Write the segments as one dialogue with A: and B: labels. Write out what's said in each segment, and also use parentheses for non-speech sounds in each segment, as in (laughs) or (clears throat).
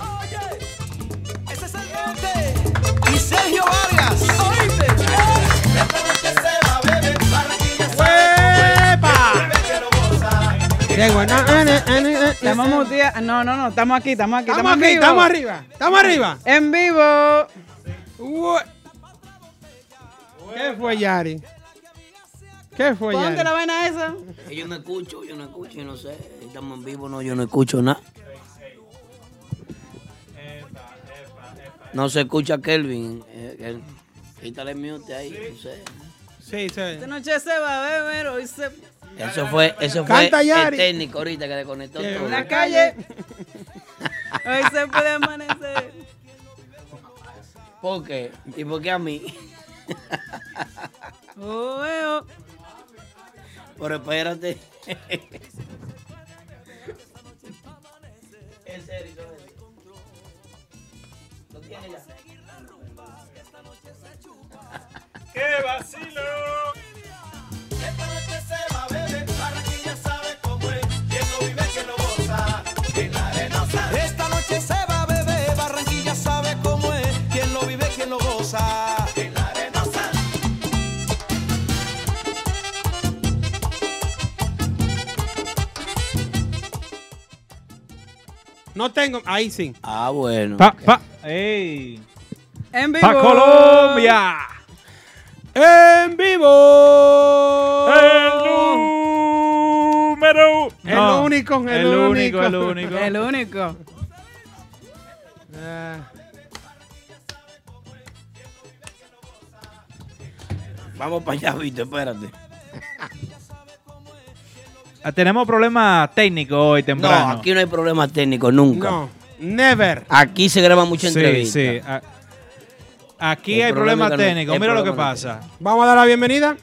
A: Oye, ese es el gente. Y Sergio Vargas. Oíste. que se va, bebé. Barranquilla se
B: ¡Epa!
C: Estamos mutea- No, no, no, estamos aquí, estamos aquí.
B: Estamos aquí,
C: en vivo.
B: estamos arriba, estamos arriba.
C: En vivo.
B: Ue- ¿Qué fue, Yari? ¿Qué fue,
C: Ponte la
B: Yari?
C: vaina esa.
D: Yo no escucho, yo no escucho, yo no sé. Estamos en vivo, no, yo no escucho nada. No se escucha Kelvin. eh, Kel- Quítale mute ahí, no sé.
B: Sí,
C: Esta
B: sí.
C: noche se va a beber, hoy se...
D: Eso fue, eso fue
B: Canta, Yari.
D: el técnico ahorita que desconectó
B: Qué
D: todo.
C: En la calle. Hoy se puede amanecer.
D: ¿Por qué? ¿Y por qué a mí?
C: (laughs) Oh, eh, oh.
D: Pero espérate. (laughs) En serio, cógete. ¿Lo tiene ya?
A: va, bebé. Barranquilla sabe cómo es. Quien no vive, que no goza. En la arena sabe. Esta noche se va, bebé. Barranquilla sabe cómo es. Quien no vive, que no goza. En la arena sabe.
B: No tengo, ahí sí.
D: Ah, bueno.
B: Pa, pa,
C: En vivo.
B: pa Colombia. En vivo.
E: número
B: El
E: No,
B: único, el,
E: el único, el único.
C: El único.
B: Ah,
D: Vamos para allá, Vito, espérate.
E: Ah, Tenemos problemas técnicos hoy
D: No,
E: temprano.
D: aquí no hay problema técnico nunca.
B: no, never.
D: Aquí se graba mucha
E: Sí,
D: entrevista.
E: sí. ah, Aquí
D: El
E: hay
D: problema es
E: problemas
D: que no-
E: técnicos.
D: el
E: Mira lo que
D: problema no es
E: pasa.
B: Vamos a dar la bienvenida.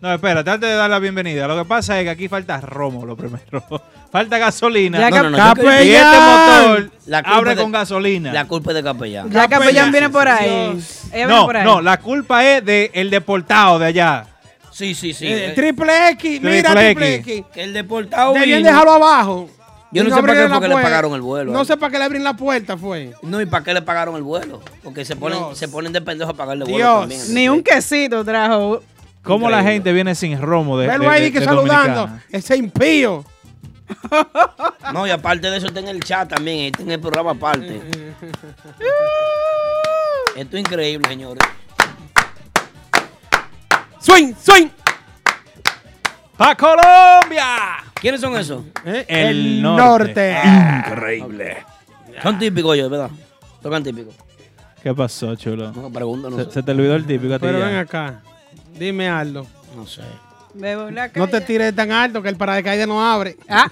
E: No, espérate, antes de dar la bienvenida. Lo que pasa es que aquí falta romo, lo primero. (laughs) falta gasolina.
C: Ya
D: No, no, no, yo
B: Capellán.
E: Y este motor
D: La culpa
E: abre
D: de-
E: con gasolina.
D: La culpa es de Capellán.
C: Ya Capellán viene por ahí.
B: Dios.
C: Ella viene
E: no,
C: por ahí.
E: no, la culpa es del el deportado de allá.
D: Sí, sí, sí.
B: Eh,
D: Eh,
B: Triple X, mira
E: Triple
B: Triple
E: X.
B: X.
D: que el deportado
B: Debían
D: vino.
B: dejarlo abajo.
D: Yo
B: Y
D: no sé para qué
B: abrieron la
D: fue que le
B: puerta.
D: pagaron el vuelo.
B: No sé para qué le abren la puerta, fue.
D: No, ¿y para qué le pagaron el vuelo? Porque se ponen,
B: Dios.
D: se ponen de pendejo a pagarle
B: Dios.
D: vuelo
E: Eh,
D: también.
C: Ni un quesito trajo.
E: ¿Cómo la
D: Increíble.
E: gente viene sin romo de,
B: Velo
E: de-
B: ahí
E: eh, de-
B: que
E: de
B: saludando.
E: Dominicana?
B: Ese impío.
D: No, y aparte de eso está en el chat también, y está en el programa aparte. Esto es increíble, señores.
B: Swing, swing.
E: ¡Pa Colombia!
D: ¿Quiénes son esos?
B: Eh,
E: El norte. Ah.
F: Increíble.
D: Son típicos ellos, ¿verdad? Tocan típicos.
E: ¿Qué pasó, chulo?
D: No, pregunto, no
E: Se,
D: sé.
E: se te olvidó el típico a ti
B: Pero
E: ya.
B: ven acá. Dime algo.
D: No sé.
C: Bebo en la
B: No te
C: calle.
B: tires tan alto que el paracaídas no
D: (laughs)
B: abre.
C: Ah,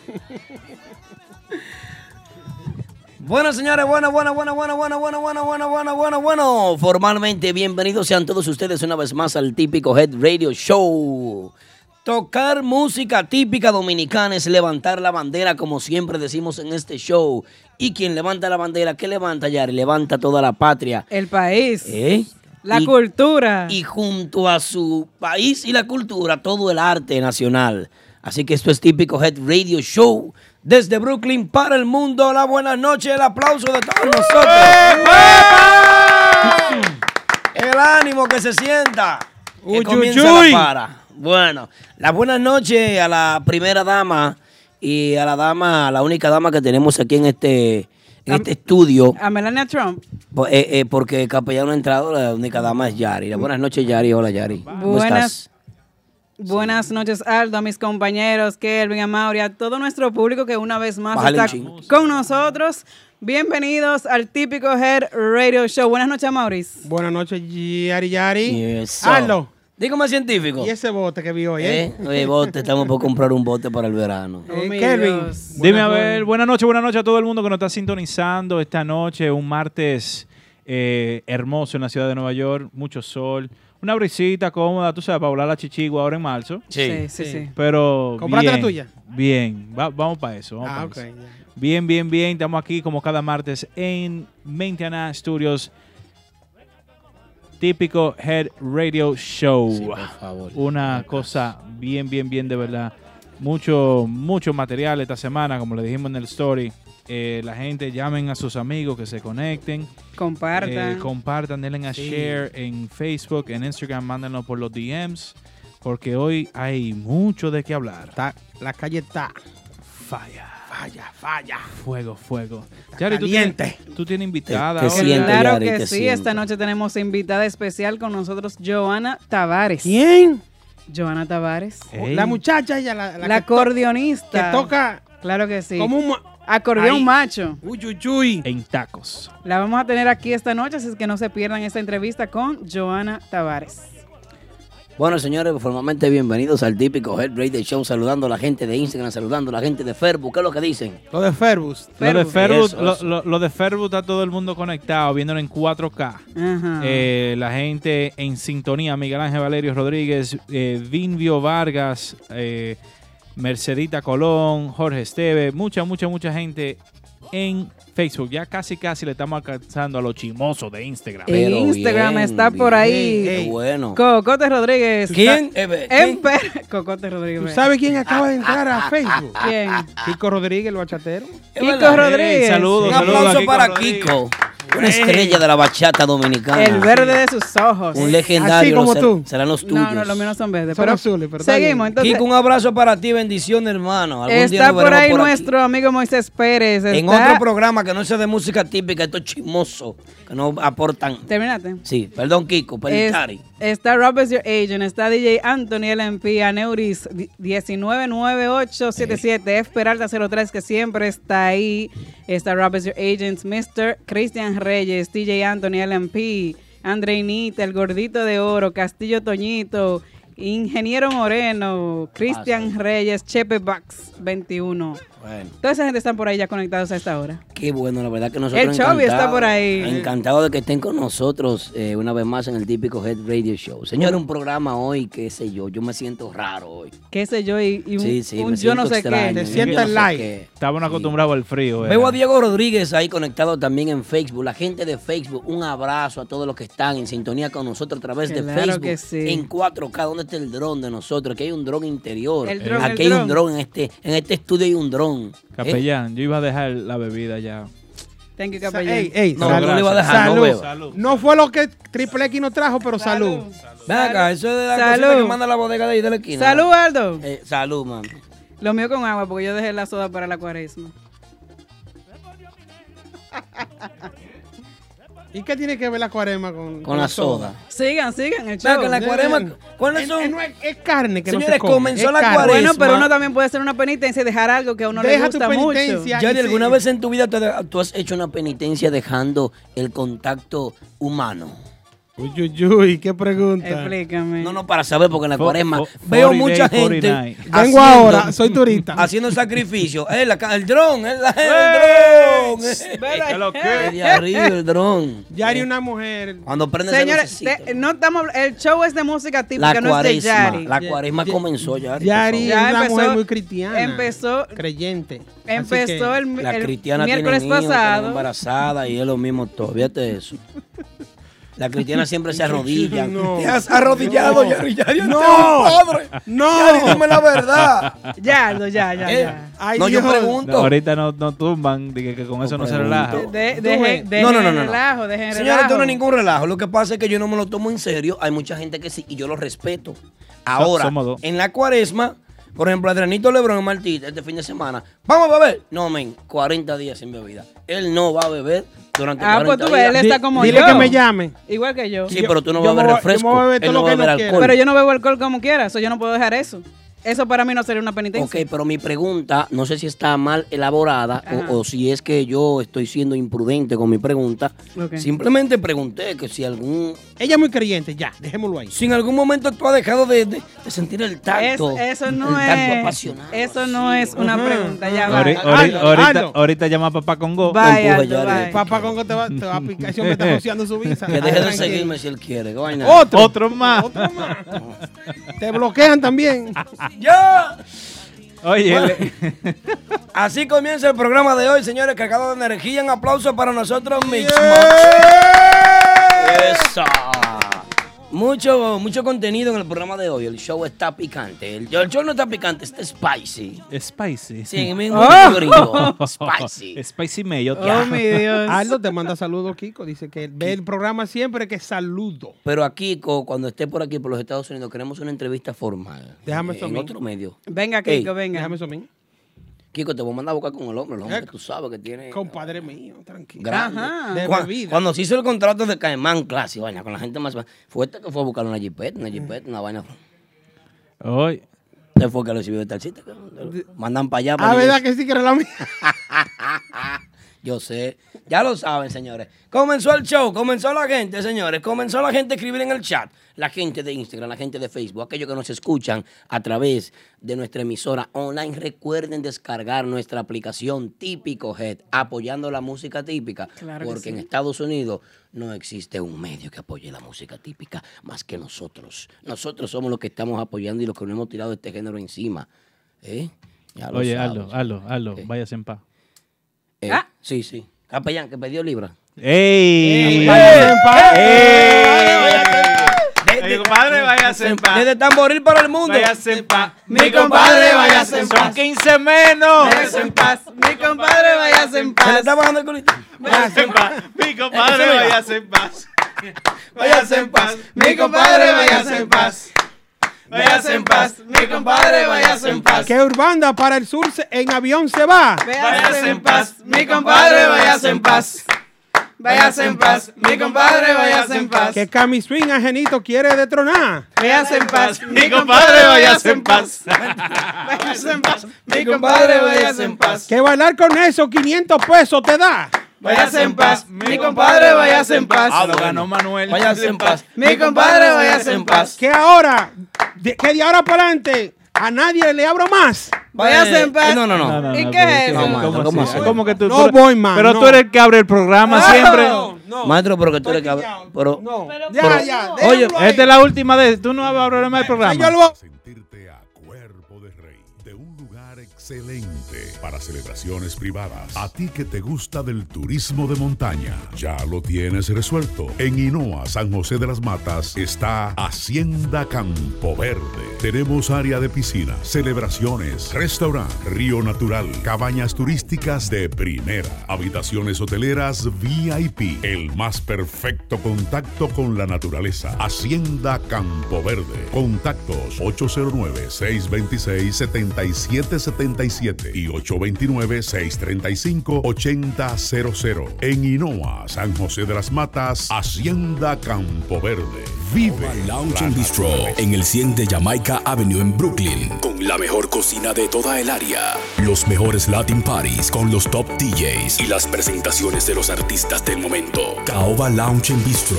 D: Bueno, señores, bueno, bueno, bueno, bueno, bueno, bueno, bueno, bueno, bueno, bueno, bueno. Formalmente, bienvenidos sean todos ustedes una vez más al típico Head Radio Show. Tocar música típica dominicana es levantar la bandera, como siempre decimos en este show. Y quien levanta la bandera, ¿qué levanta, Yari? Levanta toda la patria.
C: el país.
D: ¿Eh?
C: La
D: Y-
C: cultura.
D: y junto a su país y la cultura, todo el arte nacional. Así que esto es típico Head Radio Show. Desde Brooklyn para el mundo, la buena noche, el aplauso de
C: ¡Uh!
D: todos
C: ¡Eh!
D: nosotros. El ánimo que se sienta. Que
B: Uy,
D: comienza
B: uy,
D: la
B: uy.
D: para. Bueno, la buena noche a la primera dama y a la dama, a la única dama que tenemos aquí en este, en este estudio.
C: A Melania Trump.
D: Po- eh, eh, porque Capellán no ha entrado, la única dama es Yari. La Buenas noches, Yari. Hola, Yari. ¿Cómo
C: Buenas.
D: estás?
C: Buenas noches, Aldo, a mis compañeros, Kelvin, Amaury, a todo nuestro público que una vez más
D: Bájale un
C: está
D: chin.
C: con nosotros. Bienvenidos al típico Head Radio Show. Buenas noches, Amaury.
B: Buenas noches, Yari Yari.
D: Yes, so.
B: Hazlo.
D: Dígame científico.
B: Y ese bote que vi hoy, ¿eh?
D: ¿Eh? Oye, bote, estamos por comprar un bote para el verano.
B: Eh,
C: Oh, mi
B: Kelvin.
C: Dios.
E: Dime a ver, buenas noches, buenas noches a todo el mundo que nos está sintonizando esta noche, un martes eh, hermoso en la ciudad de Nueva York, mucho sol, una brisita cómoda, tú sabes, para volar la chichigua ahora en marzo,
C: Sí, sí, sí.
E: pero
B: ¿Compraste la
E: bien,
B: tuya?
E: Bien, va- vamos para eso. vamos
B: Ah,
E: pa'
B: ok.
E: eso.
B: ya.
E: Bien, bien, bien, estamos aquí como cada martes en Maintenance Studios, típico Head Radio Show.
D: Sí, por favor.
E: Una cosa bien, bien, bien de verdad. Mucho, mucho material esta semana, como le dijimos en el story. Eh, la gente llamen a sus amigos que se conecten,
C: Compartan.
E: eh, compartan, denle a share en Facebook, en Instagram, mándenlo por los DMs, porque hoy hay mucho de qué hablar.
B: Está- la calle está.
E: Falla,
B: Falla, falla.
E: fuego, fuego.
B: caliente.
E: tú tienes, tú tienes invitada.
D: Te- te
E: hoy.
D: siento. Siente,
C: claro
D: Yari,
C: que
D: te
C: sí.
D: siento.
C: Esta noche tenemos invitada especial con nosotros, Joana Tavares.
B: ¿Quién?
C: Joana Tavares.
E: Ey,
B: La muchacha ella, la, la
C: La,
B: que, to- que
C: acordeonista.
B: toca
C: Claro que sí.
B: como un... ma-
C: Acordeón
B: Ahí.
C: macho.
B: Uy, uy, uy.
E: en tacos.
C: La vamos a tener aquí esta noche, así es que no se pierdan esta entrevista con Joana Tavares.
D: Bueno, señores, pues, formalmente bienvenidos al típico Head Radio Show, saludando a la gente de Instagram, saludando a la gente de Facebook. ¿Qué es lo que dicen?
B: Lo de Ferbus.
E: Lo de,
C: Ferbu.
E: Ferbu,
D: Eso,
E: lo-
D: eso.
E: lo- lo de Ferbu está todo el mundo conectado, viéndolo en 4K.
C: Ajá.
E: Eh, la gente en sintonía, Miguel Ángel Valerio Rodríguez, eh, Vinvio Vargas, eh, Mercedita Colón, Jorge Esteve, mucha, mucha, mucha gente en Facebook. Ya casi, casi le estamos alcanzando a los chimosos de Instagram.
C: Eh,
D: Pero
C: Instagram está por ahí.
D: Qué bueno.
C: Cocote Rodríguez.
D: ¿Quién?
C: Emper. (laughs) Cocote Rodríguez.
B: Eh, ¿Tú sabes quién acaba de entrar a Facebook?
C: quién?
B: Kiko Rodríguez, el bachatero.
C: Kiko
E: Ey,
C: Rodríguez.
E: saludos,
D: Un
E: saludos a
D: aplauso para
E: Rodríguez.
D: Kiko, una estrella de la bachata dominicana.
C: El verde de sus ojos.
D: Un legendario.
B: Así como
D: los-
B: tú.
D: Serán los tuyos.
C: No, no, los míos son verdes.
B: Son
C: pero
B: azules, pero está
C: seguimos,
B: bien.
C: entonces.
D: Kiko, un abrazo para ti, bendición, hermano. Algún día
C: está
D: nos
C: por
D: veremos
C: ahí
D: aquí.
C: nuestro amigo Moisés Pérez.
D: En
C: está-
D: otro programa que no sea de música típica, estos chismosos que no aportan.
C: Terminate.
D: Sí, perdón, Kiko,
C: Es-
D: Pelitari.
C: está Rob is your agent, está DJ Anthony LMP, Aneuris 199877, F Peralta 03 que siempre está ahí, está Rob is your agent, Mr. Cristian Reyes, DJ Anthony LMP, Andreinita, El Gordito de Oro, Castillo Toñito, Ingeniero Moreno, Cristian Reyes, Chepe Bax 21.
D: Bueno.
C: Toda esa gente está por ahí ya conectados a esta hora.
D: Qué bueno, la verdad que nosotros
C: El Chovy está
D: encantados-
C: por ahí.
D: Encantado de que estén con nosotros eh, una vez más en el típico Head Radio Show. Señor, un programa hoy, qué sé yo, yo me siento raro hoy.
C: Qué sé yo, y, y un,
D: Sí, pues sí,
C: un
D: me
C: yo no
D: siento
C: sé
D: extraño,
C: qué.
B: Te
D: un
B: sientas
D: yo no sé
B: live.
D: qué.
E: Estaban acostumbrados al frío. era.
D: Veo a Diego Rodríguez ahí conectado también en Facebook. La gente de Facebook, un abrazo a todos los que están en sintonía con nosotros a través de
C: Claro
D: Facebook.
C: que sí.
D: En 4K, ¿dónde está el dron de nosotros? Aquí hay un dron interior.
E: Eh,
C: El dron,
D: Aquí
C: el
D: hay un
C: dron.
D: dron. En este, en este estudio hay un dron. ¿Eh?
E: Capellán, yo iba a dejar la bebida ya.
C: Thank you,
B: Sa-
C: capellán.
B: Ey, ey,
D: No,
B: salud.
D: no le va a dejar, no
B: salud.
D: beba.
E: Salud.
B: No fue lo que Triple X no trajo, pero salud.
D: Ven acá, eso es de la
C: Salud.
D: cosita que manda la bodega de ahí de la esquina.
C: Salud, Aldo.
D: Eh, salud, mami.
C: Lo mío con agua, porque yo dejé la soda para la cuaresma.
B: ¿Y qué tiene que ver la cuarema con,
D: Con la soda.
C: Sigan, sigan el
D: Ven
C: show.
D: acá, la cuarema.
B: Es,
D: ¿Cuáles
B: es-
D: son?
B: no es, es carne que no se
D: Señores,
B: come.
D: comenzó
B: es
D: la
B: carne.
D: cuaresma.
C: Bueno, pero uno también puede hacer una penitencia y dejar algo que a uno
B: Deja
C: le
B: tu
C: gusta mucho.
B: penitencia.
D: Yari,
B: sí.
D: ¿alguna vez en tu vida te- tú has hecho una penitencia dejando el contacto humano?
B: Uy, uy, uy, qué pregunta.
C: Explícame.
D: No, no, para saber, porque en la
E: Fo-
D: cuaresma
E: fo-
D: veo
E: 40
D: mucha
E: day,
D: gente.
E: 49.
B: Vengo ahora, soy turista.
D: Haciendo sacrificio. Eh, la ca- el dron, el, el dron. eh.
E: ¿Qué lo que?
D: Desde arriba el dron.
B: Yari, una mujer.
D: Cuando prende
C: Señores, te- no estamos, habl- el show es de música típica,
D: la
C: no es de
D: cuaresma.
C: Yari.
D: La cuaresma comenzó, Yari. por
B: Yari
C: Ya
B: es una
C: empezó-
B: mujer muy cristiana.
C: empezó-
B: Creyente. Así
C: Empezó
B: que-
C: el,
D: favor. La
C: el
D: cristiana
C: miércoles
D: tiene niños, tiene
C: pasado.
D: embarazada y es lo mismo todo. Fíjate eso. La cristiana siempre se arrodilla.
B: (laughs) No.
D: Te has arrodillado, Yari. Yari,
B: No.
D: ante un padre. Yari,
B: ¡No!
D: dime la verdad.
C: Ya, Aldo, ya, ya,
D: Eh,
C: ya.
B: Ay,
D: no, yo
B: Dios.
E: No,
D: pregunto.
E: ahorita no, no tumban, dije que con eso no se relaja.
D: pregunto.
C: De-
B: Tú
C: dejen-
B: ves.
C: dejen
D: no, no, no,
C: el
D: no.
C: relajo, dejen el
D: Señores, esto no
C: relajo.
D: es ningún relajo. Lo que pasa es que yo no me lo tomo en serio. Hay mucha gente que sí, y yo lo respeto. Ahora,
E: somos dos.
D: en la cuaresma, por ejemplo, Adrianito Lebrón y Martí, este fin de semana, ¿vamos a beber? No, men, 40 días sin bebida. Él no va a beber durante
C: Ah,
D: 40
C: pues tú ves,
D: días.
C: él está como
B: Dile
C: yo.
B: que me llame.
C: Igual que yo.
D: Sí, pero tú no
B: Yo
D: vas a
B: me voy- yo me
D: beber
B: voy a
D: refresco.
B: beber todo
D: Él no
B: lo
D: va a
B: que
D: beber
B: no quiero.
D: alcohol.
C: Pero yo no bebo alcohol como quiera, eso yo no puedo dejar eso. Eso para mí no sería una
D: Ok,
C: penitencia.
D: pero mi pregunta, no sé si está mal elaborada
C: Ajá.
D: o, o si es que yo estoy siendo imprudente con mi pregunta.
C: Ok.
D: Simplemente pregunté que si algún
B: Ella es muy creyente, ya, dejémoslo ahí.
D: si en algún momento tú has dejado de, de- de sentir el
C: Es-
D: tacto.
C: eso no
D: el tacto
C: es.
D: apasionado.
C: Eso no es una pregunta. Ya va.
E: Ori-
B: Ah,
E: ori-
B: Aldo,
E: ahorita,
B: Aldo.
E: ahorita llama a papá con Go.
C: Bye,
D: empuja,
C: Aldo,
D: Jared.
C: bye.
B: Papá Congo te va, te va a picar, ese hombre está negociando su visa.
D: Que deje de
B: Tranquilo.
D: seguirme si él quiere. que vaina.
B: Otro.
E: Otro más.
B: Otro más. Te bloquean también.
D: ¡Ya!
E: Oye,
D: Bueno.
E: le-
D: (laughs) Así comienza el programa de hoy, señores, cargado de energía. Un aplauso para nosotros mismos. Eso. Mucho, mucho contenido en el programa de hoy. El show está picante. El, el show no está picante, está spicy.
E: Spicy. Ah.
D: Sí, en el mismo
E: (laughs)
D: gringo. Spicy.
E: Spicy Ah, mayo.
C: Oh, mi Dios.
B: Aldo te manda saludos, Kiko. Dice que ve el programa siempre que saludo.
D: Pero a Kiko, cuando esté por aquí, por los Estados Unidos, queremos una entrevista formal.
B: Déjame eso a
D: En
B: mí.
D: otro medio.
C: Venga, Kiko,
D: Ey,
C: venga.
B: Déjame eso a mí.
D: Kiko, te voy a mandar a buscar con el hombre. El hombre
B: Eh,
D: que tú sabes que tiene...
B: Compadre mío, tranquilo.
D: grande.
C: Ajá.
B: De
D: Cuan-
B: bebida.
D: Cuando se hizo el contrato de Caimán Clase, vaina, con la gente más. Fue este que fue a buscar una jipeta, una jipeta, una vaina.
E: Oye.
D: Este fue que lo recibió el taxista. que lo Mandan para allá. para
B: Ah,
D: New
B: ¿verdad
D: Jersey.
B: que sí que era la mía?
D: (laughs) Yo sé. Ya lo saben, señores. Comenzó el show, comenzó la gente, señores. Comenzó la gente a escribir en el chat. La gente de Instagram, la gente de Facebook, aquellos que nos escuchan a través de nuestra emisora online. Recuerden descargar nuestra aplicación Típico Head, apoyando la música típica.
C: Claro que
D: porque en
C: sí.
D: Estados Unidos no existe un medio que apoye la música típica más que nosotros. Nosotros somos los que estamos apoyando y los que no hemos tirado este género encima. ¿Eh? Ya lo
E: Oye,
D: saben.
E: Aldo, Aldo, Aldo,
D: Ok.
E: váyase en paz.
D: Eh,
C: Ah.
D: Sí, sí. Capellán, que perdió libra.
E: ¡Ey!
B: váyase en paz.
E: Mi compadre, váyase en paz.
D: Desde Tamboril para el mundo.
E: en paz.
C: Mi compadre, váyase en
E: Son
C: paz.
E: 15 menos.
C: Váyase en paz. Mi compadre, váyase
D: Se
C: en
D: le
C: paz.
D: está bajando el culito.
E: Váyase en paz. Mi compadre,
D: Eso, mira.
E: váyase en paz.
D: Váyase en paz.
C: Mi compadre, váyase en paz. Váyase en paz. Mi compadre, váyase en paz.
B: Que Urbanda para el sur se- en avión se va.
C: Váyase en paz. Mi compadre, váyase en paz. Váyase en paz. Mi compadre, váyase en paz.
B: Que Cami Swing Angelito quiere detronar.
C: Váyase en paz.
E: Mi compadre, váyase en paz.
C: Váyase en paz. Mi compadre, váyase en paz.
B: Que bailar con eso 500 pesos te da.
C: Váyase en paz. Mi compadre, váyase en paz.
E: Ah, lo ganó Manuel.
D: Váyase en paz.
C: Mi compadre, váyase en paz.
B: Que ahora, de- que de ahora para adelante, a nadie le abro más.
C: Váyase en paz.
D: Eh, No, no, no.
C: ¿Y qué es eso?
D: No, mano,
E: Eh, ¿Cómo
D: ¿cómo
E: así?
D: así?
E: ¿Cómo que tú?
B: No
E: tú-
B: voy, man,
E: Pero
B: no.
E: tú eres el que abre el programa siempre.
D: Maestro, pero que tú eres
B: Estoy
D: cabrón.
B: pillado.
D: Pero
B: No.
D: pero-
B: Ya, ya.
D: Oye,
B: déjalo ahí.
E: Esta es la última de. Tú no abres el programa.
B: Yo lo-
G: Sentirte a cuerpo de rey, de un lugar excelente para celebraciones privadas. A ti que te gusta del turismo de montaña, ya lo tienes resuelto. En Hinoa, San José de las Matas, está Hacienda Campo Verde. Tenemos área de piscina, celebraciones, restaurante, río natural, cabañas turísticas de primera, habitaciones hoteleras VIP, el más perfecto contacto con la naturaleza. Hacienda Campo Verde. Contactos 809-626-7777 y 829-635-8000. En Inoa, San José de las Matas, Hacienda Campo Verde. Vive.
H: Lounge and Bistro en el 100 de Jamaica Avenue en Brooklyn. Con la mejor cocina de toda el área. Los mejores Latin Parties con los top DJs y las presentaciones de los artistas del momento. Caoba Lounge and Bistro.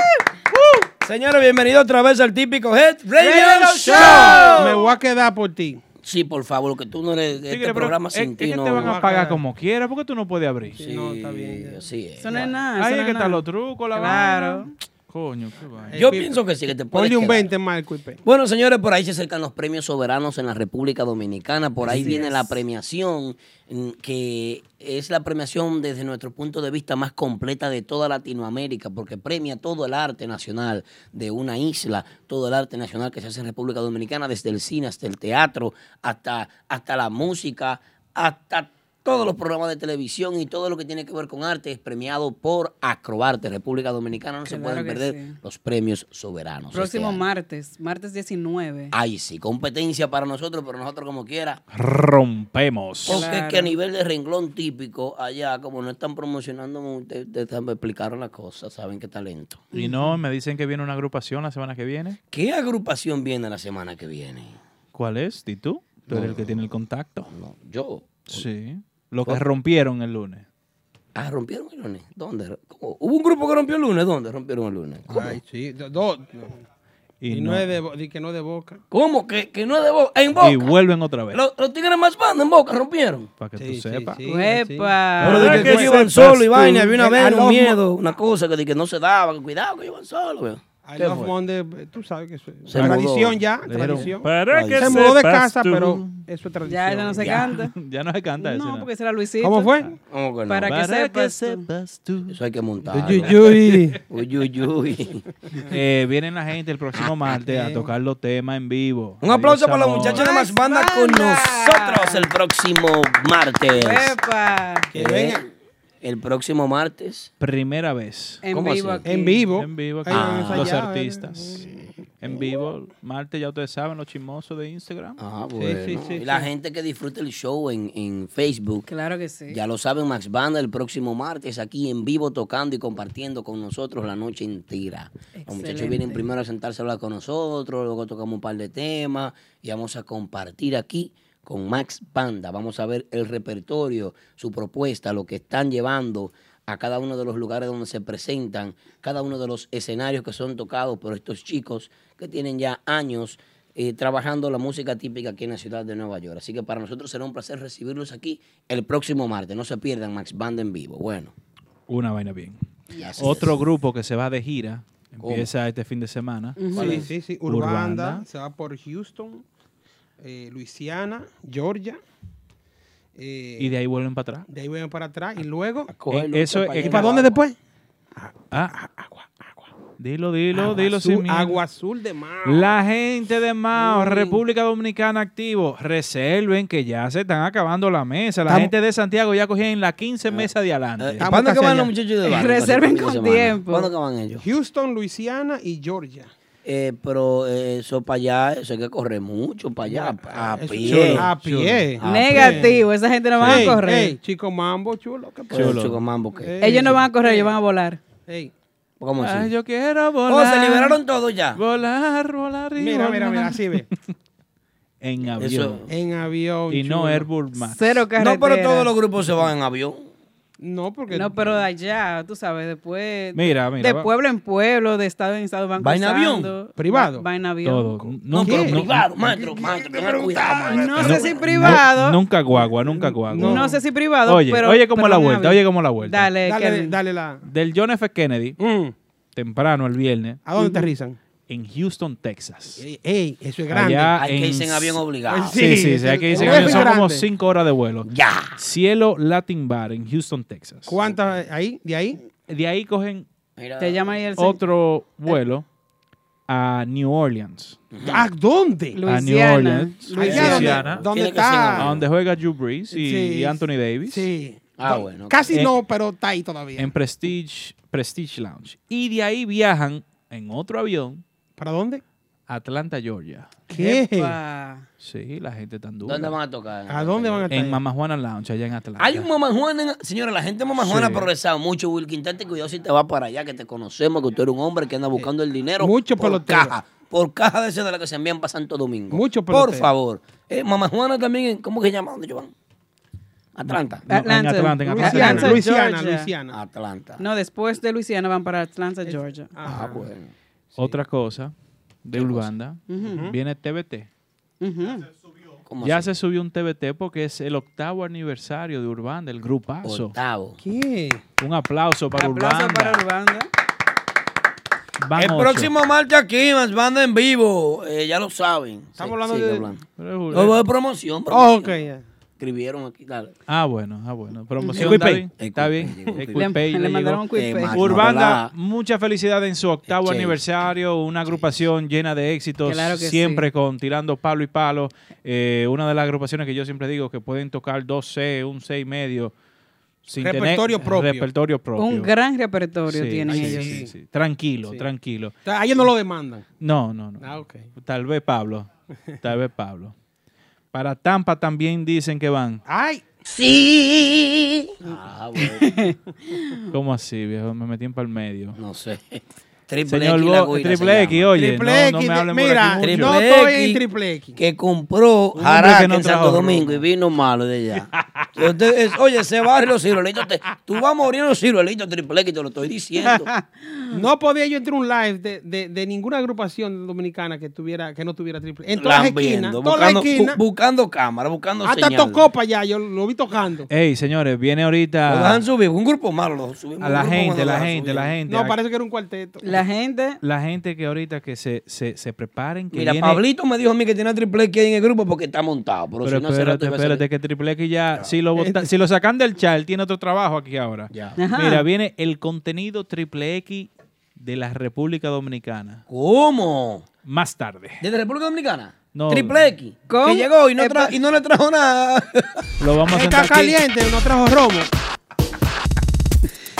D: Señores, bienvenidos otra vez al típico Head Radio Show.
B: Me voy a quedar por ti.
D: Sí, por favor, que tú no eres de
E: Sí,
D: este
E: pero
D: programa
E: es-
D: sin
E: es
D: ti.
E: que
D: No,
E: te van a pagar como quiera porque tú no puedes abrir.
D: Sí,
B: No, está bien, ya.
D: así es.
C: Eso no es nada.
E: Ahí es
C: eso no
E: que están
C: nada.
E: los trucos, la
C: Claro.
E: vaina. Coño, qué vaina.
D: Yo pienso que sí, que te puedes
B: Ponle un
D: quedar.
B: 20 más al cuipé.
D: Bueno, señores, por ahí se acercan los premios soberanos en la República Dominicana. Por ahí
B: Así
D: viene
B: es.
D: la premiación, mm, que es la premiación desde nuestro punto de vista más completa de toda Latinoamérica, porque premia todo el arte nacional de una isla, todo el arte nacional que se hace en República Dominicana, desde el cine hasta el teatro, hasta, hasta la música, hasta todos los programas de televisión y todo lo que tiene que ver con arte es premiado por Acroarte, República Dominicana. No se
C: Claro
D: pueden
C: que
D: perder
C: sí.
D: los premios soberanos.
C: Próximo
D: este año.
C: martes, martes 19.
D: Ay, sí, competencia para nosotros, pero nosotros como quiera.
E: Rompemos.
D: Porque es que a
C: Claro.
D: nivel de renglón típico, allá, como no están promocionando, mucho, te, te- te explicaron las cosas, saben qué talento.
E: Y no, me dicen que viene una agrupación la semana que viene.
D: ¿Qué agrupación viene la semana que viene?
E: ¿Cuál es? ¿Y tú? Tú eres el que tiene el contacto.
D: No, yo.
E: Sí. Lo que rompieron el lunes.
D: Ah, rompieron el lunes. ¿Dónde? ¿Cómo? ¿Hubo un grupo que rompió el lunes? ¿Dónde rompieron el lunes? ¿Cómo?
B: Ay, sí. do- do-
E: Y,
B: Y,
E: no.
B: no es de, bo- di que no es de boca.
D: ¿Cómo? ¿Que, que no es de boca? En boca.
E: Y vuelven otra vez.
D: Los, los tigres más banda en boca rompieron.
E: Para que
B: Sí,
E: tú
B: sí,
E: sepas.
B: sí, sí.
C: ¡Uepa!
D: Pero de
B: Ah,
D: que,
B: que
D: ellos iban
B: sepas
D: solo y
B: tú.
D: vaina, había una
B: I
D: vez un
B: love
D: miedo, una cosa que, de que no se daba, que cuidado que iban solos. weón.
B: I
D: ¿Qué
B: love
D: fue?
B: Monday, tú sabes que eso es
D: Se
B: tradición
D: mudó.
B: ya,
E: Le dijeron,
B: tradición.
E: para que
B: Se mudó de
E: sepas
B: casa,
E: tú".
B: pero eso es tradición.
C: Ya, ya no se canta.
E: (laughs) ya no se canta eso.
C: No, porque será Luisito.
B: ¿Cómo fue?
D: ¿Cómo que no?
C: Para que
E: Para que
C: sepas. tú.
E: sepas tú.
D: Eso hay que montar.
B: Yuyuri.
D: (laughs) Uy, uy, uy.
E: Eh, vienen la gente el próximo martes a tocar los temas en vivo.
D: Un aplauso para la
E: Adiós, amor.
D: muchacha de Más
C: Más
D: Banda con
C: Banda.
D: nosotros el próximo martes.
C: ¡Uepa!
D: Que vengan. El próximo martes.
E: Primera vez.
C: En
D: ¿Cómo
C: vivo
D: así?
C: aquí.
B: En vivo.
E: En vivo, aquí,
B: Ahí van a
E: los
B: ensayar.
E: artistas. En vivo, martes, ya ustedes saben, los chismosos de Instagram.
D: Ah, bueno.
B: sí, sí,
D: y la gente que disfruta el show en, en Facebook.
C: Claro que sí.
D: Ya lo saben, Max Banda el próximo martes aquí en vivo tocando y compartiendo con nosotros la noche entera. Los muchachos
C: Excelente.
D: vienen primero a sentarse a hablar con nosotros, luego tocamos un par de temas y vamos a compartir aquí con Max Banda. Vamos a ver el repertorio, su propuesta, lo que están llevando a cada uno de los lugares donde se presentan, cada uno de los escenarios que son tocados por estos chicos que tienen ya años eh, trabajando la música típica aquí en la ciudad de Nueva York. Así que para nosotros será un placer recibirlos aquí el próximo martes. No se pierdan Max Banda en vivo. Bueno.
E: Una vaina bien.
D: y así
E: Otro
D: es.
E: grupo que se va de gira,
D: ¿Cómo?
E: empieza este fin de semana.
B: Sí, sí, sí.
E: Urbanda.
B: Urbanda, se va por Houston, eh, Luisiana, Georgia. eh,
E: Y de ahí vuelven para atrás.
B: de ahí vuelven para atrás y luego.
D: Coge
E: Eh,
D: lucha
C: este
E: eso
D: pa'
B: ¿Y
E: es-
D: allá.
B: para dónde después?
E: Ah, Dilo, dilo,
B: agua,
E: dilo sin
B: azul,
E: miedo.
B: agua azul de mar.
E: La gente de Mao, República Dominicana activo, reserven que ya se están acabando la mesa. La
B: Estamos-
E: gente de Santiago ya cogían la 15 mesas de adelante.
D: Eh,
B: Estamos
D: ¿Cuándo que
B: casi
D: van
B: allá.
D: los muchachos de barrio?
C: Reserven
D: Para el fin de
C: con
D: semana.
C: tiempo.
D: ¿Cuándo que van ellos?
B: Houston, Luisiana y Georgia.
D: Eh, pero eh, eso para allá, eso hay que correr mucho para allá. A
B: Eso
D: pie.
B: chulo. A pie.
D: Ah,
C: Negativo, esa gente no van
B: Ey,
C: a correr.
B: ey, chico mambo, chulo. ¿qué pasa?
D: Pero el Chocomambo, ¿qué?
B: Ey,
C: Ellos no van a correr, Ah, ellos van a volar.
B: ey.
D: ¿Cómo
E: Ay,
D: así?
E: yo quiero
D: Oh,
E: volar.
D: se liberaron todos ya.
E: Volar, volar y
B: Mira, mira, mira,
E: volar.
B: así ve.
E: En
D: Eso-
E: avión.
B: En avión.
E: Y no
B: chulo.
E: Airbus más.
C: Cero carretera.
D: No, pero todos los grupos se van en avión.
B: No, porque.
C: No, pero de allá, tú sabes, después.
E: Mira, mira, va-
C: De pueblo en pueblo, de estado en estado van
D: ¿Va en avión?
C: cruzando.
B: ¿Privado?
C: Va, va en avión.
E: Todo.
D: No,
E: Nunca-
D: pero
E: nu-
D: privado, maestro, maestro, tengan cuidado, maestro.
C: No sé si
E: nu-
C: privado. No,
E: Nunca guagua, nunca guagua.
B: No.
C: sé si privado,
E: Oye,
C: pero.
E: oye cómo
C: pero
E: la
C: en
E: vuelta,
C: avión.
E: oye cómo la vuelta.
C: Dale,
B: Dale,
C: Kevin.
B: dale la.
E: Del John F. Kennedy,
B: Mm,
E: temprano el viernes,
B: ¿A dónde aterrizan?
E: en Houston, Texas.
B: Ey, ey, eso es grande.
E: Allá
D: Hay que
E: en-
D: irse en avión obligado.
B: Pues
E: Sí, sí,
B: Sí,
E: sí, hay que
B: el-
E: irse en
B: el
E: avión.
B: F
E: Son como
B: grande.
E: cinco horas de vuelo.
D: Ya.
E: Cielo Latin Bar en Houston, Texas.
B: ¿Cuántas ahí? ¿De ahí?
E: De ahí cogen
D: Mira,
C: Te llama ahí el
E: otro vuelo a New Orleans.
B: ¿A Ah, dónde?
E: A New
C: Luisiana.
E: Orleans.
B: Allá
E: Luisiana.
B: donde, donde
D: Tiene que ser en
E: A
B: está.
E: donde juega Drew Brees y,
B: Sí.
E: y Anthony Davis.
B: Sí.
D: Ah,
B: Do-
D: bueno.
B: Casi
E: Eh,
B: no, pero está ahí todavía.
E: En Prestige, Prestige Lounge. Y de ahí viajan en otro avión
B: ¿Para dónde?
E: a Atlanta, Georgia.
B: ¿Qué?
C: Epa.
E: Sí, la gente tan dura.
D: ¿Dónde van a tocar?
B: ¿A dónde van a estar?
E: En Mama Juana Lounge, allá en Atlanta.
D: Hay un Mamá Juana, en- señora, la gente de Mamá Juana
E: Sí.
D: ha progresado mucho, Wilkin. Tente cuidado si te vas para allá, que te conocemos, que Ah, tú eres un hombre que anda buscando el dinero.
B: Mucho
D: por
B: pelotero.
D: caja. Por caja de esas de las que se envían para Santo Domingo.
B: Mucho
D: Por
B: pelotero.
D: favor. Eh, Mamá Juana también, en- ¿cómo que se llama? ¿Dónde ellos van? Atlanta.
E: No, en Atlanta, en Atlanta.
B: Luisiana,
C: Atlanta,
B: Luisiana,
C: Georgia.
B: Luisiana.
D: Atlanta.
C: No, después de Luisiana van para Atlanta, Georgia.
D: Ah, bueno.
E: Otra cosa de Urbanda. Viene TBT.
C: Ujú.
D: ¿Cómo
E: Ya
D: así?
E: se subió un TBT porque es el octavo aniversario de Urbanda, el grupazo.
D: Octavo.
B: ¿Qué?
E: Un aplauso para
C: Aplauso
E: Urbanda.
C: para Urbanda.
E: Van
D: el
E: ocho.
D: próximo martes aquí, más banda en vivo. eh, ya lo saben.
B: Estamos hablando de-
D: No, no, de promoción,
B: Oh, ok,
D: promoción.
B: ya.
D: Escribieron aquí, dale.
E: Ah, bueno, ah, bueno. Promoción,
B: Equipay.
E: está bien.
D: Equipay, llegó
E: Está bien.
D: Equipay.
E: Equipay,
C: Le-
E: ya
C: le
E: llegó.
C: mandaron un quick
D: Eh,
C: pay.
D: Max,
E: Urbanda,
D: Manuela.
E: mucha felicidad en su octavo
D: Exchange.
E: aniversario, una agrupación llena de éxitos,
C: Claro que
E: siempre con tirando palo y palo. Eh, una de las agrupaciones que yo siempre digo que pueden tocar 2C, un C y medio. Sin tener-
B: Repertorio propio.
E: Repertorio propio.
C: Un gran repertorio
E: Sí,
C: tienen
E: sí,
C: ellos.
E: sí, sí. Tranquilo,
B: Sí.
E: tranquilo.
B: O sea, A ellos no lo demandan.
E: No, no, no.
B: Ah, ok.
E: Tal vez Pablo. Tal vez Pablo. Para Tampa también dicen que van.
B: Ay,
D: Ah, bueno,
E: ¿Cómo así, viejo? Me metí en para el medio.
D: no sé. (laughs) Triple
E: Señor
D: X, la
E: Bo-
D: guira
E: Triple
D: se
E: X,
D: llama.
E: oye.
B: triple
E: no-
B: X.
E: no me hablen por
B: mira,
E: aquí mucho.
D: Triple
B: no estoy
D: X.
B: en triple X.
D: Que compró
E: hombre
D: Jaraque
E: que no
D: en Santo
E: trabaja.
D: Domingo y vino malo de
E: (laughs)
D: allá. Y usted es- oye, ese barrio, los ciruelitos, te- tú vas a morir en los ciruelitos, triple X, te lo estoy
C: (laughs)
D: diciendo.
B: No podía yo entrar a un live de, de, de ninguna agrupación dominicana que tuviera que no tuviera triple. En todas las esquinas,
D: Lambiendo,
B: todas las
D: buscando,
B: esquinas.
D: bu- buscando cámara, buscando
B: Hasta
D: señal.
B: tocó para allá, yo lo vi tocando.
E: Ey, señores, viene
D: Lo
E: ahorita
D: dejan subir, un grupo malo lo subimos.
E: Ah. a
D: un
E: la
D: grupo
E: gente,
D: malo lo
E: la
D: dejan
E: gente,
D: subir.
E: la gente.
B: No,
E: a-
B: parece que era un cuarteto.
C: La gente,
E: La gente que ahorita que se, se, se preparen. Que
D: Mira,
E: viene-
D: Pablito me dijo a mí que tiene triple X en el grupo porque está montado. Pero,
E: Pero
D: si no, hace rato
E: espérate,
D: iba a
E: espérate,
D: salir.
E: que Triple X ya, si, lo
B: Este-
E: bota- si lo sacan del chat, él tiene otro trabajo aquí ahora.
D: Ya.
C: Ajá.
E: Mira, viene el contenido Triple X de la República Dominicana.
D: ¿Cómo?
E: Más tarde.
D: ¿Desde República Dominicana?
E: No.
D: Triple X.
C: ¿Cómo?
D: Que llegó y no, tra-
C: Epa.
D: y no le trajo nada.
E: Lo vamos a
B: Está
E: sentar aquí.
B: caliente, no trajo romo.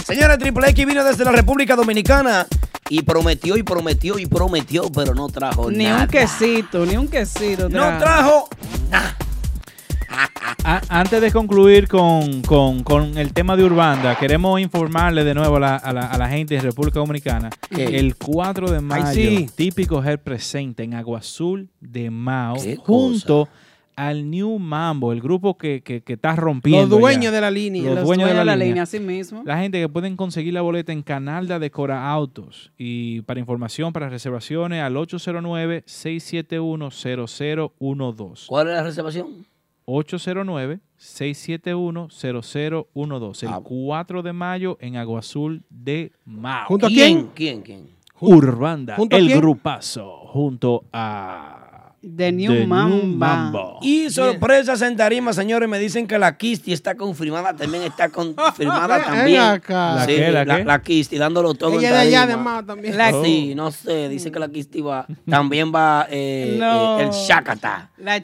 D: Señora, Triple X vino desde la República Dominicana y prometió y prometió y prometió, pero no trajo
C: ni
D: Pues nada.
C: un quesito, ni un quesito.
D: No
C: trajo.
D: trajo.
E: A- antes de concluir con, con- con el tema de Urbanda, queremos informarle de nuevo a la, a la- a la gente de República Dominicana.
D: ¿Qué?
E: El 4 de mayo,
B: sí.
E: típico Head presente en Agua Azul de Mao,
D: Qué
E: junto al New Mambo, el grupo que, que- que está rompiendo.
B: Los dueños
E: ya.
B: de la línea.
E: Los
C: Los
E: dueños de la línea.
C: así mismo.
E: La gente que pueden conseguir la boleta en Canalda de Cora Autos. Y para información, para reservaciones, al 809-671-0012.
D: ¿Cuál es la reservación?
E: 809-671-0012. El
D: Ah.
E: 4 de mayo en Aguazul de Mao.
B: Junto a
D: ¿Quién?
B: quién?
D: ¿Quién? ¿Quién?
E: Urbanda,
B: ¿Junto a
E: el
B: quién?
E: grupazo, junto a
C: De New
E: The
C: Mamba.
D: Y sorpresas en tarima, señores. Me dicen que la Kisti está confirmada. También está
B: (laughs)
D: confirmada
B: Ven
D: también.
B: acá.
E: ¿La
D: Sí,
E: qué, la
D: la,
E: qué?
D: la Kisti, dándolo todo
B: Ella
D: en
B: de allá
D: tarima.
B: además también.
C: La-
E: Oh.
D: Sí, no sé. Dice que la Kisti va. También va eh,
C: No.
D: eh, el Chacata.
C: La ah,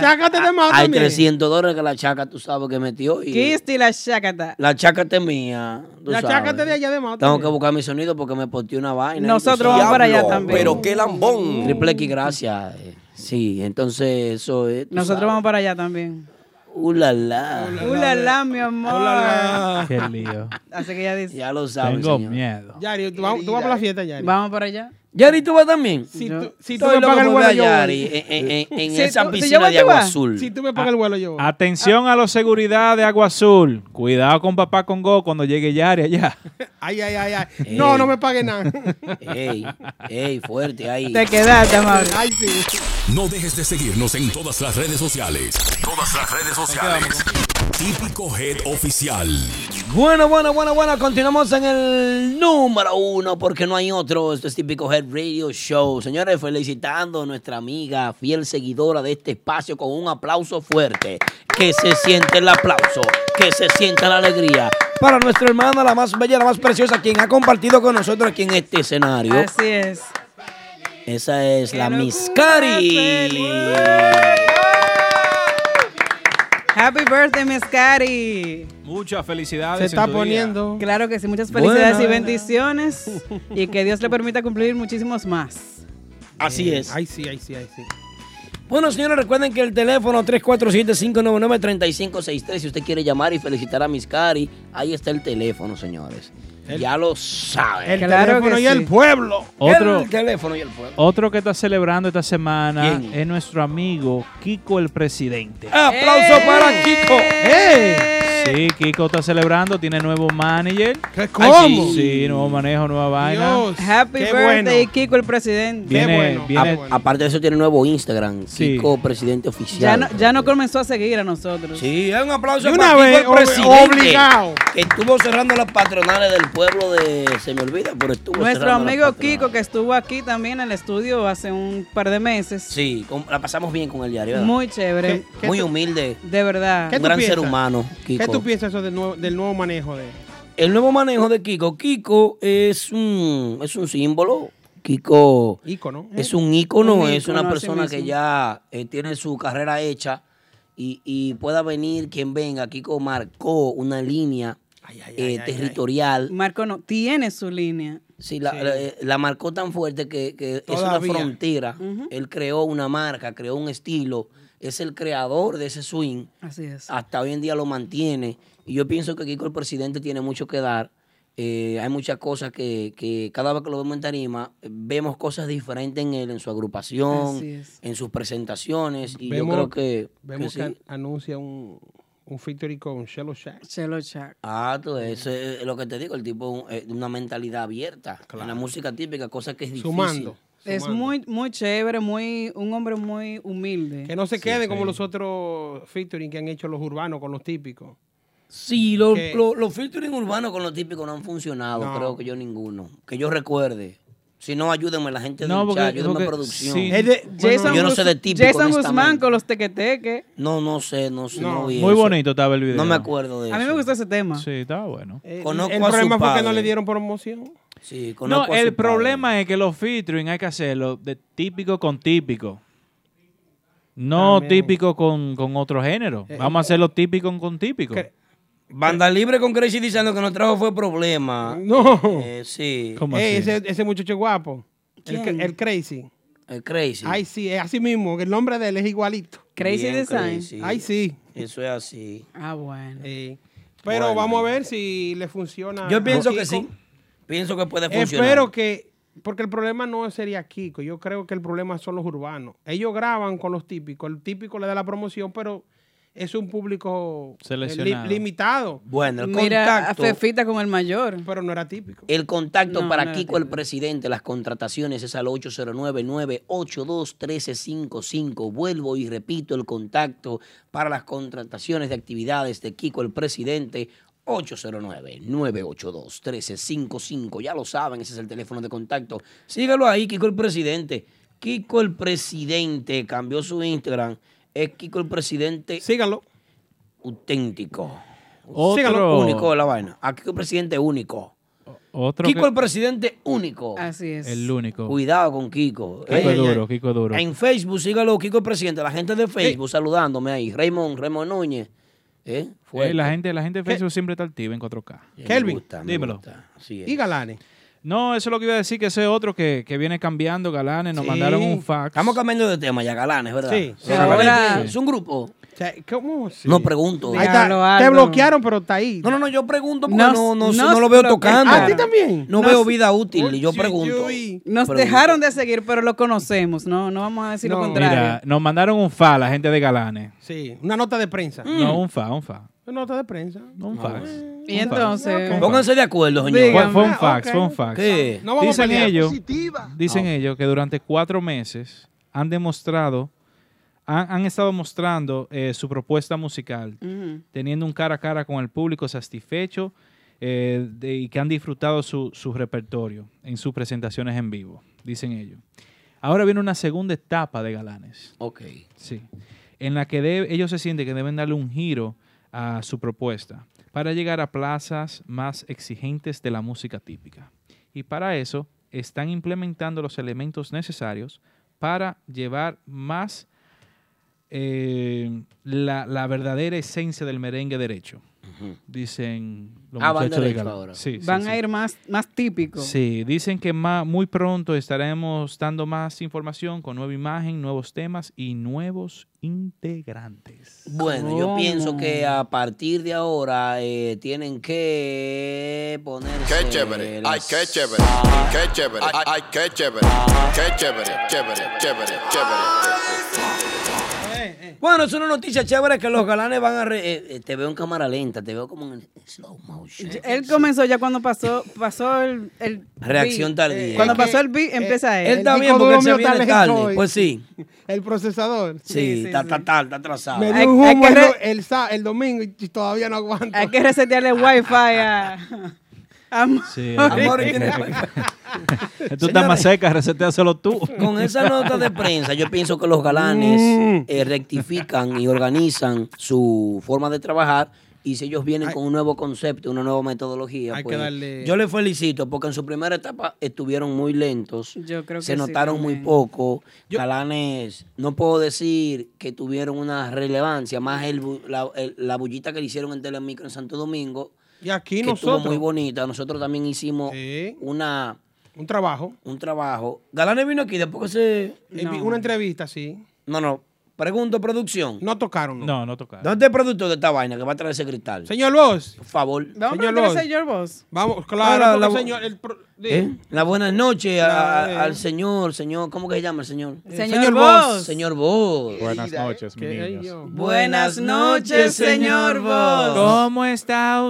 B: La chácate de más
D: Hay
B: también.
D: 300 dólares que la Chacata, tú sabes, que metió. Y
C: Kisti la Shakata.
D: La Chacata es mía. tú
B: La
D: sabes.
B: chácate de allá de más
D: Tengo que
B: también.
D: buscar mi sonido porque me poteó una vaina.
C: Nosotros
D: Entonces,
C: vamos para allá
D: diablo,
C: también.
D: Pero qué
I: lambón.
D: triple X, gracias. eh, Sí, entonces eso es. tú
C: Nosotros
D: sabes.
C: vamos para allá también. Uh,
D: Uh, la, la.
C: Ulala, mi
D: Uh,
C: amor.
D: (laughs)
E: Qué lío.
C: Así que ella dice,
D: Ya lo sabes,
E: Tengo
D: señor.
E: miedo.
B: Yari, tú vas tú vas para la fiesta, Yari.
C: vamos para allá.
D: Yari, ¿tú vas también?
B: Si
C: Yo-
B: tú, si tú
D: Estoy
B: me
D: loco
B: pagas el
D: por
B: vuelo,
D: ver a
B: yo
D: Yari
B: voy.
D: en, en- en- en
C: Si
D: esa
C: tú- si
D: piscina
C: yo voy,
D: de
C: tú
D: agua
C: vas. Ah.
D: azul.
B: Si tú me pagas el vuelo, yo voy.
E: Atención a los seguridad de Agua Azul. Cuidado con papá con Go cuando llegue Yari allá.
B: Ay, ay, ay, ay. No,
D: Ey.
B: no me pagues nada.
D: Ey, ey, fuerte ahí.
C: Te quedaste, amable.
B: Ay, sí.
H: No dejes de seguirnos en todas las redes sociales. Todas las redes sociales. Típico Head Oficial.
D: Bueno, bueno, bueno, bueno, continuamos en el número uno porque no hay otro. Esto es típico Head Radio Show. Señores, felicitando a nuestra amiga, fiel seguidora de este espacio con un aplauso fuerte. Que se siente el aplauso, que se sienta la alegría. Para nuestra hermana, la más bella, la más preciosa, quien ha compartido con nosotros aquí en este escenario.
C: Así es.
D: Esa es
C: Qué
D: la
C: locura,
D: Miss Cari.
C: feliz. Happy birthday, Miss Cari.
E: Muchas felicidades.
B: Se
E: en
B: está
E: tu día.
B: poniendo.
C: Claro que sí, muchas felicidades y
B: (laughs)
D: Bueno.
C: bendiciones. Y que Dios le permita cumplir muchísimos más.
D: Así es.
B: Ay, sí, ay, sí, ay, sí.
D: Bueno, señores, recuerden que el teléfono 347-599-3563, si usted quiere llamar y felicitar a Miss Cari, ahí está el teléfono, señores. ya lo saben.
B: El
C: Claro
B: teléfono
C: que
B: y
C: sí.
B: el pueblo.
E: Otro,
D: El teléfono y el pueblo.
E: Otro que está celebrando esta semana
D: ¿Quién?
E: es nuestro amigo Kiko el Presidente.
D: ¡Aplauso para Kiko!
C: ¡Eh!
E: Sí, Kiko está celebrando, tiene nuevo manager.
B: ¿Cómo?
E: Sí, nuevo manejo, nueva vaina.
B: Dios,
C: Happy
B: qué
C: birthday,
B: bueno.
C: Kiko, el presidente.
B: Qué
E: Viene,
B: bueno.
E: viene-
B: Ah, bueno.
D: Aparte de eso, tiene nuevo Instagram.
E: Sí.
D: Kiko, presidente oficial.
C: Ya no, ya no comenzó a seguir a nosotros.
D: Sí, hay un aplauso
B: De
D: para
B: una
D: Kiko,
B: vez,
D: el
B: ob-
D: presidente,
B: obligado.
D: Que estuvo cerrando las patronales del pueblo de. Se me olvida, pero estuvo
C: Nuestro
D: cerrando las
C: amigo
D: patronales.
C: Kiko, que estuvo aquí también en el estudio hace un par de meses.
D: Sí, con- la pasamos bien con el diario. ¿verdad?
C: Muy chévere,
B: ¿Qué- qué
D: Muy
B: tú-
D: humilde.
C: de verdad.
B: ¿Qué
D: un
B: tú
D: gran ser
B: piensas?
D: humano, Kiko.
B: ¿Qué tú piensas eso del nuevo, del nuevo manejo de
D: El nuevo manejo de Kiko. Kiko es un, es un símbolo. Kiko
B: ícono?
D: es un ícono,
C: Un
D: es
C: ícono,
D: una
C: así
D: persona que
C: mismo.
D: ya eh, tiene su carrera hecha y, y pueda venir quien venga. Kiko marcó una línea eh, territorial.
C: Marco no, tiene su línea.
D: Sí, la, la- eh, la marcó tan fuerte que, que es una
B: Todavía.
D: frontera. Él creó una marca, creó un estilo. Es el creador de ese swing.
C: Así es.
D: Hasta hoy en día lo mantiene. Y yo pienso que Kiko, el presidente, tiene mucho que dar. Eh, hay muchas cosas que, que cada vez que lo vemos en tarima, eh, vemos cosas diferentes en él, en su
C: Así
D: agrupación,
C: es.
D: en sus presentaciones. Y
B: Vemos-
D: yo creo que...
B: Vemos
D: que
B: que
D: sí.
B: an- anuncia un, un featuring con Shello Shack.
C: Chelo Chac.
D: Ah, tú, eso es lo que te digo, el tipo eh, de una mentalidad abierta. En la música típica, cosa que es difícil.
B: Sumando.
C: Es
B: sumando.
C: muy, muy chévere, muy, un hombre muy humilde.
B: Que no se quede como los otros featuring que han hecho los urbanos con los típicos.
D: Sí, lo-
B: Que-
D: lo- los featuring urbanos con lo típico no han funcionado,
B: No.
D: creo que yo ninguno. Que yo recuerde. Si no, ayúdenme la gente
E: No,
D: del
E: porque-
D: chat, ayúdenme
E: porque-
D: producción.
E: sí.
B: Es de-
C: Jason
D: yo no
C: Guz-
D: sé de típico,
C: Jason Guzmán
D: honestamente.
C: con los tequeteques.
D: No, no sé, no sé. No,
B: No.
D: vi
E: Muy
D: eso.
E: bonito estaba el video.
D: No me acuerdo de eso.
C: A mí me gustó ese tema.
E: Sí, estaba bueno.
B: Eh,
D: Conozco
B: el
D: a su
B: problema fue que no
D: padre.
B: le dieron promoción.
D: Sí,
E: No,
D: conozco a su
E: el
D: padre.
E: problema es que los featuring hay que hacerlo de típico con típico. No típico con, con otro género. Vamos a hacerlo típico con típico.
B: que-
D: Banda Libre con Crazy diciendo que no trajo fue problema.
B: (laughs) No.
D: Eh, sí.
E: ¿Cómo
B: Ey,
E: así?
B: ese, ese muchacho es guapo. El,
C: ¿Quién?
B: cra- el Crazy.
D: El Crazy.
B: Ay, sí, es así mismo. El nombre de él es igualito.
C: Crazy
D: Bien
C: Design.
D: crazy.
B: Ay, sí.
D: Eso es así.
C: Ah, bueno.
B: Eh, pero
D: Bueno.
B: vamos a ver si le funciona.
D: Yo
B: a
D: pienso
B: Kiko.
D: que sí. Pienso que puede funcionar.
B: Espero que. Porque el problema no sería Kiko. Yo creo que el problema son los urbanos. Ellos graban con los típicos. El típico le da la promoción, pero es un público eh, li-
E: Seleccionado.
B: limitado.
D: Bueno, el
C: Mira a
D: contacto.
C: Fefita con el mayor.
B: Pero no era típico.
D: El contacto
C: No,
D: para
C: no
D: Kiko, el
C: entiendo.
D: presidente, las contrataciones es al 809-982-1355. Vuelvo y repito el contacto para las contrataciones de actividades de Kiko, el presidente. 809-982-1355. Ya lo saben, ese es el teléfono de contacto. Sígalo ahí, Kiko el presidente. Kiko el presidente cambió su Instagram. Es Kiko el presidente
B: Síganlo.
D: auténtico.
E: Otro,
D: Único de la vaina. A Kiko el presidente único.
E: otro
D: Kiko
E: que-
D: el presidente único.
C: Así es.
E: el único.
D: Cuidado con Kiko.
E: Kiko
D: Ey,
E: es
D: ey,
E: duro,
D: ey.
E: Kiko es duro.
D: En Facebook, sígalo, Kiko el presidente. La gente de Facebook saludándome ahí. Raymond, Raymond Núñez. ¿Eh?
E: Eh,
D: Fuerte.
E: la gente, la gente de Facebook siempre está activa en 4K.
D: Me
B: Kelvin,
D: gusta, me
E: dímelo.
D: gusta. Así es.
B: Y Galani.
E: No, eso es lo que iba a decir, que ese es otro que, que viene cambiando, galanes, nos
B: Sí.
E: mandaron un fax.
D: Estamos cambiando de tema ya, Galanes, ¿verdad?
B: Sí.
D: Son
C: Ahora-
D: galanes. Es un grupo.
B: O sea, ¿Cómo? así?
D: No pregunto.
B: Ahí
C: Diablo,
B: está. Te
C: Aldo.
B: bloqueaan, pero está ahí.
D: No, no, no, yo pregunto porque no, no,
C: Nos-
D: no,
C: nos
D: lo veo
C: bloquearon.
D: tocando.
B: ¿A ti también?
D: No
C: Nos-
D: veo vida útil y yo
B: Uy,
D: pregunto.
B: uy.
C: Nos
D: Pregunto.
C: dejaron de seguir, pero lo conocemos, ¿no? No vamos a decir
B: No.
C: lo contrario.
E: Mira, nos mandaron un fa, la gente de galanes.
B: Sí, una nota de prensa.
D: Mm.
E: No, un fa, un fa.
B: Una nota de prensa.
E: no, un fax.
C: y
E: Un fax.
C: entonces,
D: Pónganse de acuerdo, señor.
E: Fue,
C: Dígame.
E: fue un
B: Ah,
E: fax,
B: ok.
E: fue un fax.
D: ¿Qué?
B: No vamos a
E: dicen
B: pelear.
E: ellos,
B: Positiva.
E: dicen
D: Ah, ok.
E: ellos que durante cuatro meses han demostrado, han, han estado mostrando eh, su propuesta musical,
C: Ujú.
E: teniendo un cara a cara con el público satisfecho eh, de- y que han disfrutado su, su repertorio en sus presentaciones en vivo, dicen ellos. Ahora viene una segunda etapa de Galanes,
D: Ok.
E: sí, en la que de- ellos se sienten que deben darle un giro a su propuesta para llegar a plazas más exigentes de la música típica. Y para eso están implementando los elementos necesarios para llevar más eh, la, la verdadera esencia del merengue derecho. Dicen los
D: Ah, van
E: muchachos de
D: derecho
E: Gala.
D: ahora.
E: Sí, sí,
C: van
E: sí.
C: a ir más, más típicos.
E: Sí, dicen que ma- muy pronto estaremos dando más información con nueva imagen, nuevos temas y nuevos integrantes.
D: Bueno, yo
C: ¿Cómo?
D: pienso que a partir de ahora eh, tienen que ponerse.
I: Qué chévere, ay,
D: las-
I: qué chévere, qué chévere,
J: Ah,
I: ay, ay, qué chévere, qué chévere, chévere, chévere, chévere.
D: Bueno, es una noticia chévere que los galanes van a... re- eh, eh, te veo en cámara lenta, te veo como en slow motion.
C: Él comenzó ya cuando pasó, pasó el, el
D: Reacción
C: beat.
D: tardía.
C: Cuando
D: Es que,
C: pasó el beat, empieza
D: eh,
C: él.
D: él también,
C: Dijo,
D: porque él
C: "Duro
D: se
C: mío,
D: viene
C: talento
D: tarde".
C: hoy.
D: Pues sí.
B: El procesador.
D: Sí, está, está tarde, está atrasado.
B: Me
C: Hay-
B: dio un
C: hay
B: humo
C: que
B: el,
C: re-
B: do- el, sa- el domingo y todavía no aguanto.
C: Hay que resetearle el wifi a... a
E: Sí,
C: Mauri.
D: Amor, tiene-
E: Tú estás más cerca, reseteáselo tú.
D: (laughs) Con esa nota de prensa, yo pienso que los
B: Mm.
D: galanes eh, rectifican y organizan su forma de trabajar. Y si ellos vienen con un nuevo concepto, una nueva metodología,
B: Hay que
D: pues,
B: darle-
D: yo les felicito porque en su primera etapa estuvieron muy lentos.
C: Yo creo que
D: se
C: sí
D: notaron muy
C: también.
D: poco. Galanes, no puedo decir que tuvieron una relevancia, más el bu- la, el- la bullita que le hicieron en Telemicro en Santo Domingo,
B: y aquí
D: que estuvo
B: nosotros,
D: muy bonita. Nosotros también hicimos
B: Sí.
D: una,
B: un trabajo,
D: un trabajo. Galanes vino aquí, después que se...
B: eh,
C: No.
B: una entrevista, sí.
D: No, no. Pregunto, producción.
B: No tocaron. No.
E: No, no tocar.
D: ¿Dónde está el productor de esta vaina que va a traer ese cristal?
B: Señor Vos,
D: Por favor.
B: Señor
C: Vamos a preguntar
B: Lord.
C: al señor Boss.
K: Pues
B: vamos, claro,
D: Ah, la-
B: porque
D: la-
B: señor, el pro- di-
D: ¿Eh? La buenas noches a-
B: La- eh.
D: al señor, señor. ¿Cómo que se llama el señor?
C: Señor,
B: señor
C: Boss.
B: Boss.
D: Señor Vos.
E: Buenas noches,
B: que-
E: mis
B: ay,
E: niños.
B: yo.
C: eh. Buenas noches, señor Boss.
E: ¿Cómo está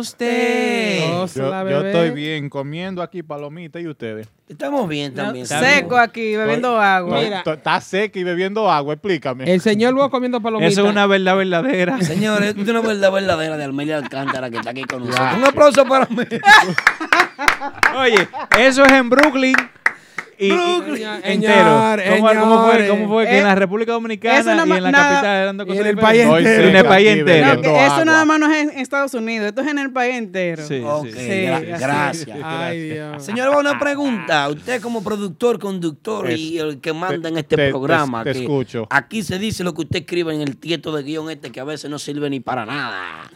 E: usted?
B: Cosa, la bebé.
K: bien comiendo aquí palomitas y ustedes.
D: Estamos bien
C: No,
D: también. señor.
C: seco aquí, bebiendo agua.
B: Mira.
K: To- Está seca y bebiendo agua, explícame.
B: El señor Vos comiendo palomitas.
E: Eso es una verdad verdadera.
D: Señor, esto es una verdad verdadera de Almeida Alcántara que está aquí con nosotros. Un aplauso para mí.
E: (laughs) Oye, eso es en Brooklyn. Y,
B: Brooklyn.
E: y- entero.
B: Señor,
E: ¿Cómo, cómo fue?
B: señores.
E: ¿Cómo fue? Que
C: Eh,
E: en la República
C: eso
E: Dominicana
C: nada
E: y
C: más-
E: en la
C: nada-
E: capital eran dos
B: y
E: cosas
B: en el
E: diferentes.
B: país
K: Estoy
B: entero.
E: En el
K: seca
E: país
K: aquí
E: entero.
C: No, que
K: bebiendo
C: eso
K: agua.
C: nada más no es en Estados Unidos, esto es en el país entero.
E: Sí,
D: Ok,
E: sí.
D: gra-
C: Sí,
D: gracias.
B: Ay, Dios.
D: Señor, Boss, una pregunta. Usted como productor, conductor y el que manda en este
K: te- te-
D: programa.
K: te
D: que
K: escucho.
D: Aquí se dice lo que usted escribe en el tieto de guión este que a veces no sirve ni para nada.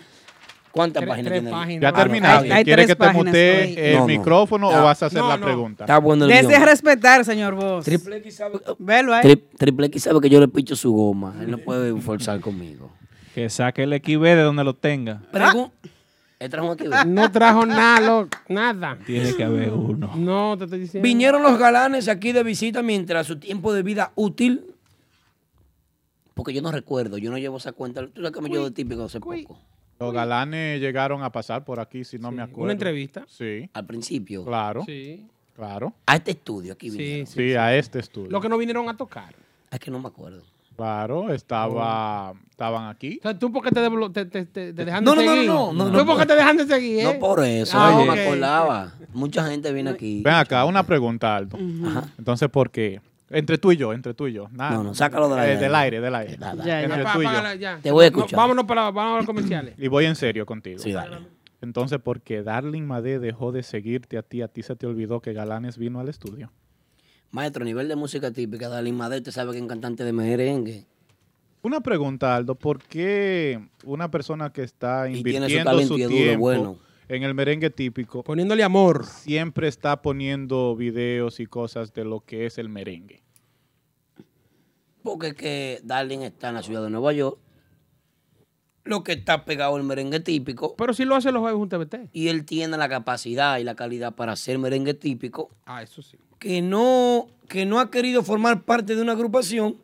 D: ¿Cuántas
B: Tres-
D: páginas
B: tres
D: tiene?
B: páginas.
K: ¿Ya
B: Ah, no,
K: terminaste?
C: hay- hay
K: ¿Quieres
C: tres
K: que te
C: páginas
K: mutee
C: hoy.
K: el
D: No, no.
K: micrófono
D: Está-
K: o vas a hacer
B: no,
K: la
B: no.
K: pregunta?
D: Está bueno el
C: Desde
D: guión.
C: respetar, señor Boss.
D: Triple X sabe,
C: Velo ahí.
D: Tri- Triple X sabe que yo le picho su goma. Él no puede forzar conmigo.
E: Que saque el XB de donde lo tenga.
D: Pregun- Él trajo aquí, ¿verdad?
B: (laughs) No trajo nada, loco, nada.
E: Tiene que haber uno.
B: No, te estoy diciendo.
D: Vinieron los galanes aquí de visita mientras su tiempo de vida útil. Porque yo no recuerdo, yo no llevo esa cuenta. Tú sabes que me llevo típico hace poco.
K: Los galanes llegaron a pasar por aquí, si no me acuerdo.
B: Una entrevista.
K: Sí,
D: Al principio.
K: claro,
B: Sí,
K: claro.
D: A este estudio aquí
B: sí,
D: vinieron.
K: Sí,
B: sí.
K: a este estudio.
B: Lo que no vinieron a tocar.
D: Es que no me acuerdo.
K: Claro, estaba, estaban aquí.
B: Oh. O sea, tú porque te, deblo- te, te, te- te dejan
D: No,
B: de
D: no, no,
B: seguir.
D: no, no,
B: Tú
D: no,
B: porque
D: por-
B: te dejan de seguir, ¿eh?
D: No por eso,
B: Ah,
D: no
B: ok.
D: me acordaba. Mucha gente viene aquí.
K: Ven acá, una pregunta, Aldo.
D: Ajá.
K: Entonces, ¿por qué? Entre tú y yo, entre tú y yo. Nada.
D: No, no, sácalo del
K: Eh,
D: aire.
K: del aire, del aire.
D: Da, da.
C: Ya,
B: Ya,
K: Entre
B: pa-
K: tú y yo.
B: apágala, ya.
D: Te voy a
B: No,
D: escuchar.
B: vámonos para vámonos a los comerciales.
K: Y voy en serio contigo.
D: Sí, dale.
K: Entonces, ¿por qué Darling Made dejó de seguirte a ti? A ti se te olvidó que Galanes vino al estudio.
D: Maestro, a nivel de música típica, Dalí Madé, usted sabe que es cantante de merengue.
K: Una pregunta, Aldo. ¿Por qué una persona que está
D: Y tiene su
K: invirtiendo su,
D: talento y es duro,
K: tiempo
D: bueno.
K: en el merengue típico
B: Poniéndole amor.
K: siempre está poniendo videos y cosas de lo que es el merengue?
D: Porque es que Darling está en la ciudad de Nueva York. Lo que está pegado al merengue típico.
B: Pero si lo hace los jueves un TBT.
D: Y él tiene la capacidad y la calidad para hacer merengue típico.
B: Ah, eso sí.
D: Que no, que no ha querido formar parte de una agrupación.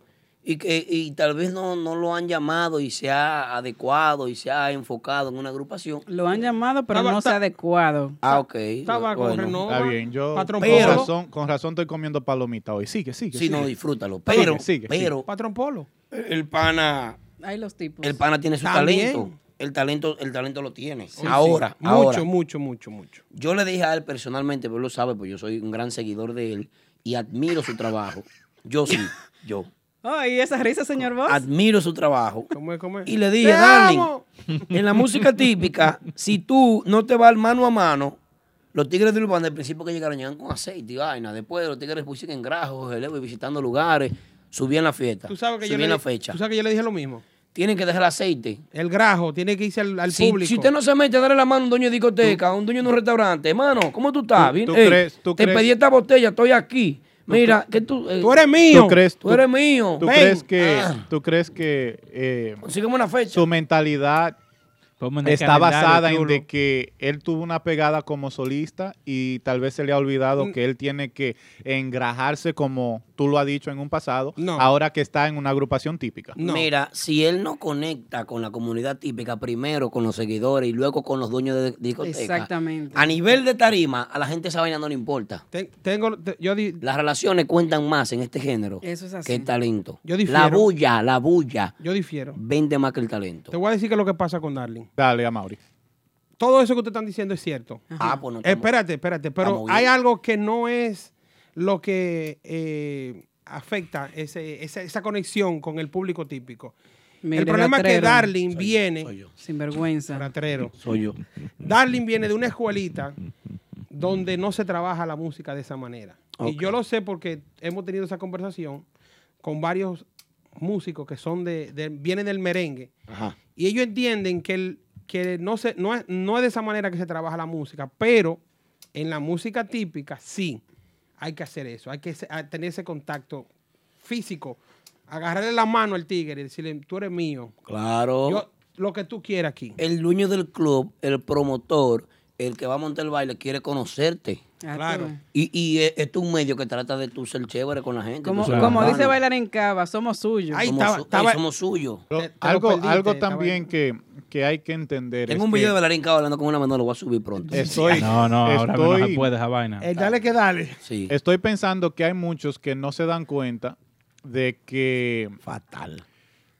D: Y que y tal vez no, no lo han llamado y se ha adecuado y se ha enfocado en una agrupación.
C: Lo han llamado, pero
E: Ah,
B: Estaba-
C: no se ha
B: está-
C: adecuado.
D: Ah, ok.
B: Estaba con
D: bueno.
B: Renova.
K: Está bien, yo
B: Patrón
K: con,
B: Polo.
K: razón, con razón estoy comiendo palomita hoy. Sigue, sigue.
D: Sí,
K: sigue.
D: no, disfrútalo. Pero,
K: sigue, sigue.
D: pero
B: Patrón Polo.
D: el pana
C: Hay los tipos.
D: Pues, El pana tiene su
B: También.
D: talento. El talento, el talento lo tiene.
B: Sí,
D: ahora,
B: sí.
D: ahora.
B: Mucho, mucho, mucho, mucho.
D: Yo le dije a él personalmente, pero él lo sabe, pues yo soy un gran seguidor de él y admiro su trabajo. Yo sí,
B: (laughs)
D: yo.
C: Oh, y esa risa, señor Boss.
D: Admiro su trabajo.
B: ¿Cómo es? ¿Cómo es?
D: Ah, Y le dije,
B: ¡Te
D: Darling,
B: amo!
D: en la música típica, si tú no te vas mano a mano, los tigres de Urbana, al principio que llegaron, llegan con aceite y vaina. Después los tigres pusieron en grajos, elevo y visitando lugares. Subían la fiesta.
B: Tú sabes que yo
D: subían
B: le,
D: la fecha.
B: Tú sabes que yo le dije lo mismo.
D: Tienen que dejar el aceite.
B: El grajo tiene que irse al, al
D: Si,
B: público.
D: si usted no se mete a darle la mano a un dueño de discoteca, a un dueño de un restaurante, hermano, ¿cómo tú estás?
K: ¿Tú-
D: Bien,
K: tú
D: ey,
K: crees- tú
D: te
K: crees-
D: pedí esta botella, estoy aquí. Mira, que tú, eh,
B: Tú eres mío.
K: ¿Tú crees,
D: tú eres mío. Ah.
K: tú
B: Ven. Ah.
K: crees que, tú crees que eh,
D: Consígueme una fecha.
K: su mentalidad
E: Ponme en el
K: está
E: calendario,
K: basada en
E: chulo.
K: de que él tuvo una pegada
D: Mm.
K: como solista y tal vez se le ha olvidado que él tiene que engrajarse como tú lo has dicho en un pasado, ahora que está en una agrupación típica.
D: Mira, si él no conecta con la comunidad típica, primero con los seguidores y luego con los dueños de discotecas.
C: Exactamente.
D: A nivel de tarima, a la gente esa vaina no le importa.
B: tengo, yo
D: Las relaciones cuentan más en este género
B: Eso es así.
D: que el talento.
B: Yo difiero.
D: la bulla, la bulla
B: Yo difiero.
D: vende más que el talento.
B: Te voy a decir que lo que pasa con Darling.
K: Dale a Mauri.
B: Todo eso que ustedes están diciendo es cierto. Eh,
D: Ah, pues no estamos-
B: espérate, espérate. Pero
D: estamos bien.
B: hay algo que no es lo que eh, afecta ese- esa, esa conexión con el público típico. el problema es que Darling viene.
C: Sin vergüenza.
D: Soy yo.
B: Darling viene de una escuelita donde no se trabaja la música de esa manera. Y
D: Ok.
B: yo lo sé porque hemos tenido esa conversación con varios músicos que son de, de- vienen del merengue.
D: Ajá.
B: Y ellos entienden que, el, que no, se, no, es, no es de esa manera que se trabaja la música, pero en la música típica sí hay que hacer eso, hay que se- a- tener ese contacto físico, agarrarle la mano al tigre y decirle, tú eres mío,
D: Claro.
B: yo lo que tú quieras aquí.
D: el dueño del club, el promotor, el que va a montar el baile, quiere conocerte.
B: Claro.
D: Y, y e- este es un medio que trata de tú ser chévere con la gente.
C: Como,
D: tú ser
C: como
D: humano.
C: dice Bailar en Cava, somos suyos.
D: Somos su- ey, somos suyos.
K: algo algo también que, que hay que entender.
D: Tengo
K: es
D: un video
K: que-
D: de Bailarín Cava hablando con una mano, lo voy a subir pronto. Eh,
K: Estoy,
E: no se puede esa vaina.
B: dale que dale.
K: Estoy pensando que hay muchos que no se dan cuenta de que.
D: Fatal.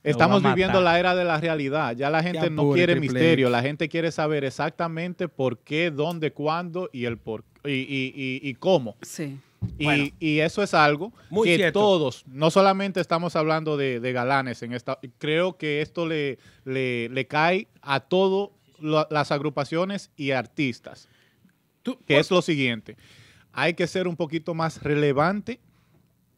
K: Estamos
E: Lo va a
K: viviendo
E: matar.
K: la era de la realidad. Ya la gente no
E: apure,
K: quiere
E: Triple
K: misterio.
E: H.
K: La gente quiere saber exactamente por qué, dónde, cuándo y el por y, y- y- y cómo.
C: Sí.
K: Y,
C: Bueno.
K: y eso es algo
B: Muy
K: que
B: cierto.
K: todos, no solamente estamos hablando de, de galanes en esta, creo que esto le, le, le cae a todas las agrupaciones y artistas. que es lo siguiente, hay que ser un poquito más relevante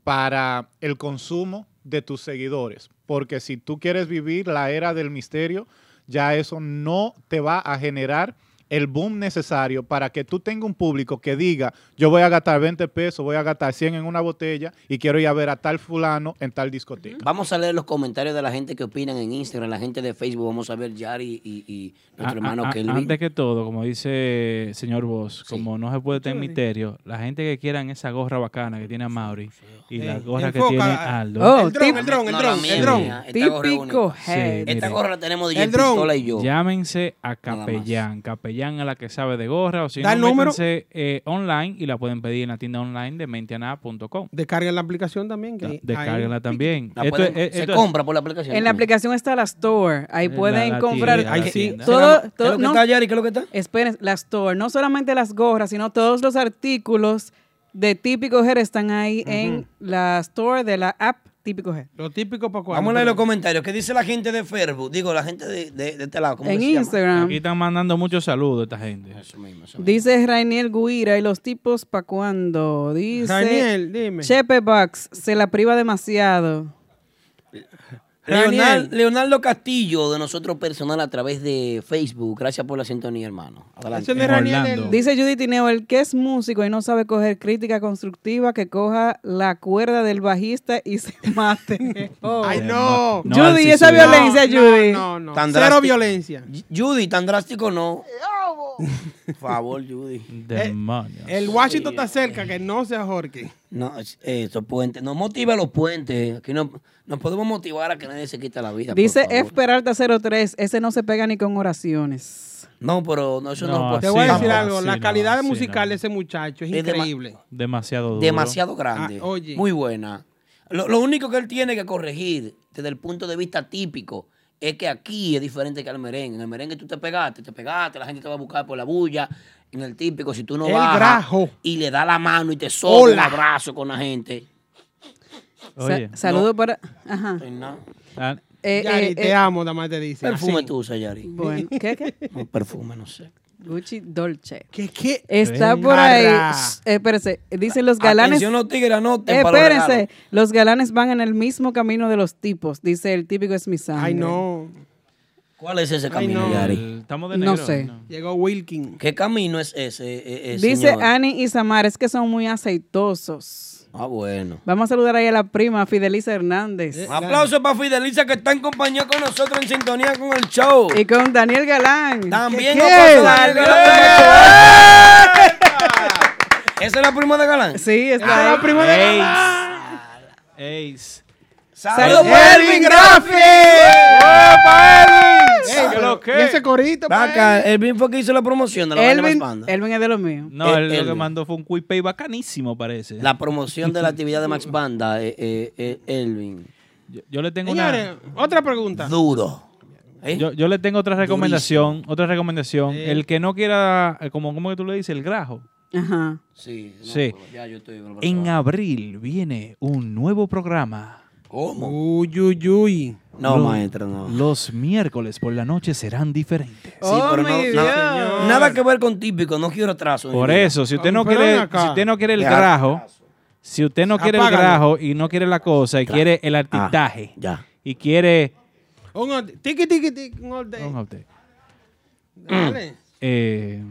K: para el consumo de tus seguidores, porque si tú quieres vivir la era del misterio, ya eso no te va a generar el boom necesario para que tú tengas un público que diga, yo voy a gastar 20 pesos, voy a gastar 100 en una botella y quiero ir a ver a tal fulano en tal discoteca.
D: Vamos a leer los comentarios de la gente que opinan en Instagram, la gente de Facebook. Vamos a ver Yari y, y
E: A-
D: nuestro hermano
E: a- a-
D: Kelvin.
E: Ah, Antes que todo, como dice señor Vos, como no se puede tener
D: Sí.
E: misterio, la gente que quieran esa gorra bacana que tiene a Mauri y la
D: Sí.
E: gorra que
D: Enfoca,
E: tiene
D: ah,
E: Aldo.
D: Oh, el dron, tip- el dron, el
E: No,
D: dron,
E: la mía,
D: el dron.
E: mía.
D: Esta gorra es
E: Típico
D: única. Esta
E: mire.
D: gorra la tenemos DJ El dron. Pistola y yo.
E: Llámense a
D: Nada más.
E: Capellán. Capellán a la que sabe de gorra. O si
B: Da
E: no,
B: el número.
E: métanse, eh, online y la pueden pedir en la tienda online de menteana.com.
B: Descarguen la aplicación también. Que
E: Descárguenla también.
B: La
E: Esto
B: pueden-
E: es-
B: se
E: esto es-
B: compra
D: por la aplicación.
C: En la aplicación está la store. Ahí
E: La-
C: pueden
E: la
C: comprar.
E: tienda, Ahí la sí.
C: sí.
E: tienda.
C: Todo,
E: ¿Qué es
C: todo,
E: lo que
C: no.
E: está,
D: Yari? ¿Qué es lo que está?
C: Esperen, la store. No solamente las gorras, sino todos los artículos de Típico Head están ahí en la store de la app Típico Head.
B: Lo típico para
D: Vamos a leer los comentarios. ¿Qué dice la gente de Facebook? Digo, la gente de, de- de este lado. ¿cómo
C: En
D: que se llama?
C: Instagram.
E: Aquí están mandando muchos saludos esta gente.
C: Dice Rainiel Guira y los tipos pa' cuando. Dice
B: Rainiel, dime.
C: Chepe Bucks se la priva demasiado.
D: Leonal-
C: Daniel.
D: Leonardo Castillo, de nosotros personal a través de Facebook. Gracias por la sintonía, hermano. Adelante.
C: Dice Judith Tineo, el que es músico y no sabe coger crítica constructiva, que coja la cuerda del bajista y se (laughs) mate. Oh.
B: Ay, no.
C: Judy, esa violencia, Judy.
B: No, no, no.
D: Tan
B: Cero
D: drástico.
B: violencia.
D: Judy, tan drástico no. Por favor, Judy. Eh,
E: Demonios.
B: El Washington está cerca, que no se ahorque.
D: No, es- esos puentes. No motiva los puentes. Aquí no, nos podemos motivar a que nadie se quita la vida. por
C: Dice
D: favor.
C: F. Peralta 03, ese no se pega ni con oraciones.
D: No, pero no, eso no, lo puedo-
B: Te voy a decir
E: no,
B: algo.
E: así
B: La
E: no,
B: calidad
E: así
B: musical de ese muchacho es,
D: Es dema-
B: increíble.
E: Demasiado duro.
D: demasiado grande.
B: Ah, oye.
D: Muy buena. Lo, lo único que él tiene que corregir desde el punto de vista típico es que aquí es diferente que al merengue. En el merengue tú te pegaste, te pegaste, la gente te va a buscar por la bulla. En el típico, si tú no
B: El
D: bajas
B: grajo.
D: y le da la mano y te sola un
B: Hola.
D: abrazo con la gente.
E: Oye.
C: Sa- saludo para... Ajá.
E: Ah,
C: Eh,
B: Yari,
C: eh,
B: te
C: eh,
B: amo, dama te dice.
D: Perfume
B: Así.
D: tú usas, Yari.
C: Bueno, ¿qué, qué?
D: (laughs) Un perfume, no sé.
C: Gucci Dolce.
B: ¿Qué, qué?
C: Está
B: Ven.
C: por ahí.
B: Arra.
C: Shh, Espérense, dicen los galanes...
D: Atención, los tigres, anoten
C: Eh,
D: para los
C: espérense,
D: regalos.
C: los galanes van en el mismo camino de los tipos, dice el típico es mi sangre.
B: Ay, no.
D: ¿Cuál es ese
B: Ay,
D: camino,
B: no.
D: Yari?
E: el- Estamos de
C: No
E: negro.
C: sé.
B: Llegó Wilkin.
D: ¿Qué camino es ese? eh, eh,
C: Dice
D: señor?
C: Ani y Samar, es que son muy aceitosos.
D: Ah, bueno.
C: Vamos a saludar ahí a la prima, Fidelisa Hernández.
D: Un Eh, aplauso para Fideliza que está en compañía con nosotros en sintonía con el show.
C: Y con Daniel Galán.
D: También
C: ¿Qué?
D: nos pasa Daniel Galán. Ah, ¡Epa! ¿Esa es la prima de Galán?
C: Sí,
B: Esa
C: está
B: es la
C: ahí.
B: prima de
E: Ey.
B: Galán.
E: Ace.
B: ¡Saludos para Elvin Graffi!
E: ¡Epa, Elvin!
B: Ey,
E: ¿Qué
B: pero-
E: lo que?
B: ¿y ese corito pa'
C: pues.
D: Vaca,
B: él?
D: Elvin fue que hizo la promoción de la vaina
C: Elvin,
D: más banda.
C: Elvin es de los míos.
E: No,
D: El-
E: él lo que
D: el-
E: mandó fue un QuiPay bacanísimo, parece.
D: La promoción de la actividad de
E: (laughs)
D: Max Banda, eh, eh, eh, Elvin.
E: Yo, yo le tengo
B: Señores,
E: una.
B: otra pregunta.
D: Duro. ¿eh?
E: Yo, yo le tengo otra recomendación. Otra recomendación.
B: Eh.
E: El que no quiera, eh, como ¿cómo que tú le dices, el grajo.
C: Ajá.
D: Sí, no,
E: Sí.
D: ya yo estoy.
E: En abril viene un nuevo programa.
D: ¿Cómo?
B: Uy, uy, uy.
D: No,
E: Lo-
D: maestro, no.
E: Los miércoles por la noche serán diferentes.
D: Sí,
B: Oh,
D: pero no, nada, nada que ver con típico, no quiero atraso.
E: Por eso, si usted
B: Ah,
E: no
B: pero ven
E: quiere,
B: acá.
E: si usted no quiere el
D: Deja-
E: grajo, si usted no quiere el
B: Apágalo.
E: grajo y no quiere la cosa y quiere el
D: Ah,
E: artistaje
D: ya.
E: y quiere
B: Un orde- tiki, tiki, tiki, un orde-
E: Vamos a usted.
D: Mm.
B: Dale.
E: (clears throat) Eh,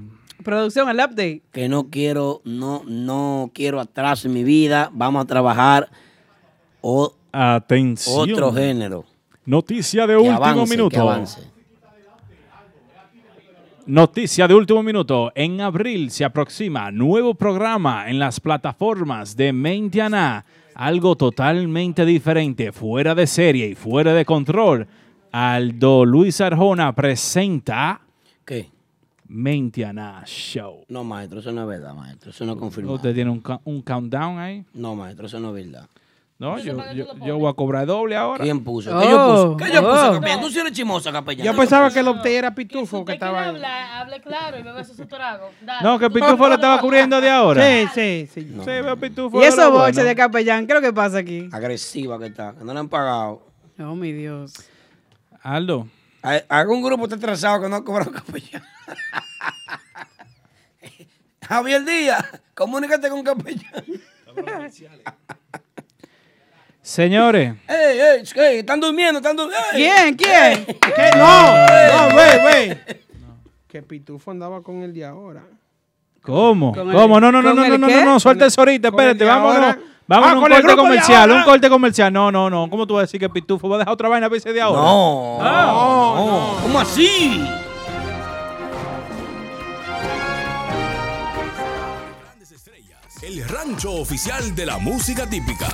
C: Producción, el update.
D: Que no quiero, no, no quiero atraso en mi vida. Vamos a trabajar o-
E: atención.
D: otro género.
E: Noticia de
D: Que
E: último
D: avance, que
E: minuto.
D: avance.
E: Noticia de último minuto. En abril se aproxima nuevo programa en las plataformas de Mentiana. Algo totalmente diferente, fuera de serie y fuera de control. Aldo Luis Arjona presenta
D: ¿Qué?
E: Mentiana Show.
D: No, maestro, eso no es verdad, maestro. Eso no es confirmado.
E: Usted tiene un, ca- un countdown ahí.
D: No, maestro, eso no es verdad.
E: No, yo, yo, yo voy a cobrar doble ahora.
D: ¿Quién puso?
C: Oh,
D: ¿Qué yo puso? ¿Qué yo
C: oh.
D: puse, capellán? Tú sí eres chimosa, capellán.
B: Yo
D: ¿Qué
B: pensaba
D: puse?
B: que el opte era Pitufo
L: Usted
B: que
L: que
B: estaba ahí.
L: habla, hable claro y bebe su trago. Dale.
E: No, que
D: Oh.
E: Pitufo le estaba cubriendo de ahora.
B: Sí, sí, sí.
E: Sí, pero Pitufo
C: Y
E: era
C: esos
E: bueno.
C: boches de capellán, ¿qué es lo que pasa aquí?
D: Agresiva que está. que No le han pagado.
C: Oh, mi Dios.
E: Aldo.
D: A- Algún grupo está atrasado que no ha cobrado (laughs) capellán. Javier Díaz, comunícate con capellán.
E: Señores,
D: ¡Ey, ey! ey, están durmiendo, están durmiendo.
C: ¿Quién? ¿Quién?
B: ¿Qué? No, no, güey, güey. Que Pitufo andaba con el de ahora.
E: ¿cómo?
C: ¿Con el-
E: ¿Cómo? No, no, no,
C: con
E: no,
C: el
E: no, no,
C: qué?
E: no, no, suelta eso ahorita,
B: ¿Con el
E: espérate,
B: de
E: vámonos.
B: ahora?
E: Vámonos
B: Ah,
E: a un
B: con el
E: corte
B: grupo de
E: comercial,
B: ahora.
E: un corte comercial. No, no, no, ¿cómo tú vas a decir que Pitufo va a dejar otra vaina a veces de ahora?
D: No,
E: Ah.
D: no, ¿Cómo así?
H: El rancho oficial de la música típica.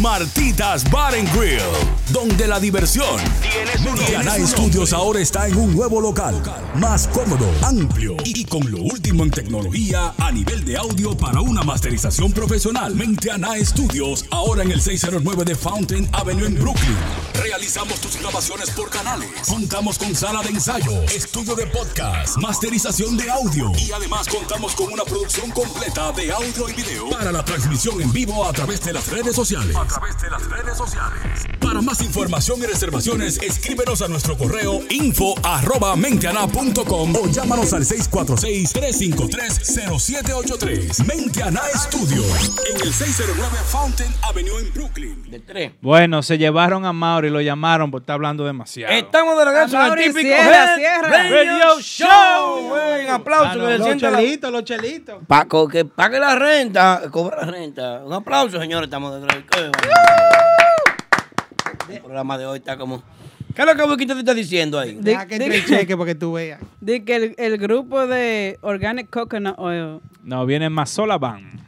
H: Martitas Bar and Grill, donde la diversión Diana Studios ahora está en un nuevo local, más cómodo, amplio y con lo último en tecnología a nivel de audio para una masterización profesional. Mentiana Studios ahora en el 609 de Fountain Avenue en Brooklyn. Realizamos tus grabaciones por canales. Contamos con sala de ensayo, estudio de podcast, masterización de audio y además contamos con una producción completa de audio y video para la transmisión en vivo a través de las redes sociales. A través de las redes sociales. Para más información y reservaciones, escríbenos a nuestro correo info arroba menteana.com o llámanos al 646-353-0783. Menteana Studios en el 609 Fountain Avenue en Brooklyn.
D: De tres.
E: Bueno, se llevaron a Mauro y lo llamaron por estar hablando demasiado.
D: Estamos de regreso en el
C: Mauri,
D: típico
C: cierra,
D: Head
C: cierra.
D: Radio Show. güey. Un aplauso
E: Ah,
D: que
E: no,
D: le
B: Los
D: sienta la-
B: chelitos, los chelitos.
D: Paco, que pague la renta, cobra la renta. Un aplauso, señores, estamos de regreso. El programa de hoy está como... ¿Qué es lo que Boquita te está diciendo ahí?
C: Di-
B: Deja que
C: di-
B: entre el cheque para que tú veas.
C: di que el, el grupo de Organic Coconut Oil,
E: No, viene Mazola Band.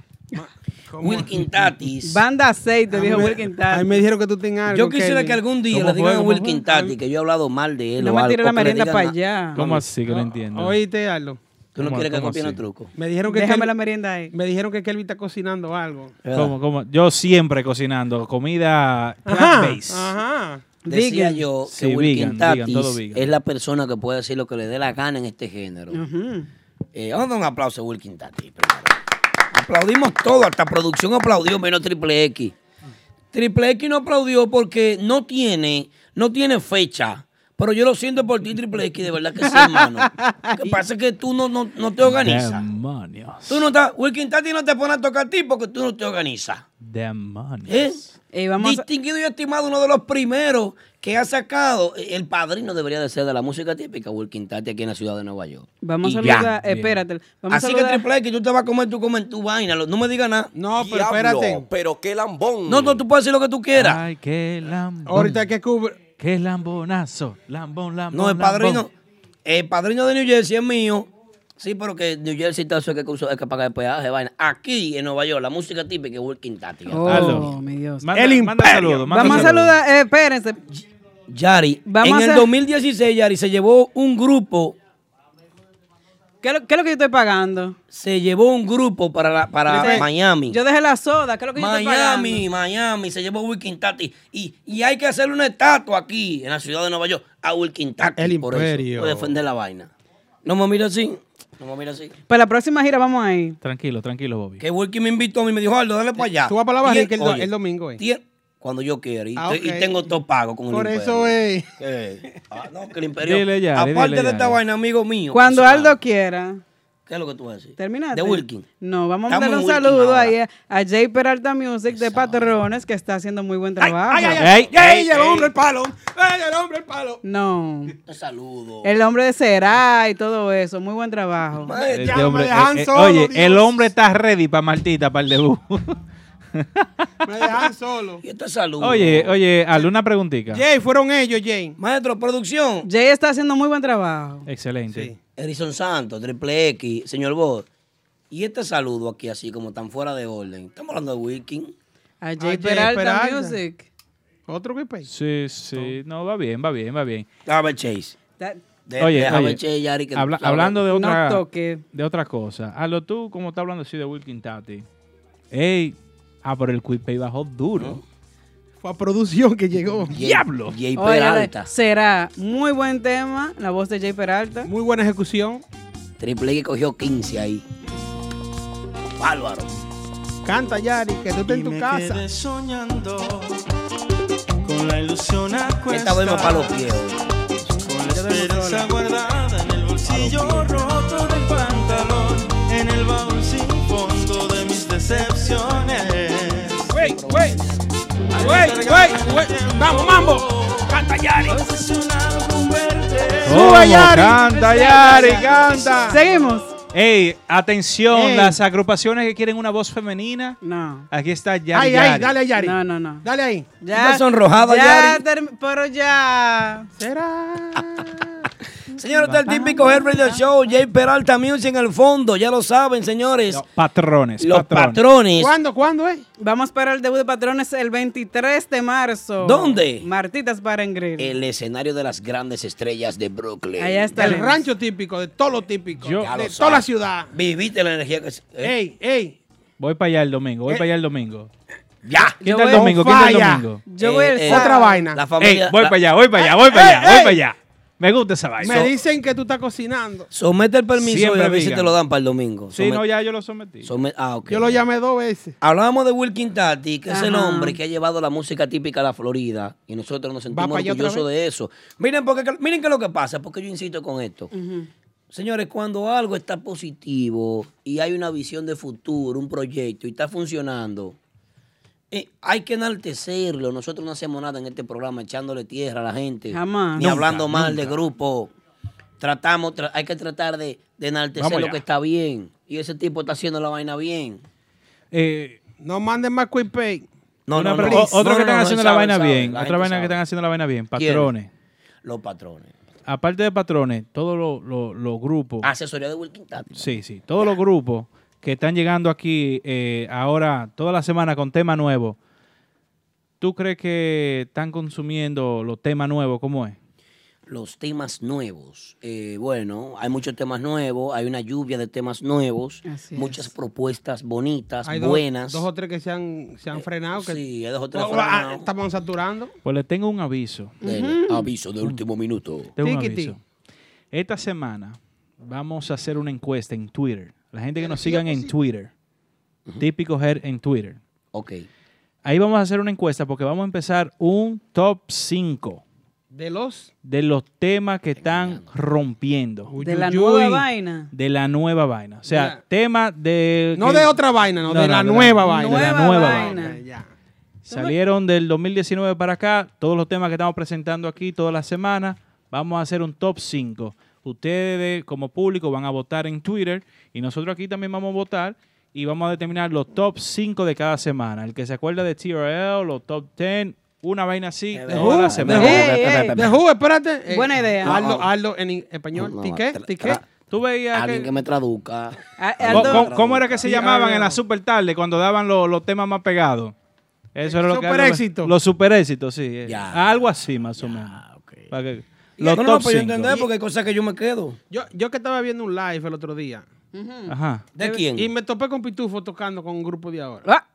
D: Wilkin Tatis.
C: banda aceite, dijo
B: me-
C: Wilkin
B: A
C: Tati.
B: mí me dijeron que tú tengas algo.
D: Yo quisiera
B: Kevin.
D: que algún día le
E: ¿Cómo
D: digan
E: fue?
D: a
E: ¿Cómo
D: Wilkin
E: fue?
D: Tati que yo he hablado mal de él.
C: No
D: o
C: me
D: algo,
C: tire
D: o
C: la
D: que le
C: merienda
D: digan,
C: para
D: "Ah,
C: allá.
E: ¿Cómo así que no entiendo?
B: Oíste, Arlo.
D: Tú no
E: ¿Cómo-
D: quieres que
E: cómo
D: copien
E: así?
D: el truco.
B: Me dijeron que
C: Déjame
B: Kelvin-
C: la merienda ahí.
B: me dijeron que Kelvin está cocinando algo.
E: ¿Cómo, cómo? Yo siempre cocinando comida
B: Ajá.
E: plant-based.
B: Ajá.
D: Decía
C: Vegan.
D: yo que
E: Sí,
D: Wilkin
E: vegan,
D: Tatis
E: vegan, todo vegan.
D: es la persona que puede decir lo que le dé la gana en este género. Eh, vamos a dar un aplauso a Wilkin Tati. primero. Aplaudimos todo, hasta producción aplaudió, menos Triple X. Triple X no aplaudió porque no tiene, no tiene fecha Pero yo lo siento por ti, Triple X, de verdad que sí, hermano. Lo que pasa es que tú no, no, no te organizas.
E: Demonios.
D: Tú no estás, Wilkin Tati no te pone a tocar a ti porque tú no te organizas.
E: Demonios.
D: ¿Eh? Distinguido y estimado, uno de los primeros que ha sacado, eh, el padrino debería de ser de la música típica, Wilkin Tati, aquí en la ciudad de Nueva York.
C: Vamos
D: Y
C: a
D: ya.
C: saludar, espérate. Vamos
D: Así
C: a
D: que
C: saludar-
D: Triple X, tú te vas a comer, tú comes tu vaina, lo- no me digas nada. No,
B: pero espérate.
D: Pero qué lambón. No, no, tú puedes decir lo que tú quieras.
E: Ay, qué lambón.
D: Ahorita
B: que cubre.
E: Qué lambonazo. Lambón, lambón.
D: No, el
E: lambón.
D: padrino, el padrino de New Jersey es mío. Sí, pero que New Jersey está eso es que, usa- es que paga el peaje, vaina. Aquí en Nueva York, la música típica es Wilkin Tati.
C: Oh,
E: Hazlo.
C: mi Dios.
E: Manda- El manda imperio. saludo, manda
C: Vamos a
E: saludo.
C: saludar, eh, espérense.
D: Yari,
C: Vamos
D: en
C: a
D: el
C: hacer-
D: 2016, Yari, se llevó un grupo.
C: ¿Qué, es lo- qué es lo que yo estoy pagando?
D: Se llevó un grupo para, la- para
C: Triple-
D: Miami.
C: Yo dejé la soda, ¿qué es lo que yo estoy pagando?
D: Miami, Miami, se llevó Wilkin Tati. Y, y hay que hacerle una estatua aquí, en la ciudad de Nueva York, a Wilkin Tati. El por
B: imperio.
D: Eso, por defender la vaina. No me mira así. No me mira así.
C: Para la próxima gira vamos ahí.
E: Tranquilo, tranquilo, Bobby.
D: Que Wilkin me invitó a mí y me dijo, Aldo, dale para allá.
B: Eh, Tú vas para la
D: Tien-
B: barrica el, do-
D: Oye,
B: el domingo, ¿eh?
D: tien- Cuando yo quiera. Y,
B: Ah,
D: te- y
B: ok.
D: tengo todo pago con el
B: Por
D: imperio.
B: eso, eh.
D: Eh, ah, no, que el imperio.
E: Dile, Yari,
D: aparte
E: dile,
D: de esta
E: Yari.
D: vaina, amigo mío.
C: Cuando
D: personal,
C: Aldo quiera.
D: ¿Qué es lo que tú vas a decir?
C: Terminaste.
D: De Wilkin.
C: No, vamos a
D: Estamos
C: darle
D: en
C: un
D: Wilkin
C: saludo
D: ahora.
C: ahí a, a Jay Peralta Music de Patrones, que está haciendo muy buen trabajo.
B: ¡Ay, ay,
E: Ey,
B: ay! ¡Ey,
E: ey,
B: el
E: ey.
B: hombre el palo! ¡Ey, el hombre el palo!
C: No.
D: Te saludo.
C: El hombre de Será y todo eso. Muy buen trabajo.
E: Este
B: Ya me
E: hombre-
B: dejan
E: eh, eh,
B: solo,
E: oye,
B: Dios.
E: el hombre está ready para Martita, para
D: (laughs)
E: el debut.
B: Me dejan
C: (laughs)
B: solo.
D: Yo
C: este
D: te saludo.
E: oye, oye, Aldo, una preguntita.
B: Jay, fueron ellos, Jay.
D: Maestro, producción.
C: Jay está haciendo muy buen trabajo.
E: Excelente.
D: Erison Santos, Triple X, señor Bor. Y este saludo aquí, así como tan fuera de orden. Estamos hablando de Wilkin.
C: A Jay,
B: Jay
C: Peralta,
B: Peralta.
C: Music.
B: Otro que país.
E: Sí, sí. No, va bien, va bien, va bien.
D: Dame Chase.
C: That-
D: De-
E: Oye,
D: déjame
E: oye,
D: Chase, Yari, que
E: Habla-
D: tú sabes.
E: hablando de otra,
C: No toque.
E: de otra cosa. Aldo, tú, como estás hablando así de Wilkin Tati. Ey, ah, pero el Quipay bajó duro.
B: Fue a producción que llegó.
D: Jay-
E: ¡Diablo!
D: Jay
C: Oye,
D: Peralta.
C: Será muy buen tema, la voz de Jay Peralta.
B: Muy buena ejecución.
D: Triple X cogió 15 ahí. Bárbaro.
B: Canta, Yari, que tú estás en
F: me
B: tu casa.
F: quedé soñando con la ilusión a
D: Esta vez más
F: cuestas,
D: para los pies.
F: con la esperanza guardada en el bolsillo roto del pantalón, en el baúl sin fondo de mis decepciones.
B: ¡Wey, wey! ¡Wey, wey, wey! ¡Vamos, mambo! ¡Canta, Yari!
E: ¿Cómo
B: Yari!
E: ¡Canta, Yari! ¡Canta!
C: Seguimos.
E: Ey, atención,
B: Ey.
E: las agrupaciones que quieren una voz femenina.
C: No,
E: Aquí está Yari.
B: ¡Ay, ay!
E: Yari.
B: ¡Dale, Yari!
C: no, no, no.
B: ¡Dale ahí!
C: Ya,
D: sonrojada,
C: ya
D: Yari.
C: term- pero ya.
B: ¿Será?
D: Señor, está el típico Head Radio Show. Jay Peralta Music en el fondo. Ya lo saben, señores.
E: No, patrones.
D: los
E: patrones.
D: patrones.
B: ¿Cuándo, cuándo, eh?
C: Vamos para el debut de Patrones el 23 de marzo.
D: ¿Dónde?
C: Martitas Bar and Grill.
D: El escenario de las grandes estrellas de Brooklyn.
C: Allá está
B: Del rancho típico, de todo lo típico.
E: Yo-
D: Ya lo
B: de toda
D: sabe.
B: la ciudad.
D: Viviste la energía que. es- eh,
B: ¡Ey, ey!
E: Voy para allá el domingo,
B: Eh.
E: voy para allá el domingo.
D: ¡Ya!
C: Yo
E: Quita el
C: voy-
E: domingo, quita el
B: Falla.
E: domingo.
C: Yo voy
D: Eh,
C: el
D: eh,
C: sábado.
B: Otra vaina.
D: La
E: Ey,
D: familia.
E: voy
D: la-
E: para allá, voy para allá, voy para
B: ey,
E: allá, voy
B: ey.
E: para allá. Me gusta esa vaina.
B: Me dicen que tú estás cocinando.
D: Somete el permiso
E: Siempre
D: y a ver si
E: digan.
D: te lo dan para el domingo.
E: Sí,
D: Somet-
E: no, ya yo lo sometí.
D: somet- ah, ok.
B: Yo lo llamé dos veces.
D: Hablábamos de Wilkin Tati, que es el
C: Ajá.
D: hombre que ha llevado la música típica a la Florida y nosotros nos sentimos
B: para allá otra
D: orgullosos de eso. Miren, porque, miren qué es lo que pasa, porque yo insisto con esto. Señores, cuando algo está positivo y hay una visión de futuro, un proyecto y está funcionando, eh, hay que enaltecerlo. Nosotros no hacemos nada en este programa echándole tierra a la gente.
C: Jamás.
D: Ni
C: Nunca,
D: hablando mal de grupo. Tratamos, tra- hay que tratar de, de enaltecer
E: Vamos
D: lo
E: allá.
D: que está bien. Y ese tipo está haciendo la vaina bien.
E: Eh,
B: No manden más quick pay.
D: No,
E: una
D: no, no.
E: pregunta. O-
D: No,
E: Otro
D: no,
E: que están
D: no,
E: haciendo
D: él
E: la
D: sabe,
E: vaina
D: él sabe,
E: bien.
D: la
E: Otra
D: gente
E: vaina
D: sabe.
E: que están haciendo la vaina bien.
D: ¿Quién?
E: Patrones.
D: Los patrones.
E: Aparte de patrones, todos los los- los grupos.
D: Asesoría de Wilkin Tati.
E: Sí, sí. Todos los grupos que están llegando aquí eh, ahora, toda la semana con tema nuevo. ¿Tú crees que están consumiendo los temas nuevos? ¿Cómo es?
D: Los temas nuevos. Eh, bueno, hay muchos temas nuevos, hay una lluvia de temas nuevos,
C: Así
D: muchas
C: es.
D: propuestas bonitas,
B: Hay dos-
D: buenas.
B: Dos, o tres que se han, se han frenado. Que
D: sí, hay dos o tres
B: Ah,
D: frenados.
B: Estamos saturando.
E: Pues les tengo un aviso.
D: Del Aviso de último minuto.
E: Tengo un
B: Tiquiti.
E: aviso. Esta semana vamos a hacer una encuesta en Twitter. La gente que nos sigan en Twitter. Típico Head en Twitter.
D: Ok.
E: Ahí vamos a hacer una encuesta porque vamos a empezar un top 5
B: De los.
E: de los temas que están rompiendo.
C: De la nueva vaina.
E: De la nueva vaina. O sea,
B: Ya.
E: temas de...
B: No
E: que-
B: de otra vaina, no, de la nueva vaina.
E: De la
B: Nueva
E: nueva
B: vaina.
E: vaina.
B: Ya.
E: Salieron del 2019 para acá, todos los temas que estamos presentando aquí todas las semanas, vamos a hacer un top 5. Ustedes como público van a votar en Twitter y nosotros aquí también vamos a votar y vamos a determinar los top 5 de cada semana. El que se acuerda de TRL, los top 10, una vaina así
B: The
E: todas
B: Who,
E: las
B: The
E: semanas.
B: Who, The Who, espérate. Eh,
C: Buena idea.
B: Aldo,
D: ah, No.
B: Aldo en in- español. ¿Tiqué? ¿Tiqué?
E: Tú veías
D: Alguien
E: que-
D: que me traduzca.
C: Eh,
E: ¿Cómo, cómo- cómo era que se
B: Sí,
E: llamaban
B: algo.
E: en la super tarde cuando daban lo- los temas más pegados? Eso era lo que
B: super
E: daban-
B: éxito.
E: Los super éxitos, sí. eh.
D: Ya.
E: Algo así, más o menos. Para que- los
D: no, no,
E: top
D: pues yo
E: cinco.
D: entender porque hay cosas que yo me quedo.
B: Yo, yo que estaba viendo un live el otro día. Eh,
E: Ajá.
D: ¿De quién?
B: Y me topé con Pitufo tocando con un grupo de ahora.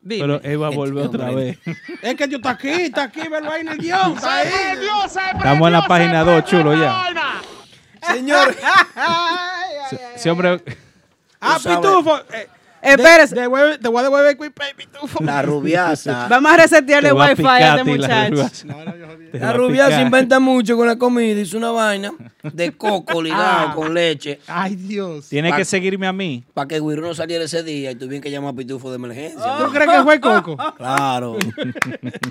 B: Dime.
E: Ah. Pero él va a volver
D: Este
E: otra vez.
B: Es que yo está aquí, está aquí, verlo ahí en el guión. Está ahí.
E: Estamos
D: (laughs)
E: en la página 2, chulo, ya.
D: Señor.
E: Siempre...
B: Ah,
D: sabes.
B: Pitufo. eh,
C: Espérese.
B: de- devuelve- Te voy a devolver el quick pay,
E: (laughs)
B: Pitufo.
D: La rubiasa.
C: Vamos a resetearle
E: te
C: el
E: va a
C: wifi
E: picar
C: a
E: a
C: este
E: ti la
C: muchacho.
E: rubiasa. Te va
D: La
E: a
D: rubia se
E: picar.
D: inventa mucho con la comida, hizo una vaina (laughs) de coco ligado con leche
B: Ay, Dios.
E: Tiene
D: Ah. Pa-
E: que seguirme a mí.
D: para que Guirú no saliera ese día y tuvieron que llamar a Pitufo de emergencia.
B: ¿Tú crees que fue Coco?
D: (laughs) Claro.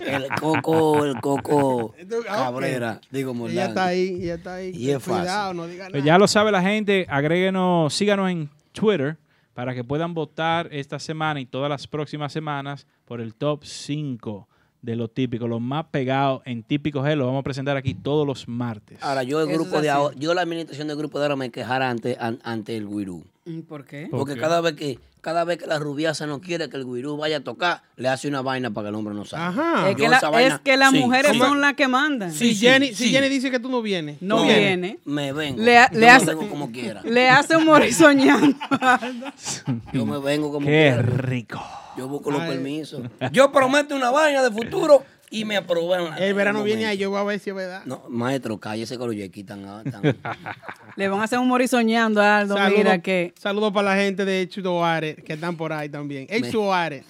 D: El coco, el coco Cabrera, digo
B: ah, Ella está
D: Morlán.
B: ahí, ella está ahí.
D: Y es fácil.
B: Cuidado, no diga
E: Pues
B: nada.
E: ya lo sabe la gente, agréguenos, síganos en Twitter para que puedan votar esta semana y todas las próximas semanas por el top 5 de lo típico, los más pegados en típico G, lo vamos a presentar aquí todos los martes.
D: Ahora, yo el
C: Eso es
D: grupo de
C: así.
D: ahora, yo la administración del grupo de ahora me quejara ante, an- ante el Guirú.
C: Mm, ¿Por qué?
E: ¿Por
D: Porque
E: qué?
D: cada vez que cada vez que la rubiasa no quiere que el Guirú vaya a tocar, le hace una vaina para que el hombre no salga.
B: Ajá.
C: Es
D: Yo
C: que, la-
D: esa vaina-
C: es que las
D: sí,
C: mujeres
D: sí.
C: son las que mandan.
B: Si,
D: sí,
B: Ah. Jenny, si
D: sí.
B: Jenny dice que tú no vienes.
C: No
B: tú
C: viene.
B: vienes.
D: Me vengo.
C: Le ha-
D: Yo
C: le
D: me
C: hace-
D: vengo como quiera.
C: Le hace un morir soñando.
D: (laughs) Yo me vengo como
E: ¡Qué
D: quiera.
E: rico!
D: Yo busco los permisos. Yo prometo una vaina de futuro y me aprueban.
B: El verano viene ahí,
D: ahí
B: yo voy a ver si es verdad.
D: No, maestro, cállese con los yequis ah, tan... tan-
C: (laughs) Le van a hacer un morir soñando a Aldo.
B: Saludos
C: Mira que.
B: saludo para la gente de Chudoare que están por ahí también. El
D: Me-
B: Chudoare.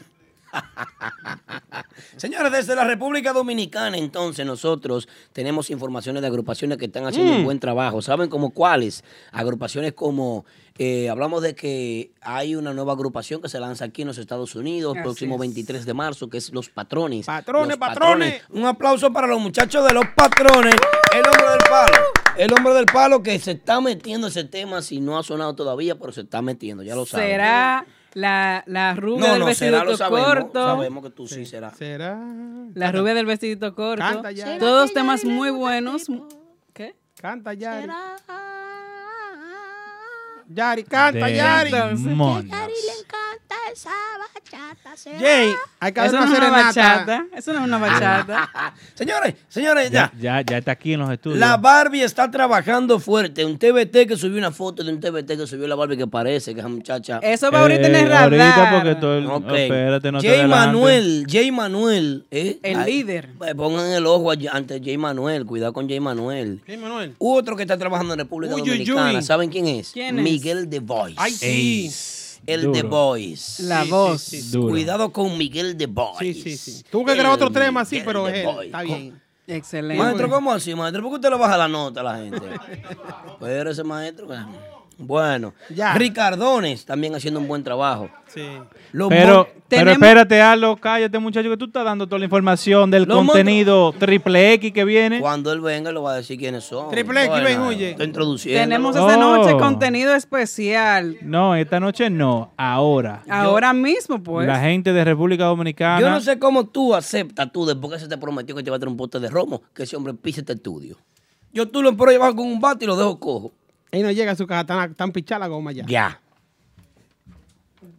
D: Señores, desde la República Dominicana, entonces, nosotros tenemos informaciones de agrupaciones que están haciendo
C: Mm.
D: un buen trabajo. ¿Saben como cuáles? Agrupaciones como... eh, hablamos de que hay una nueva agrupación que se lanza aquí en los Estados Unidos,
C: Así
D: próximo
C: es.
D: 23 de marzo, que es Los Patrones.
B: Patrones,
D: Los
B: patrones.
D: Un aplauso para los muchachos de Los Patrones. El hombre del palo. El hombre del palo que se está metiendo ese tema, si no ha sonado todavía, pero se está metiendo, ya lo saben.
C: Será la, la rubia
D: No,
C: del
D: no, será,
C: vestidito
D: lo sabemos.
C: corto.
D: Sabemos que tú sí, será.
B: ¿Será?
C: La rubia del vestidito corto.
B: Canta ya.
C: Todos temas muy buenos. ¿Qué?
B: Canta, Yari. Yari, canta, Yari.
E: Demonios.
M: encanta esa bachata. se
B: Jay, hay que
C: Eso
B: hacer
C: no
B: una
C: es una
B: serenata.
C: bachata. Eso no es una bachata.
D: (laughs) Señores, señores, ya.
E: Ya, ya, ya está aquí en los estudios.
D: La Barbie está trabajando fuerte. Un TBT que subió una foto de un TBT que subió la Barbie que parece que esa muchacha.
C: Eso va ahorita en
E: Eh,
C: el radar.
E: Ahorita porque todo el...
D: Ok.
E: Espérate, no te
D: Jay
E: adelantes.
D: Manuel, Jay Manuel. ¿eh?
C: El líder.
D: eh, Pongan el ojo allí- ante Jay Manuel. Cuidado con Jay Manuel.
B: Sí, Manuel.
D: Hubo otro que está trabajando en República
B: Uy, uy,
D: Dominicana.
B: uy.
D: ¿Saben quién es?
C: ¿Quién es?
D: Miguel The Voice.
B: Ay, sí.
D: el
E: Duro.
D: The Voice.
C: La voz.
E: Duro.
D: Cuidado con Miguel The Voice.
B: Sí, sí, sí. Tuvo que grabar otro
D: Miguel
B: tema así, pero
D: The
B: es él.
D: Voice.
B: Está bien.
C: Excelente.
D: Maestro, ¿cómo así, maestro? ¿Por qué usted le baja la nota a la gente? Pero ese maestro. eh, Bueno,
B: Ya.
D: Ricardones también haciendo un buen trabajo.
B: Sí.
D: Los
E: Pero,
D: mon-
E: pero
C: tenemos-
E: espérate, Aldo, cállate, muchacho, que tú estás dando toda la información del
D: Los mon-
E: contenido triple X que viene.
D: cuando él venga, lo va a decir quiénes son.
B: Triple X,
D: Bueno,
B: ven, huye.
D: Estoy introduciendo.
C: Tenemos
E: Oh.
C: esta noche contenido especial.
E: No, esta noche no, ahora.
C: Ahora mismo, pues.
E: La gente de República Dominicana.
D: Yo no sé cómo tú aceptas tú después que se te prometió que te iba a traer un pote de romo, que ese hombre pise este estudio. Yo tú lo empero llevar con un bate y lo dejo cojo.
B: Ahí no llega a su casa, tan, tan pichada la goma ya.
D: Ya.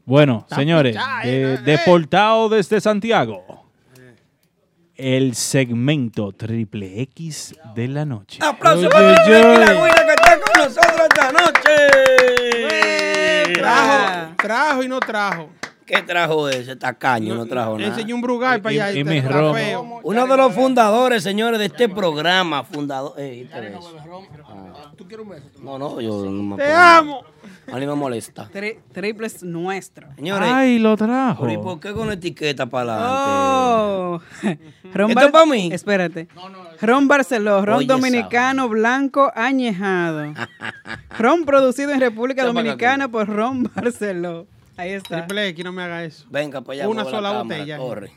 E: Bueno, señores,
B: pichada,
E: de-
B: eh, eh.
E: deportado desde Santiago. El segmento triple X de la noche.
D: Aplauso
E: Oye,
D: para Triple X, la
E: yo-
D: güira que está con nosotros esta noche.
B: Trajo, trajo Pues, y no trajo.
D: ¿Qué trajo ese tacaño? No trajo nada.
B: Enseñó un Brugal para allá. está- está feo.
D: Uno de los fundadores, señores, de este programa, fundador. eh, este beso.
N: ¿Tú quieres un beso?
D: No, no, yo no me
C: Te
D: puedo.
C: amo.
D: A mí me molesta.
C: Tri- triples nuestro.
D: Señores.
E: Ay, lo trajo.
D: Pero ¿y por qué con etiqueta para adelante?
L: (laughs)
C: Oh. Ron
D: ¿Esto
C: Bar-
D: es para mí?
C: Espérate. Ron Barceló, ron
D: Oye,
C: dominicano blanco
L: (laughs)
C: añejado. ron producido en República
D: Ven para acá,
C: Dominicana por Ron Barceló. Ahí está.
B: Triple X, no me haga eso.
D: Venga, para allá.
B: Una
D: mueve la
B: sola
D: cámara,
B: botella.
D: Corre.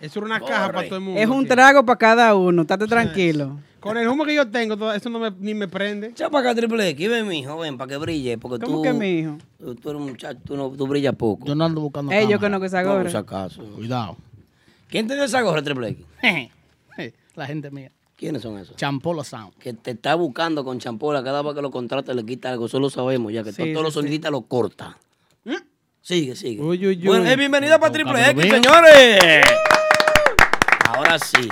B: Eso era una caja para todo el
L: Mm,
B: mundo.
C: Es un
B: aquí.
C: trago para cada uno, estate tranquilo.
B: Con el humo que yo tengo, todo- eso no me, ni me prende.
D: Chapa acá, triple X, ven, mijo, ven, para que brille. Porque
C: ¿Cómo
D: tú,
C: que mi hijo?
D: Tú, tú eres un muchacho, tú, no, tú brillas poco.
N: Yo no ando buscando.
C: Ey, yo
N: cámara.
C: conozco esa gorra.
D: No, si acaso.
N: Cuidado.
D: ¿Quién te dio esa gorra, triple X?
N: La gente mía.
D: ¿Quiénes son esos?
N: Champolo Sound.
D: Que te está buscando con champola. Cada vez que lo contrata le quita algo. Eso lo sabemos ya. Que
N: Sí,
D: to- todos
N: sí,
D: los
N: sí. ¿Mm?
D: soniditas lo corta. Sigue, sigue.
N: uy.
D: Bueno, eh, bienvenida para Triple X,
N: Cabrón.
D: señores. Ahora sí.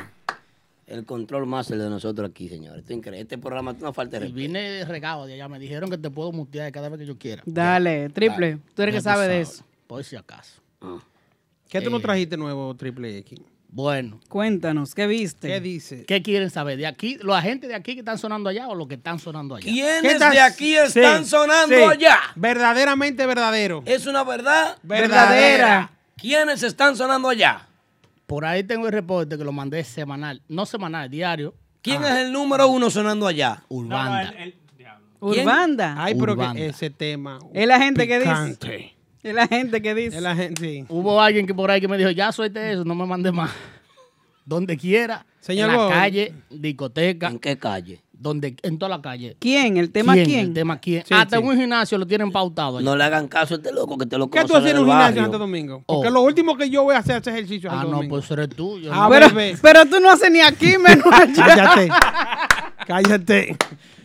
D: El control más el de nosotros aquí, señores. Esto es increíble. Este programa es una falta de
N: Y
D: respeto.
N: vine regado de allá. Me dijeron que te puedo mutear cada vez que yo quiera.
C: Dale, triple. Tú eres
N: Ya
C: que sabes de eso.
N: Por si acaso.
D: Ah.
B: ¿Qué tú no
N: Eh.
B: trajiste nuevo, Triple X?
N: Bueno.
C: Cuéntanos, ¿qué viste?
B: ¿Qué dice?
N: ¿Qué quieren saber? ¿De aquí, los agentes de aquí que están sonando allá o los que están sonando allá?
D: ¿Quiénes de aquí están sonando allá?
B: Verdaderamente verdadero.
D: Es una verdad
B: Verdadera.
D: ¿Quiénes están sonando allá?
N: Por ahí tengo el reporte que lo mandé semanal. No semanal, diario.
D: ¿Quién es el número uno sonando allá?
N: Urbanda.
D: ¿Quién?
C: Urbanda.
B: Ay, pero
N: Urbanda.
B: que ese tema.
C: Es la gente que
B: picante.
C: dice. Es la gente que dice.
B: Es la gente. sí.
N: Hubo alguien que por ahí que me dijo, ya suelte eso, no me mandes más. (laughs) Donde quiera.
B: Señor
N: en la
B: Bob.
N: calle, discoteca,
D: ¿En qué calle?
N: donde, en toda la calle.
C: ¿Quién? ¿El tema quién?
N: El tema quién.
B: Sí,
N: Hasta
B: sí.
N: en un gimnasio lo tienen pautado. allá.
D: No le hagan caso a este loco que te lo
B: ¿Qué tú
D: cruzan
B: hacías en
D: el
B: un gimnasio
D: barrio.
B: Santo Domingo? Porque
N: Oh.
B: lo último que yo voy a hacer es ejercicio
N: Ah,
B: Santo
N: no,
B: Domingo.
N: pues eres tú. yo
B: Ah,
N: no.
C: pero,
B: bebé.
C: pero tú no haces ni aquí, (laughs) menos allá. (laughs)
B: Cállate. Cállate.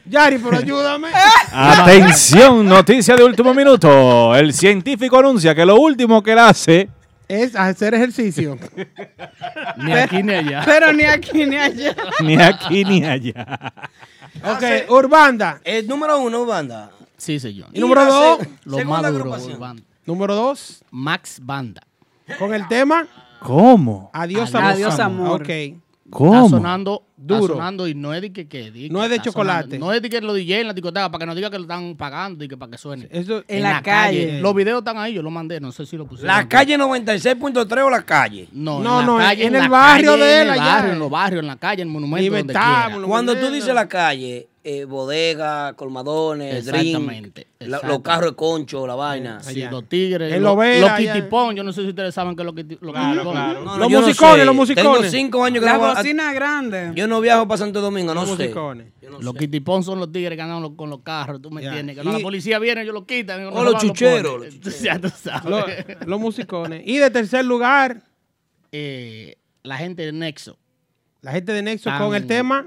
B: Yari, pero
C: (laughs)
B: ayúdame.
E: Ah, Atención, noticia de último minuto. El científico anuncia que lo último que él hace
B: es hacer ejercicio.
N: Ni aquí ni allá.
C: Pero ni aquí ni allá.
N: (laughs)
E: ni aquí ni allá.
B: ok, Urbanda.
D: Ah, El número uno, banda.
N: Sí, señor.
B: Y número
D: la se-
B: dos.
N: Lo
D: segunda
N: más duro,
D: agrupación.
N: Urbanda.
B: Número dos.
N: Max Banda.
B: Con el tema
E: ¿Cómo?
B: Adiós,
N: Adiós,
B: amor.
C: Adiós, amor.
B: Ok.
N: Está
E: ¿Cómo?
N: sonando
B: Duro.
N: duro. sonando y no es de que, que di que
B: No es de
N: está
B: chocolate.
N: sonando. No es de que lo DJ en la discoteca para que no diga que lo están pagando y que para que suene.
B: Eso-
C: En la calle.
N: Los videos están ahí, yo los mandé, no sé si lo pusieron.
D: ¿La calle 96.3 o la calle?
N: No,
B: No,
N: en,
B: no,
N: la calle,
B: en el
N: la
B: barrio
N: calle,
B: de él
N: En el
B: allá.
N: barrio, en los barrios, en la calle, en el monumento, donde
B: Libertad,
N: quiera.
B: Lo
D: Cuando tú
B: vendieron.
D: dices la calle, eh, bodega, colmadones, drink,
N: Exactamente.
D: la- los
N: exactamente.
D: carros de concho, la vaina.
N: Sí,
B: allá.
N: los tigres,
B: En
N: los,
B: Lovera,
N: los
B: allá.
N: quitipón, yo no sé si ustedes saben qué es lo que los quitipón.
D: No,
B: Los
D: yo no
B: musicones,
D: sé.
B: los musicones.
D: Tengo cinco años que
C: La
D: no voy a-
C: bocina grande.
D: Yo no viajo para Santo Domingo, no
B: Los
D: sé.
B: musicones.
N: Los quitipón son los tigres que andan los- con los carros, tú me
B: Ya.
N: entiendes. Que no,
B: Y-
N: la policía viene, ellos los quitan.
D: O los chucheros, los
N: Ya tú sabes.
B: Lo- los musicones. Y de tercer lugar,
N: Eh, la gente de Nexo,
B: la gente de Nexo
N: Tan-
B: con el tema.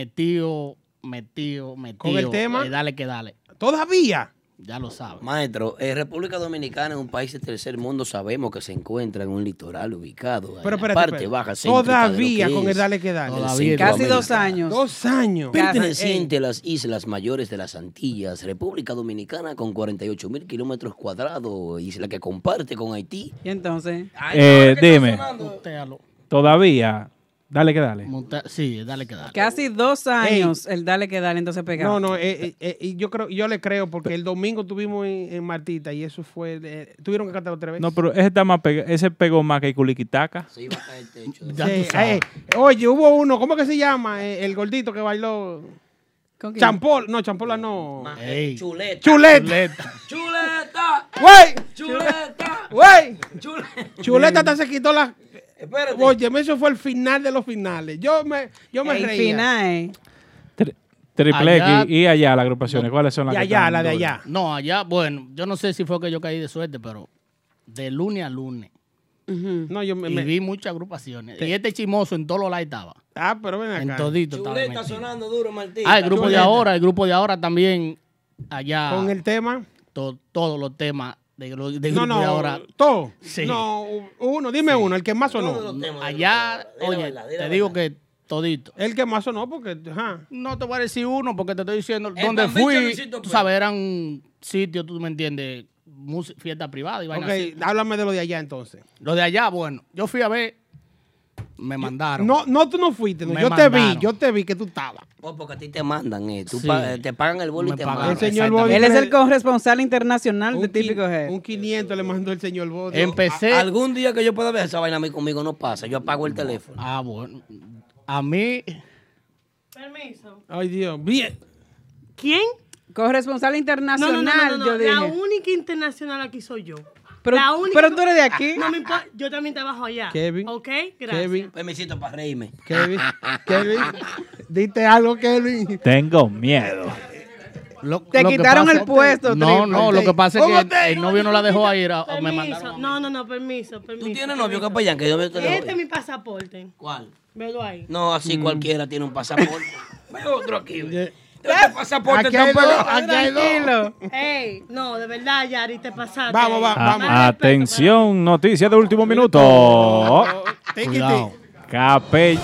N: metido, metido, metido.
B: Con el tema.
N: Eh, dale que dale,
B: Todavía.
N: ya lo sabes.
D: Maestro, eh, República Dominicana es un país del tercer mundo, sabemos que se encuentra en un litoral ubicado
B: Pero
D: en la
B: espérate,
D: parte
B: espérate.
D: baja céntrica de lo
B: Todavía
D: que
B: con
D: es
B: el dale que dale.
N: Todavía.
D: Centroamérica.
C: Casi dos años.
B: Dos años.
C: Pe-
D: Perteneciente a las Islas Mayores de las Antillas, República Dominicana con 48 mil kilómetros cuadrados, isla que comparte con Haití.
C: Y entonces,
E: Eh, dime,
N: Mutealo,
E: todavía. Dale que dale.
N: mutea- sí, dale que dale.
C: casi dos años el dale que dale, entonces pegado.
B: No, no, eh, eh, eh, y yo creo, yo le creo porque el domingo tuvimos en, en Martita y eso fue, eh, tuvieron que cantarlo tres veces.
E: No, pero ese, está más pega- ese pegó más que Culiquitaca.
D: Se iba a caer el techo.
N: Ya
B: Sí,
N: tú sabes.
B: eh, oye, hubo uno, ¿cómo que se llama? Eh, el gordito que bailó.
C: ¿Con quién?
B: Champol, no, Champola no.
N: Ey.
D: Chuleta.
B: Chuleta.
N: Chuleta.
D: Chuleta.
B: ¡Wey!
D: Chuleta.
B: ¡Wey!
D: Chuleta.
B: Chuleta hasta se quitó la.
D: Espérate.
B: Oye, eso fue el final de los finales. Yo me, yo me
C: El
B: reía.
C: final.
E: Tri- triple
N: Allá-
E: X y allá las agrupaciones. ¿Cuáles son las
B: De
E: que
B: allá,
E: están
B: la de
E: duras?
B: allá.
N: No, allá, bueno, yo no sé si fue que yo caí de suerte, pero de lunes a lunes.
B: No, yo me.
N: Y
B: me-
N: vi muchas agrupaciones. Y este chimoso en todos los lados estaba.
B: Ah, pero ven acá.
N: En todito estaba
D: Chuleta
N: metido.
D: sonando duro, Martín.
N: Ah, el grupo
B: Chuleta.
N: de ahora, el grupo de ahora también allá.
B: Con el tema.
N: to- todos los temas de, lo- del
B: No,
N: grupo
B: no.
N: de ahora.
B: Todo.
N: Sí.
B: No, u- uno, dime uno, el que más sonó.
N: Allá, oye, te digo que todito.
B: El que más sonó, porque. ajá.
N: No te voy a decir uno porque te estoy diciendo
D: El
N: dónde
D: Bambiche
N: fui.
D: Luisito
N: Tú
D: Pérez.
N: sabes, eran sitios, tú me entiendes, mus- fiesta privada y vaina
B: Ok, háblame de lo de allá entonces.
N: Lo de allá, bueno, yo fui a ver, me mandaron.
B: No, no, tú no fuiste. no.
N: Me
B: Yo te vi,
N: mandaron.
B: yo te vi que tú estabas.
D: Oh, porque a ti te mandan, eh. Tú
N: Sí.
D: pa- te pagan el bolo y
N: Me
D: te
N: pagan.
D: mandan.
N: El señor
D: Exactamente.
C: Él es el corresponsal internacional de
B: Un,
C: Típico
B: qui-
C: Head.
B: un 500 le mandó el señor Bodo.
D: A- algún día que yo pueda ver esa vaina a mí conmigo no pasa. Yo apago el teléfono.
N: Ah, bueno. A mí.
L: Permiso.
B: Ay, Dios. Bien.
L: ¿Quién?
C: Corresponsal
L: No, no,
C: internacional,
L: no, no, no,
C: yo dije.
L: La única internacional aquí soy yo.
C: Pero-
L: La única- Ah,
C: pero tú eres de aquí.
L: No me importa. Yo también trabajo allá.
B: Kevin.
L: Ok, gracias.
B: Kevin.
D: Pues me siento para reírme. (laughs)
B: Kevin, Kevin, diste algo, Kevin.
E: Tengo miedo.
B: Te quitaron el puesto,
N: No, no,
B: Triple.
N: lo que pasa es
B: ¿Cómo
N: que el novio no la dejó ir. a- o me mandaron.
L: Permiso. No, no, no, permiso, permiso. ¿Tú
D: tienes novio, capellán, que yo veo tu novio?
L: Este es mi pasaporte.
D: ¿Cuál?
L: Velo ahí.
D: No, así cualquiera tiene un pasaporte. Mm. (laughs) Ve otro aquí. ve. Este pasaporte
L: Aquí hay
D: tampoco.
L: dos, aquí hay dos. Ey, no, de verdad, Yari, te pasaste.
B: Vamos, va-
N: Ah.
E: A-
B: Ah, vamos.
E: Ah, atención, noticia de último minuto.
B: Cuidado.
E: Capell-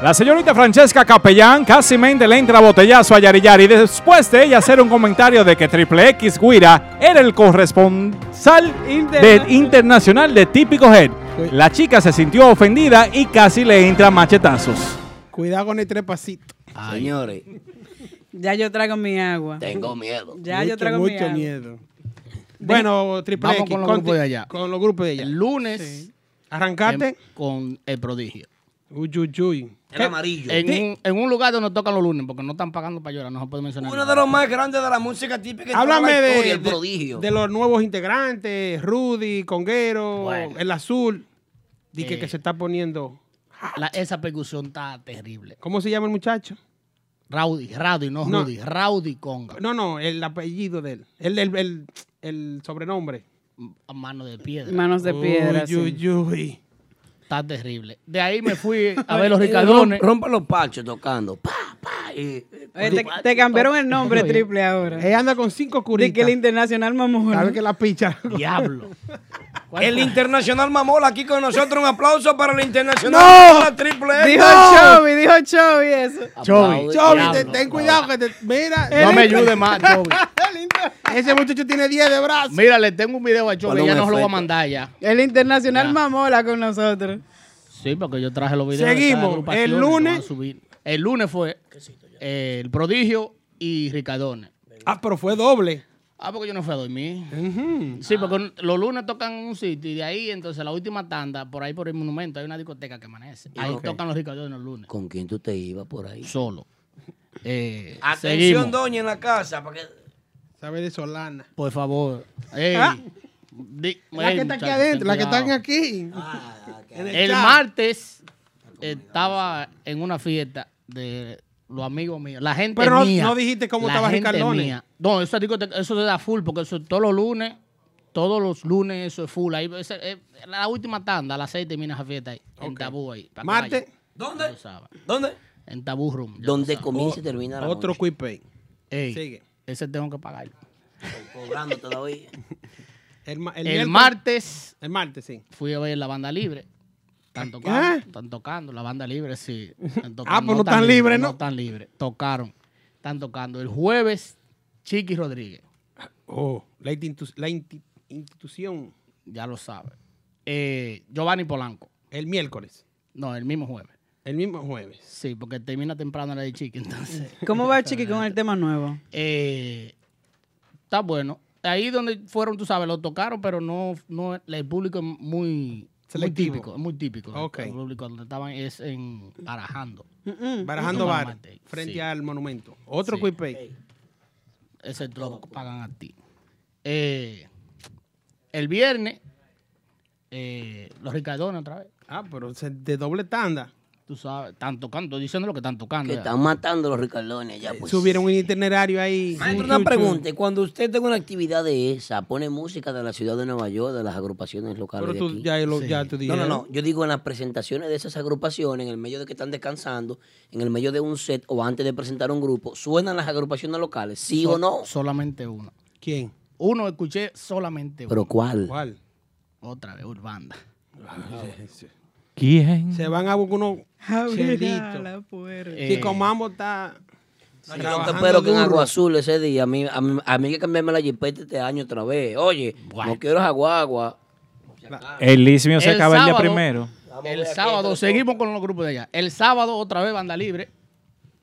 E: La señorita Francesca Capellán casi mente le entra botellazo a Yariyari después de ella hacer un comentario de que Triple X Guira era el corresponsal de- internacional de Típico Head. La chica se sintió ofendida y casi le entra machetazos.
B: Cuidado con el trepacito.
D: Señores.
C: Ya yo traigo mi agua.
D: Tengo miedo.
C: Ya
B: Mucho,
C: yo traigo mi
B: mucho
C: agua.
B: miedo. Bueno, Triple
N: Vamos
B: X,
N: con los
B: Conti-
N: grupos de allá.
B: Con los grupos de allá.
N: El lunes.
B: Arrancate.
N: em- Con el prodigio.
B: Uyuyuy.
D: El amarillo.
N: En un, en un lugar donde nos tocan los lunes, porque no están pagando para llorar, no se puede mencionar.
D: Uno
N: nada.
D: de los más grandes de la música típica. en
B: Háblame
D: toda la
B: de,
D: historia, El
B: de-
D: prodigio.
B: de los nuevos integrantes, Rudy, Conguero,
N: Bueno.
B: el azul. Di que,
N: Eh.
B: que se está poniendo.
N: La- esa percusión está terrible.
B: ¿Cómo se llama el muchacho?
N: Rowdy, Rowdy, no
B: No.
N: Rudy, Rowdy Conga.
B: No, no, el apellido de él. El, el, el- el sobrenombre.
N: A mano de piedra.
C: Manos de piedra. sí.
B: Uyuyuy.
N: Está terrible. De ahí me
D: (laughs)
N: fui a ver los Ricardones.
D: Rompa los parches tocando. Pa, pa. y-
C: Oye, Eh, te, te cambiaron el nombre triple ahora.
B: Él anda con cinco
C: De que
B: curitas.
C: el internacional mamón.
B: Sabe que la picha.
N: Diablo.
D: El internacional Mamol aquí con nosotros. Un aplauso para el internacional
B: ¡No!
D: Mamola, triple E. X.
C: (laughs) Dijo Chovy, dijo Chovy eso.
N: Chovy.
B: Chovy,
N: Diablo,
B: te- ten cuidado que te. Mira,
N: No me
B: (laughs)
N: ayude más, Chovy.
B: ese muchacho tiene 10 de brazo.
N: Mira, le tengo un video a
D: Ponle
N: Chovy,
D: un
N: ya no se lo voy a
D: efecto.
N: mandar ya.
C: El internacional mamola con nosotros.
N: Sí, porque yo traje los videos. de
B: Seguimos.
N: cada agrupación
B: El
N: y lo van a
B: lunes-
N: subir. El lunes fue eh, El Prodigio y Ricardones.
B: Ah, pero fue doble.
N: Ah, porque yo no fui a dormir. Sí, porque un- los lunes tocan en un sitio y de ahí, entonces la última tanda, por ahí por el monumento, hay una discoteca que amanece. Ahí
D: Ok.
N: tocan los Ricardones los lunes.
D: ¿Con quién tú te ibas por ahí?
N: Solo. Eh,
D: Atención,
N: seguimos.
D: doña, en la casa. Porque...
B: Sabe de Solana.
N: Por favor. Ey. Di-
B: Ah. La
N: ey,
B: que está aquí
N: muchachos,
B: adentro,
N: ten
B: la que
N: cuidado.
B: están aquí.
D: Ah,
B: En
N: El
B: chat.
N: martes estaba en una fiesta de los amigos míos. La gente
B: Pero no-
N: mía.
B: no dijiste cómo
N: la
B: estaba
N: gente
B: Ricardones.
N: mía. No, eso, eso se da full, porque eso es todos los lunes, todos los lunes eso es full. Ahí, esa- eh, la última tanda, a las seis termina esa fiesta ahí. En tabú ahí. pa'
B: Marte,
N: caballo. Ya
D: ¿Dónde?
N: tú sabes.
D: ¿Dónde?
N: En tabú room. ya
D: Donde
N: tú sabes.
D: comienza y termina la
B: otro
D: noche.
B: quick pay.
N: Ey,
B: Sigue.
N: Ese tengo que pagarlo.
D: Cobrando todavía.
B: El, ma- el
N: El,
B: miércoles-
N: martes
B: El martes, sí.
N: fui a ver la banda libre. Están tocando, están tocando, la banda libre, sí. Están tocando,
B: (laughs) Ah, pues no están libres, ¿no?
N: No están libres, tocaron, están tocando. El jueves, Chiqui Rodríguez,
B: Oh, la, institu- la inti- institución.
N: ya lo sabe. Eh, Giovanni Polanco,
B: El miércoles.
N: no, el mismo jueves.
B: El mismo jueves.
N: Sí, porque termina temprano la de Chiqui, entonces.
C: (laughs) ¿Cómo va Chiqui con el tema nuevo?
N: Eh, está bueno. Ahí donde fueron, tú sabes, lo tocaron, pero no, no el público es muy, muy
B: Selectivo.
N: típico, es muy típico.
B: Ok. Mm.
N: El público donde estaban es en Barajando.
B: Barajando
N: no,
B: Bar,
N: Marte,
B: frente
N: sí.
B: al monumento. Otro
N: Sí.
B: quick pay.
N: ese trozo que pagan a ti. Eh, el viernes, eh, los Ricardones otra vez,
B: Ah, pero se- de doble tanda.
N: tú sabes, están tocando, diciendo lo que están tocando.
D: Que
N: ya.
D: están matando los ricardones ya. Pues.
B: Subieron un itinerario ahí.
D: Maestro,
B: Chu,
D: Ah, una
B: chu, chu.
D: pregunta. Cuando usted tenga una actividad de esa, pone música de la ciudad de Nueva York, de las agrupaciones locales
B: Pero
D: de
B: tú
D: aquí?
B: ya, lo,
N: Sí.
B: ya tú
D: No,
B: dijeron.
D: no, no. Yo digo en las presentaciones de esas agrupaciones, en el medio de que están descansando, en el medio de un set o antes de presentar un grupo, ¿suenan las agrupaciones locales? ¿Sí
N: So-
D: o no?
N: Solamente uno.
B: ¿Quién?
N: Uno escuché solamente uno.
D: ¿Pero cuál?
B: ¿Cuál? Ah,
N: Otra vez, Urbanda.
E: ¿Quién?
B: Se van a buscar unos
C: Abrirá
B: chelitos.
C: la puerta.
N: Eh,
B: Si comamos está
D: Sí, yo te espero que en Agua Azul ese día, a mí, a mí, a mí hay que cambiarme la jipeta este año otra vez. Oye, no quiero esa guagua.
E: El Liz mío se
N: El
E: acaba el día
N: sábado-
E: primero.
N: El sábado, seguimos con los grupos de allá. El sábado, otra vez, banda libre.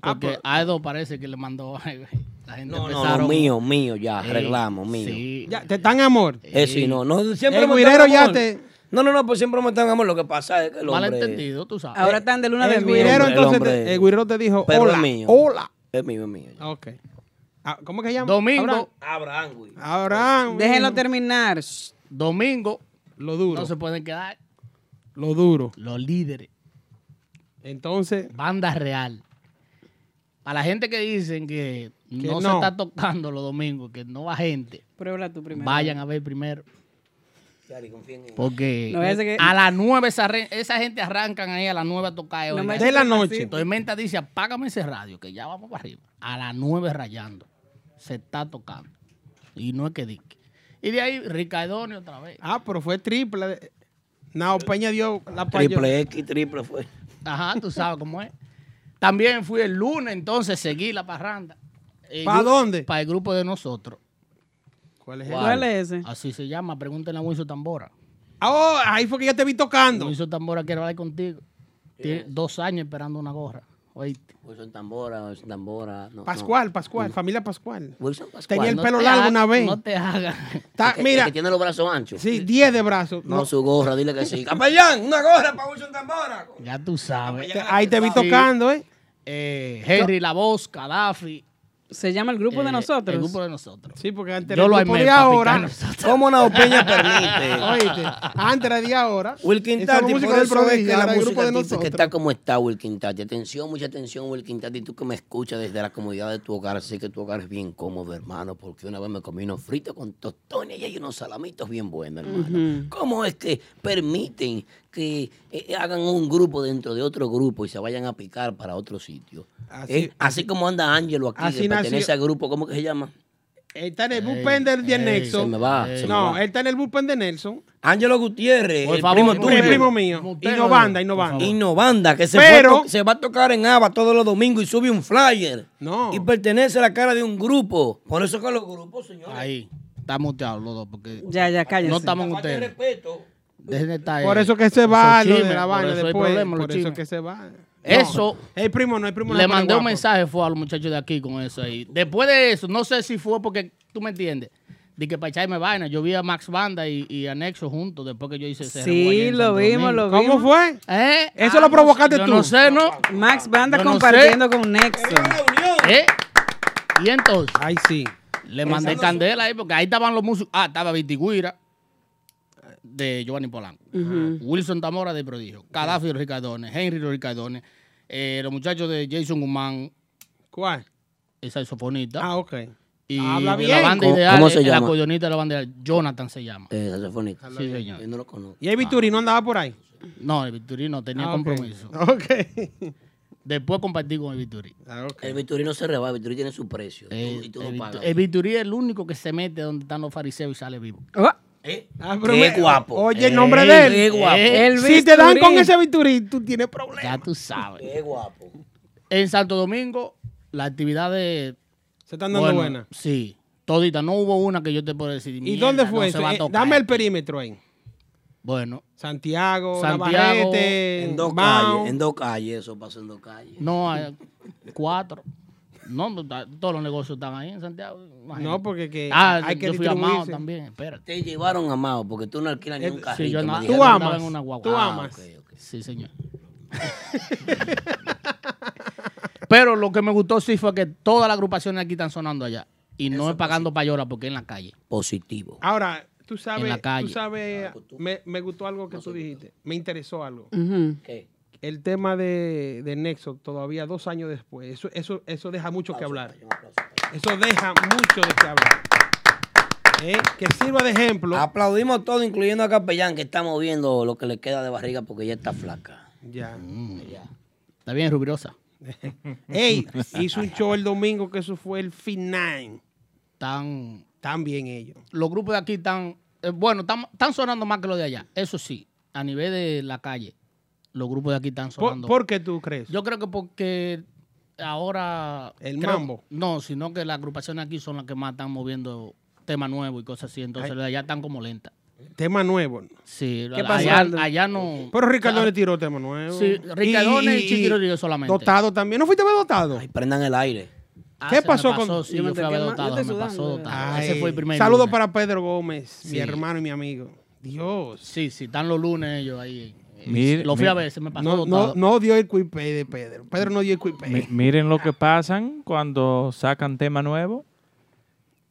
B: Ah,
N: Porque a Edo parece que le mandó. (laughs) La gente
D: No, no,
N: empezaron- Eh,
D: mío, mío, ya,
N: Sí,
D: arreglamos, mío.
B: Ya, te dan amor.
D: Eh, sí, no, no, siempre
B: El
D: me
B: guirero
D: están
B: ya
D: amor.
B: te-
D: No, no, no, pues siempre me están amor. Lo que pasa es que el hombre...
N: Malentendido, tú sabes. Eh,
C: Ahora están de luna de
B: El
C: miel.
B: guirero,
D: hombre, el
B: entonces,
D: hombre-
B: te- el guirero te dijo,
D: Pero
B: hola,
D: es mío.
B: hola.
D: Es mío, es mío.
B: Ok. Ah, ¿Cómo que se llama?
N: Domingo.
D: Abraham, güey.
B: Abraham.
C: Déjenlo terminar.
N: Domingo.
B: Lo duro.
N: No se pueden quedar.
B: Lo duro.
N: Los líderes.
B: Entonces.
N: Banda real. Para la gente que dicen que, no, se
C: no.
N: está tocando los domingos, que no va gente,
C: Pruébala tú primero.
N: vayan a ver primero. Porque
C: No vaya a ser que-
N: a las 9 esa, re- esa gente arrancan ahí a las 9 a tocar.
C: No
N: oiga.
C: vaya a ser De la que noche. así.
N: Tormenta dice, apágame ese radio, que ya vamos para arriba. A las 9 rayando. Se está tocando. Y no es que dique. Y de ahí, Ricardoni otra vez.
B: Ah, pero fue triple. Nao Peña dio la payo-
D: Triple E. X, triple fue.
N: Ajá, tú sabes cómo es. También fui el lunes, entonces seguí la parranda. El
B: ¿Pa
N: gru-
B: dónde?
N: Para el grupo de nosotros.
B: ¿Cuál
C: ese? ¿Cuál es ese?
N: Así se llama, pregúntenle a Wilson Tambora.
B: Ah, oh, ahí fue que yo te vi tocando.
N: Wilson Tambora quiere hablar contigo. Tiene dos años esperando una gorra. Oíste.
D: Wilson Pues Tambora, Wilson Tambora. No, Mm.
B: Pascual,
D: no.
B: Pascual, familia Pascual.
D: Wilson Pascual.
B: Tenía el
D: Pues, No
B: pelo
D: te
B: largo
D: hagas-
B: una vez.
D: no
N: te hagas.
D: El que- el
B: mira,
D: que tiene los brazos anchos.
B: sí, 10 de brazos.
D: No, su gorra, dile que sí.
N: Capellán,
D: una gorra para Wilson Tambora.
N: (laughs) Ya tú sabes.
B: Ahí te vi tocando, ¿eh?
N: Eh, Henry La Voz, Gaddafi.
C: Se llama el grupo de
N: Eh,
C: nosotros.
N: el grupo de nosotros.
B: Sí, porque antes
N: Yo
B: era
N: lo
B: el grupo
N: armé
B: de
N: para
B: ahora.
N: picar
B: (laughs)
N: nosotros.
D: ¿Cómo Nao Peña permite?
B: Oíste, antes era de ahora. Esa
D: Wilkin
B: es la
D: Tati,
B: música
D: por
B: del
D: eso es
B: prodigio,
D: que la
B: ahora el
D: música
B: grupo de
D: Tati que
B: nosotros.
D: está como está, Wilkin Tati. Atención, mucha atención, Wilkin Tati. Tú que me escuchas desde la comodidad de tu hogar, sé que tu hogar es bien cómodo, hermano, porque una vez me comí unos fritos con tostones y hay unos salamitos bien buenos, hermano. ¿Cómo es que permiten que eh, hagan un grupo dentro de otro grupo y se vayan a picar para otro sitio? Eh, Así,
B: Así-
D: como anda Ángelo aquí,
B: Así
D: que pertenece
B: nació-
D: al grupo, ¿cómo que se llama?
B: Él está en el bullpen del de
D: ey,
B: Nelson.
D: se me va, se me
B: no,
D: va.
B: él está en el bullpen de Nelson.
D: Ángelo Gutiérrez,
B: Por
D: el
B: favor,
D: primo
B: el
D: tuyo.
B: primo mío. Montero, Innovanda, Innovanda. por favor.
D: Innovanda, que se,
B: Pero-
D: fue a to- se va a tocar en ABA todos los domingos y sube un flyer.
B: No.
D: Y pertenece a la cara de un grupo. Por eso que los grupos, señores.
N: Ahí. Estamos muteados los dos. Porque
C: Ya, ya, cállense.
N: No estamos con ustedes.
D: respeto.
N: Dejen de estar,
B: Por
N: eh,
B: eso que se
N: esos
B: va lo de
N: chismes,
B: la vaina
N: por eso hay
B: después.
N: problemas, los
B: por eso
N: chismes.
B: que se va. No.
N: Eso-
B: El primo no, el primo no.
N: Le
B: pone
N: mandé un
B: guapo.
N: mensaje, fue a los muchachos de aquí con eso ahí. Después de eso, no sé si fue porque, tú me entiendes, de que para echarme vaina, yo vi a Max Banda y, y a Nexo juntos después que yo hice ese revolú allí
C: Sí,
N: en
C: lo
N: Santo
C: vimos,
N: Domingo.
C: lo vimos.
B: ¿Cómo fue?
N: ¿Eh?
B: Eso lo
N: no
B: provocaste
N: sé, yo
B: tú.
N: No sé, ¿no?
C: Max Banda
N: Yo no
C: compartiendo con Nexo.
N: ¿Eh? Y entonces.
B: Ay, sí.
N: Le mandé
B: Esa-
N: candela ahí porque ahí estaban los músicos. Ah, estaba Vitigüira de Giovanni Polanco. Wilson Tamora de Prodigio. Gaddafi Ricardones. Henry Ricardones. eh, los muchachos de Jason Guzmán.
B: ¿Cuál?
N: El saxofonista.
B: Ah, ok.
N: Y
B: Habla
N: de
B: bien.
N: la banda
D: ¿Cómo-
N: ideal.
D: cómo se
N: el
D: llama?
N: acordeonista de la banda ideal. Jonathan se llama.
D: Eh, saxofonista.
N: Sí, señor.
D: Yo no lo conozco.
B: ¿Y el Viturino andaba por ahí?
N: No, el Victorino tenía
B: Ah, ok.
N: compromiso.
B: Ok.
N: Después compartí con el Victorí.
D: El Vitorino se reba, el Vitorino tiene su precio. y tú, y tú
N: El,
D: no
N: Victor-
D: pagas.
N: el Victorí es el único que se mete donde están los fariseos y sale vivo.
D: ¿Eh?
B: Ah, pero
D: Qué
B: me-
D: guapo.
B: Oye, el
D: Eh,
B: nombre de él.
D: Qué guapo.
N: Eh,
B: si te dan con ese Viturín, tú tienes problemas.
N: Ya tú sabes.
D: Qué guapo.
N: En Santo Domingo, la actividad de.
B: Se están dando buenas.
N: Sí, todita. No hubo una que yo te pueda decir.
B: ¿Y
N: "Mierda,
B: dónde
N: no
B: fue
N: se
B: eso?
N: va a
B: Eh,
N: tocar".
B: dame el perímetro ahí.
N: Bueno,
B: Santiago,
N: Santiago,
B: Navarrete,
D: En dos
B: Mao.
D: calles, en dos calles, eso pasa en dos calles.
N: no, eh, hay cuatro. No, no, ta- todos los negocios están ahí en Santiago. imagínate.
B: No, porque que
N: ah,
B: hay que
N: yo fui a Mao
B: distribuirse. Eh,
N: también, espérate.
D: Te llevaron a Mao porque tú no alquilas ni un
B: Sí,
D: carrito.
N: yo
D: me
N: no-
D: dijeron.
B: Tú
N: Yo andaba
B: amas.
N: en una guagua.
B: Tú
N: Ah,
B: amas.
N: Sí, señor. Pero lo que me gustó sí fue que todas las agrupaciones aquí están sonando allá. Y no es pagando payola porque es en la calle.
D: Positivo.
B: Ahora, tú sabes,
N: En la calle.
B: tú
D: Ah,
B: sabes,
D: pues
B: me, me gustó algo que tú dijiste. Me interesó algo.
D: ¿Qué?
B: El tema de, de Nexo, todavía dos años después, eso, eso, eso deja mucho que hablar. Eso deja mucho de que hablar. Eh, Que sirva de ejemplo.
D: Aplaudimos todo, incluyendo a Capellán, que está moviendo lo que le queda de barriga porque ya está flaca.
B: Ya.
D: Mm.
N: Está bien, Rubirosa.
B: (laughs) Ey, hizo un show el domingo que eso fue el final.
N: Están,
B: Tan bien ellos.
N: los grupos de aquí están, eh, bueno, están, están sonando más que los de allá. Eso sí, a nivel de la calle, los grupos de aquí están
B: ¿Por,
N: sonando.
B: por qué tú crees?
N: Yo creo que porque ahora...
B: El
N: creo-
B: mambo.
N: No, sino que las agrupaciones aquí son las que más están moviendo temas nuevos y cosas así. Entonces,
B: Ay.
N: las de allá están como lentas.
B: Tema nuevo.
N: Sí,
B: ¿Qué pasó,
N: allá,
B: Aldo?
N: allá no... Ah,
B: Pero Ricardo le tiró tema nuevo.
N: Sí, Ricardones y Chiqui Rodríguez solamente.
B: Dotado también. ¿No fuiste más dotado?
D: prendan el aire.
N: Ah,
B: ¿Qué
N: se me
B: pasó, con.?
N: sí, yo fui a ver dotado, me pasó dotado. Ese fue el primer
B: Saludos
N: lunes.
B: para Pedro Gómez, mi
N: Sí.
B: hermano y mi amigo. Dios.
N: Sí, sí, están los lunes ellos ahí. Eh,
E: Mire,
N: lo fui a
E: mire.
N: ver, se me pasó
B: No, no,
N: dotado.
B: no dio el cuipé de Pedro. Pedro no dio el cuipé.
E: Mi- miren lo que pasan cuando sacan tema nuevo.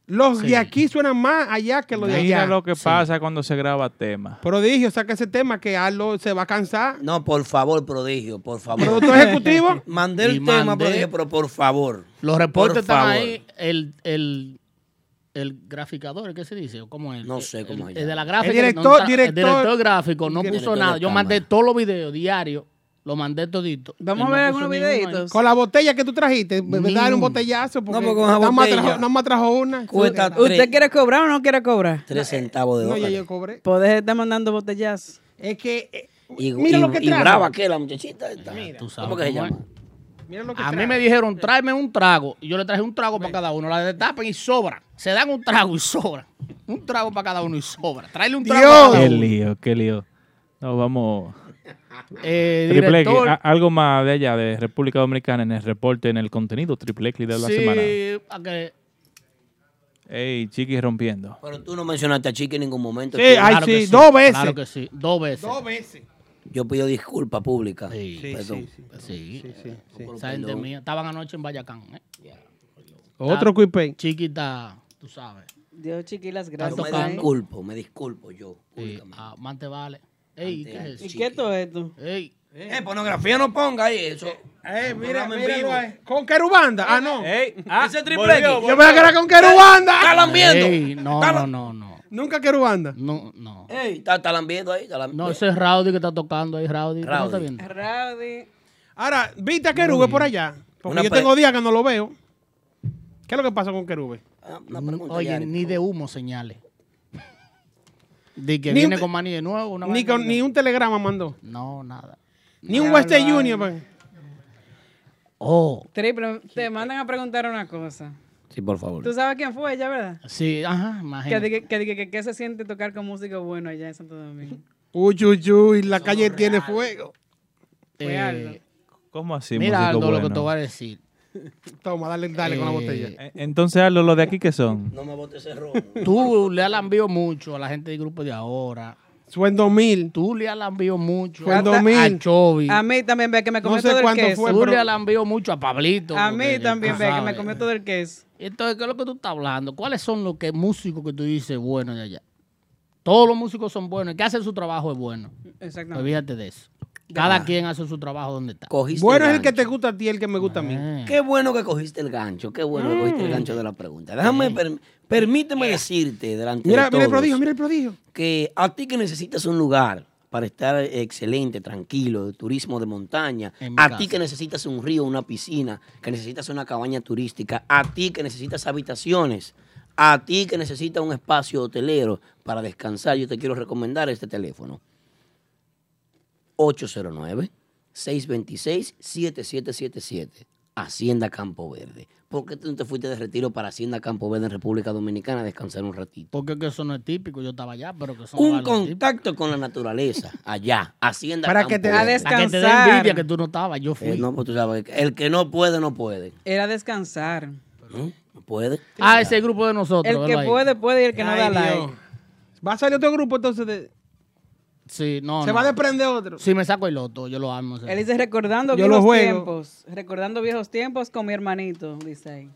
B: Los de aquí suenan más allá que los de
E: Mira
B: allá.
E: lo que pasa cuando se graba tema.
B: Prodigio, saca ese tema que Arlo se va a cansar.
N: (laughs)
D: No, por favor, prodigio, por favor.
B: (laughs) ¿Productor ejecutivo?
D: (laughs) Mandé el
B: Y
D: tema,
B: mandé.
D: prodigio, pero por favor.
N: Los reportes
D: Por
N: están
D: favor.
N: ahí. El, el, el graficador, ¿qué se dice? ¿O ¿Cómo es? Eh,
D: No sé cómo
N: El,
D: es.
N: el de la gráfica.
D: El
N: no
D: director-
N: está-
D: director-
N: el director gráfico no
D: Director
N: puso
D: de
N: nada. Yo
D: cámara.
N: mandé todos los videos diarios. Lo mandé todito.
C: Vamos
N: Él
C: a ver
N: no puso
C: algunos
N: ni uno ahí.
C: videitos.
B: Con la botella que tú trajiste,
N: Mm.
B: dale un botellazo. Porque
D: porque con esa
B: nada más
D: botella
B: trajo- nada más trajo una.
D: cuesta
B: Sí.
C: ¿Usted quiere cobrar o no quiere cobrar?
D: Tres centavos de
B: No,
D: dólar.
B: ya yo cobré.
C: Poder estar mandando botellazos.
B: Es que. eh,
D: Y,
B: mira
D: y-
B: lo que
D: y
B: trajo.
D: brava que la muchachita esta.
N: Eh, Tú sabes
D: ¿Cómo que se
N: cómo es.
D: llama?
B: Mira lo que
N: A
B: trajo.
N: mí me dijeron, tráeme un trago. Y yo le traje un trago para cada uno. La destapan y sobra. Se dan un trago y sobra. Un trago para cada uno y sobra. Tráele un trago. a cada
E: Qué
N: uno.
E: lío, qué lío. No, vamos.
N: Eh,
E: Triple X, ah,
N: director,
E: a- algo más de allá, de República Dominicana, en el reporte, en el contenido Triple X de la
N: sí,
E: semana.
N: a que-
E: Ey, chiqui rompiendo.
D: Pero tú no mencionaste a Chiqui en ningún momento.
E: Sí,
D: Chiqui.
E: ay, Claro sí, que sí, dos veces.
N: Claro que sí, dos veces.
B: Dos veces.
D: Yo pido disculpa pública.
N: Sí, sí,
D: Perdón. eh,
N: Sí, Esa
D: Perdón.
N: gente mía. Estaban anoche en Bayacán. ¿eh?
B: Otro cuipé.
N: Chiquita, tú sabes.
C: Dios, chiquilas,
D: Yo
C: gracias. ¿eh?
D: me disculpo, me disculpo yo.
N: Sí, ah, más te vale. Ey, ¿qué es
C: ¿Y
N: eso?
C: qué es todo esto?
N: Ey.
D: Eh, pornografía no ponga ahí eso.
B: Eh, mira,
D: Programa en
B: míralo
D: vivo.
B: ahí. Con Querubanda. Ah, no.
D: Ese triple
B: volvió,
D: X.
B: volvió. Yo me voy a quedar con Querubanda.
D: Está lambiendo.
N: Ey, no,
D: Está
N: no,
D: la-
N: no, no.
B: Nunca Querubanda.
N: No, no.
D: Ey, está, está lambiendo ahí. Está lambiendo.
N: No, ese es Rowdy que está tocando ahí, Rowdy. ¿Tú no
D: Rowdy.
N: estás viendo?
C: Rowdy.
B: Ahora, ¿viste a Querube por allá? Porque
D: Una
B: yo
D: pre-
B: tengo días que no lo veo. ¿Qué es lo que pasa con Querube?
D: Ah, una pregunta,
N: Oye,
D: Yari.
N: ni de humo señales. (laughs) De que
B: Ni
N: viene
B: un-
N: con Manny de nuevo. Una
B: Ni,
N: vaina
B: con-
N: de-
B: ni un telegrama mandó.
N: No, nada.
B: Ni un
C: Diablo,
B: West
C: ay.
B: Junior. pa-
N: Oh,
C: Triple, te mandan a preguntar una cosa.
D: Sí, por favor.
C: ¿Tú sabes quién fue ella, verdad?
N: sí, ajá,
C: Que,
N: imagínate.
C: dije- que, dije que, qué se siente tocar con música bueno allá en Santo Domingo.
B: Uy, uy, uy, la calle tiene fuego.
C: Fue
N: Eh,
C: Aldo.
E: ¿Cómo así?
N: mira,
E: músico
N: Aldo, lo que
E: bueno?
N: te voy a decir.
B: Toma, dale, dale con la
N: Eh,
B: botella.
E: E- Entonces, Arlo, ¿los de aquí qué son?
D: No me bote ese robo.
N: (laughs) Tú le has lambido mucho a la gente del grupo de ahora.
B: Fue en 2000.
N: Tú le has lambido mucho
B: Fue en
N: a,
B: 2000.
N: a Chovy.
C: A mí también ve que me comió
B: sé
C: todo el
B: cuánto
C: queso.
B: fue,
N: Tú le
B: pero-
N: has lambido mucho a Pablito.
C: A mí
N: porque tú
C: también ve que me
N: sabes.
C: comió todo el queso.
N: Entonces, ¿qué es lo que tú estás hablando? ¿Cuáles son los que, músicos que tú dices buenos de allá? Todos los músicos son buenos. El que hace su trabajo es bueno.
C: Exactamente.
N: Olvídate de eso. Cada quien hace su trabajo donde está.
D: Cogiste
B: Bueno es el
D: gancho.
B: que te gusta a ti, el que me gusta a mí.
N: Eh,
D: Qué bueno que cogiste el gancho, qué bueno que cogiste el gancho de la pregunta.
N: Eh.
D: Déjame, per- permíteme decirte delante
B: Mira,
D: de todos
B: mira el prodigio, mira el prodigio.
D: que a ti que necesitas un lugar para estar excelente, tranquilo, de turismo de montaña,
N: En mi
D: a
N: casa.
D: ti que necesitas un río, una piscina, que necesitas una cabaña turística, a ti que necesitas habitaciones, a ti que necesitas un espacio hotelero para descansar, yo te quiero recomendar este teléfono. 809-626-7777. Hacienda Campo Verde. ¿Por qué tú no te fuiste de retiro para Hacienda Campo Verde en República Dominicana a descansar un ratito?
N: Porque es que eso no es típico. Yo estaba allá, pero que eso no
D: un
N: vale lo típico.
D: contacto con la naturaleza allá, Hacienda
B: Para que te-
D: Campo
C: A
D: Verde.
N: Para que te dé
C: Descansar.
N: envidia que tú no estabas. Yo fui.
D: Eh, no, pues tú sabes, el que no puede, no puede.
C: Era descansar.
D: ¿No? No puede.
N: Ah, ese grupo de nosotros.
C: El que
N: velo ahí.
C: puede, puede y el que no
B: Ay,
C: da
B: Dios.
C: like.
B: Va a salir otro grupo entonces. de-
N: Sí, no,
B: se
N: no.
B: va a desprender otro.
N: Si me saco el loto, yo lo amo. o sea.
C: Él dice, recordando
B: Yo lo
C: viejos
B: juego.
C: tiempos. Recordando viejos tiempos con mi hermanito, dice ahí.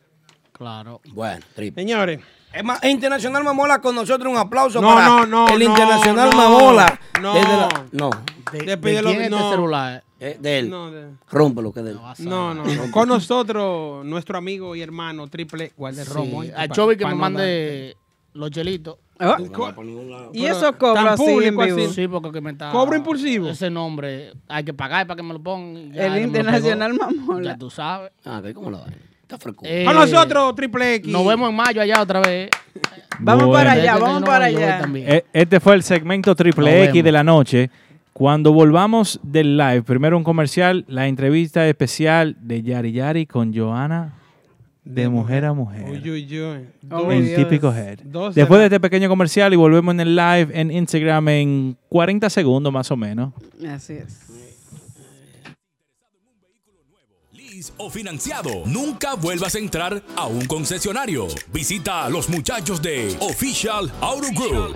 N: Claro.
D: Bueno, triple.
B: Señores.
D: Es más, Internacional Mamola con nosotros un aplauso
B: No, para no, no, el no, Internacional no, Mamola. no. Desde la-
D: No,
N: ¿De
B: Despídelo.
N: quién es este
B: no,
N: celular?
D: eh, de él.
B: no, de-
D: Rómpelo, que de él.
B: no, no, no. Con nosotros, nuestro amigo y hermano Triple Walder Romo.
N: Sí,
B: ¿eh?
N: A
B: Pa-
N: Chovy que
B: pa
N: me
B: no
N: mande los chelitos.
C: Ah, Y eso cobra
B: tan
C: así en
B: público
C: vivo.
B: así.
N: Sí, porque que me está.
B: Cobro impulsivo.
N: Ese nombre hay que pagar para que me lo pongan.
C: El
N: Ya, que me lo
C: Internacional
N: pegó.
C: Mamola.
N: Ya tú sabes.
D: Ah, que ¿cómo lo va? Está fresco.
N: Eh,
B: Con nosotros, Triple X.
N: Nos vemos en mayo allá otra vez.
C: Vamos
E: Bueno.
C: para
N: Desde
C: allá,
N: que
C: vamos
N: no,
C: para
N: yo voy
C: allá.
N: también.
E: E- Este fue el segmento Triple
N: Nos
E: X de
N: vemos.
E: la noche. Cuando volvamos del live, primero un comercial, la entrevista especial de Yari Yari con Joana de Mujer a Mujer.
B: Uy, uy, uy.
C: Oh,
E: en
B: Dos-
E: típico head.
B: Oh, dos
E: Después de este pequeño comercial y volvemos en el live en Instagram en 40 segundos más o menos.
C: Así es.
H: Lease o financiado. Nunca vuelvas a entrar a un concesionario. Visita a los muchachos de Official Auto Group.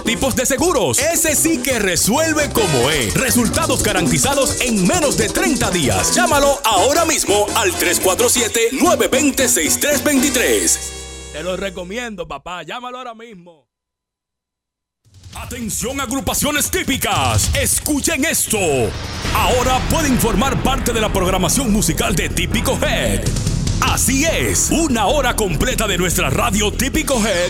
H: tipo de seguros. Ese sí que resuelve como es. Resultados garantizados en menos de 30 días. Llámalo ahora mismo al 347-920-6323. Te lo recomiendo, papá. Llámalo ahora mismo. Atención agrupaciones típicas, escuchen esto. Ahora pueden formar parte de la programación musical de Típico Head. Así es, una hora completa de nuestra radio Típico Head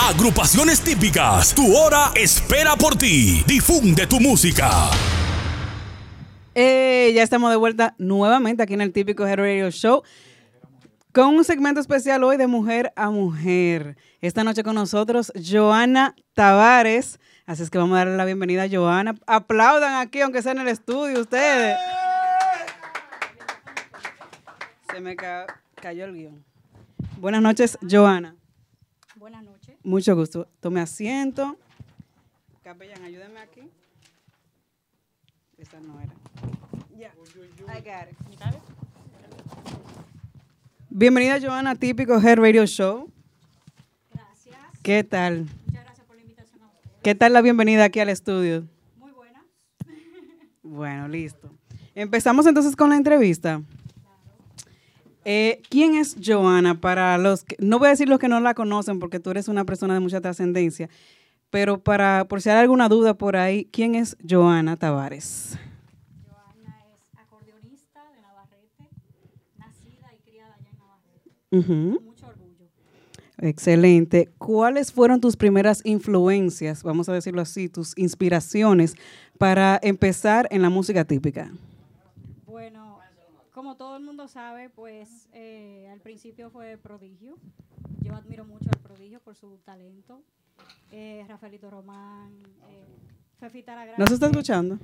H: Agrupaciones típicas, tu hora espera por ti. Difunde tu música.
C: Eh, ya estamos de vuelta nuevamente aquí en el típico Hero Radio Show con un segmento especial hoy de mujer a mujer. Esta noche con nosotros Joana Tavares. Así es que vamos a darle la bienvenida a Joana. Aplaudan aquí, aunque sea en el estudio ustedes. Se me ca- cayó el guión. Buenas noches, Joana.
O: Buenas noches.
C: Mucho gusto. Tome asiento. Capellán, ayúdame aquí. Esta no era. Ya. I got it. Bienvenida, Joana, a típico Hair Radio Show. Gracias. ¿Qué tal? Muchas gracias por la invitación a ¿Qué tal la bienvenida aquí al estudio? (laughs) Muy buena. bueno, listo. Empezamos entonces con la entrevista. Eh, ¿Quién es Joana? Para los que, no voy a decir los que no la conocen, porque tú eres una persona de mucha trascendencia, pero para, por si hay alguna duda por ahí, ¿quién es Joana Tavares? Ujú. Excelente. ¿Cuáles fueron tus primeras influencias, vamos a decirlo así, tus inspiraciones para empezar en la música típica?
O: Bueno, como todo el mundo sabe, pues eh, al principio fue prodigio. Yo admiro mucho al prodigio por su talento. Eh, Rafaelito Román, eh, Fefita la
C: ¿Nos está
O: Grande.
C: escuchando?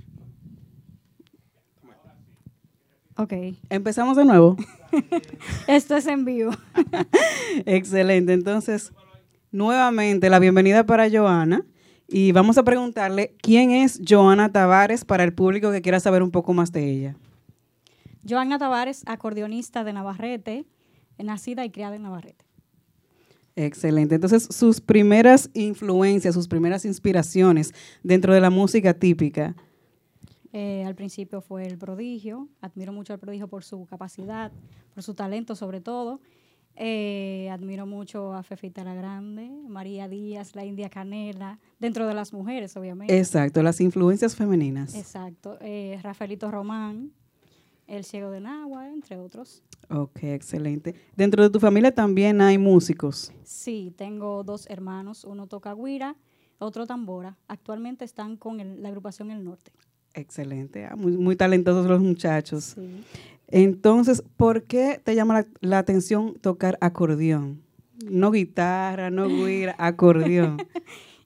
O: Ok.
C: Empezamos de nuevo.
O: Esto es en vivo.
C: Excelente. Entonces, nuevamente la bienvenida para Joana. Y vamos a preguntarle quién es Joana Tavares para el público que quiera saber un poco más de ella.
O: Joana Tavares, acordeonista de Navarrete, nacida y criada en Navarrete.
C: Excelente. Entonces, sus primeras influencias, sus primeras inspiraciones dentro de la música típica.
O: Eh, al principio fue el prodigio, admiro mucho al prodigio por su capacidad, por su talento sobre todo. Eh, admiro mucho a Fefita la Grande, María Díaz, la India Canela, dentro de las mujeres obviamente.
C: Exacto, las influencias femeninas.
O: Exacto. Eh, Rafaelito Román, El Ciego de Nagua, entre otros.
C: Ok, excelente. Dentro de tu familia también hay músicos.
O: Sí, tengo dos hermanos, uno toca guira, otro tambora. Actualmente están con el- la agrupación El Norte.
C: Excelente. ah, muy, muy talentosos los muchachos. Entonces, ¿por qué te llama la, la atención tocar acordeón? No guitarra, no
O: (laughs)
C: guira, acordeón.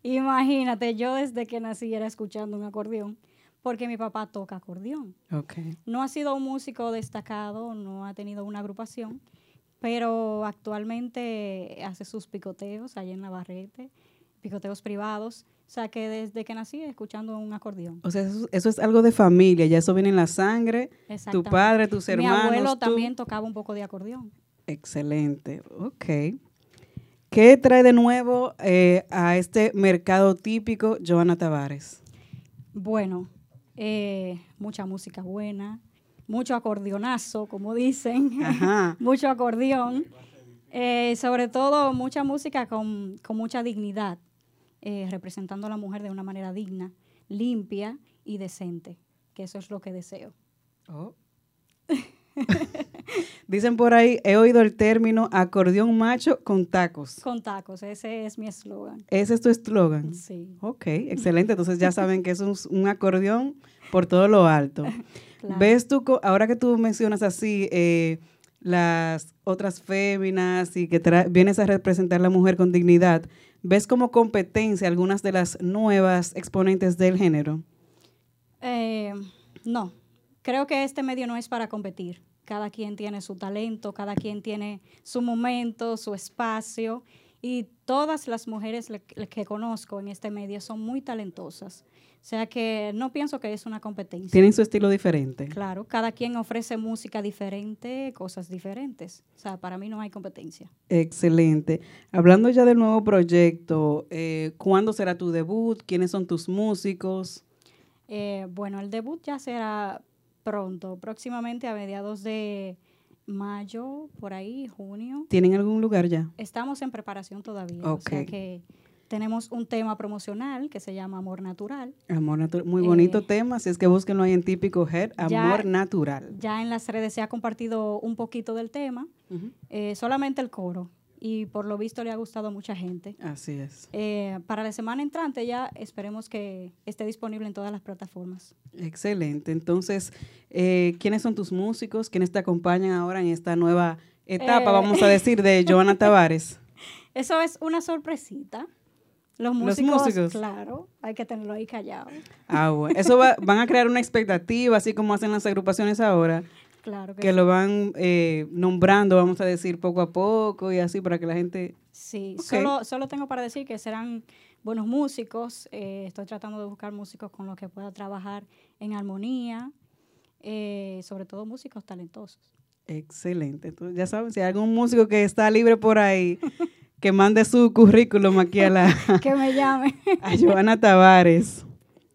O: Imagínate, yo desde que nací era escuchando un acordeón, porque mi papá toca acordeón.
C: Ok.
O: No ha sido un músico destacado, no ha tenido una agrupación, pero actualmente hace sus picoteos allá en Navarrete, picoteos privados. O sea que desde que nací escuchando un acordeón.
C: O sea, eso, eso es algo de familia, ya eso viene en la sangre. Tu
O: Exactamente.
C: padre, tus hermanos.
O: Mi abuelo
C: tú.
O: también tocaba un poco de acordeón.
C: Excelente, ok. ¿Qué trae de nuevo eh, a este mercado típico Joana Tavares?
O: Bueno, eh, mucha música buena, mucho acordeonazo, como dicen,
C: Ajá.
O: (laughs) mucho acordeón, eh, sobre todo mucha música con, con mucha dignidad, eh, representando a la mujer de una manera digna, limpia y decente, que eso es lo que deseo.
C: Oh. (laughs) Dicen por ahí, he oído el término acordeón macho con tacos.
O: Con tacos, ese es mi eslogan.
C: ¿Ese es tu eslogan?
O: Sí.
C: Mm. Ok, excelente. Entonces ya saben que es un, un acordeón por todo lo alto.
O: (laughs) Claro.
C: ¿Ves tú, co- ahora que tú mencionas así eh, las otras féminas y que tra- vienes a representar a la mujer con dignidad, ¿ves como competencia algunas de las nuevas exponentes del género?
O: Eh, no, creo que este medio no es para competir. Cada quien tiene su talento, cada quien tiene su momento, su espacio. Y todas las mujeres le- le- que conozco en este medio son muy talentosas. O sea que no pienso que es una competencia.
C: Tienen su estilo diferente.
O: Claro, cada quien ofrece música diferente, cosas diferentes. O sea, para mí no hay competencia.
C: Excelente. Hablando ya del nuevo proyecto, eh, ¿cuándo será tu debut? ¿Quiénes son tus músicos?
O: Eh, bueno, el debut ya será pronto, próximamente a mediados de mayo, por ahí, junio.
C: ¿Tienen algún lugar ya?
O: Estamos en preparación todavía. O
C: Ok.
O: sea que tenemos un tema promocional que se llama Amor Natural.
C: Amor natural. Muy
O: Eh.
C: bonito tema, así es que búsquenlo ahí en típico head, amor natural.
O: Ya en las redes se ha compartido un poquito del tema, eh, solamente el coro. Y por lo visto le ha gustado a mucha gente.
C: Así es.
O: Eh, para la semana entrante ya esperemos que esté disponible en todas las plataformas.
C: Excelente. Entonces, eh, ¿quiénes son tus músicos? ¿Quiénes te acompañan ahora en esta nueva etapa,
O: Eh.
C: vamos a
O: (laughs)
C: decir, de Joana Tavares?
O: Eso es una sorpresita. Los
C: Los
O: músicos,
C: músicos.
O: claro, hay que tenerlo ahí callado.
C: Ah, bueno. Eso va- van a crear una expectativa, así como hacen las agrupaciones ahora,
O: Claro que,
C: que lo
O: sí.
C: van eh, nombrando, vamos a decir, poco a poco y así para que la gente...
O: Sí,
C: Ok.
O: solo, solo tengo para decir que serán buenos músicos. eh, estoy tratando de buscar músicos con los que pueda trabajar en armonía, eh, sobre todo músicos
C: (laughs)
O: talentosos.
C: Excelente. Entonces, ya saben, si hay algún músico que está libre por ahí, que mande su currículum aquí a la... (laughs)
O: que me llame.
C: a Joana Tavares.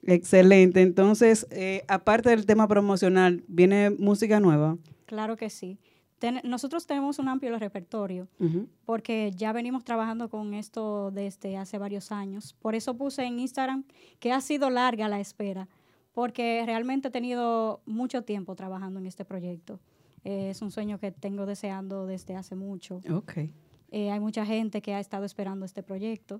C: Excelente. Entonces, eh, aparte del tema promocional, ¿viene música nueva?
O: Claro que sí. Ten- nosotros tenemos un amplio repertorio
C: Ujú.
O: porque ya venimos trabajando con esto desde hace varios años. Por eso puse en Instagram que ha sido larga la espera, porque realmente he tenido mucho tiempo trabajando en este proyecto. Eh, es un sueño que tengo deseando desde hace mucho.
C: Ok.
O: Eh, hay mucha gente que ha estado esperando este proyecto.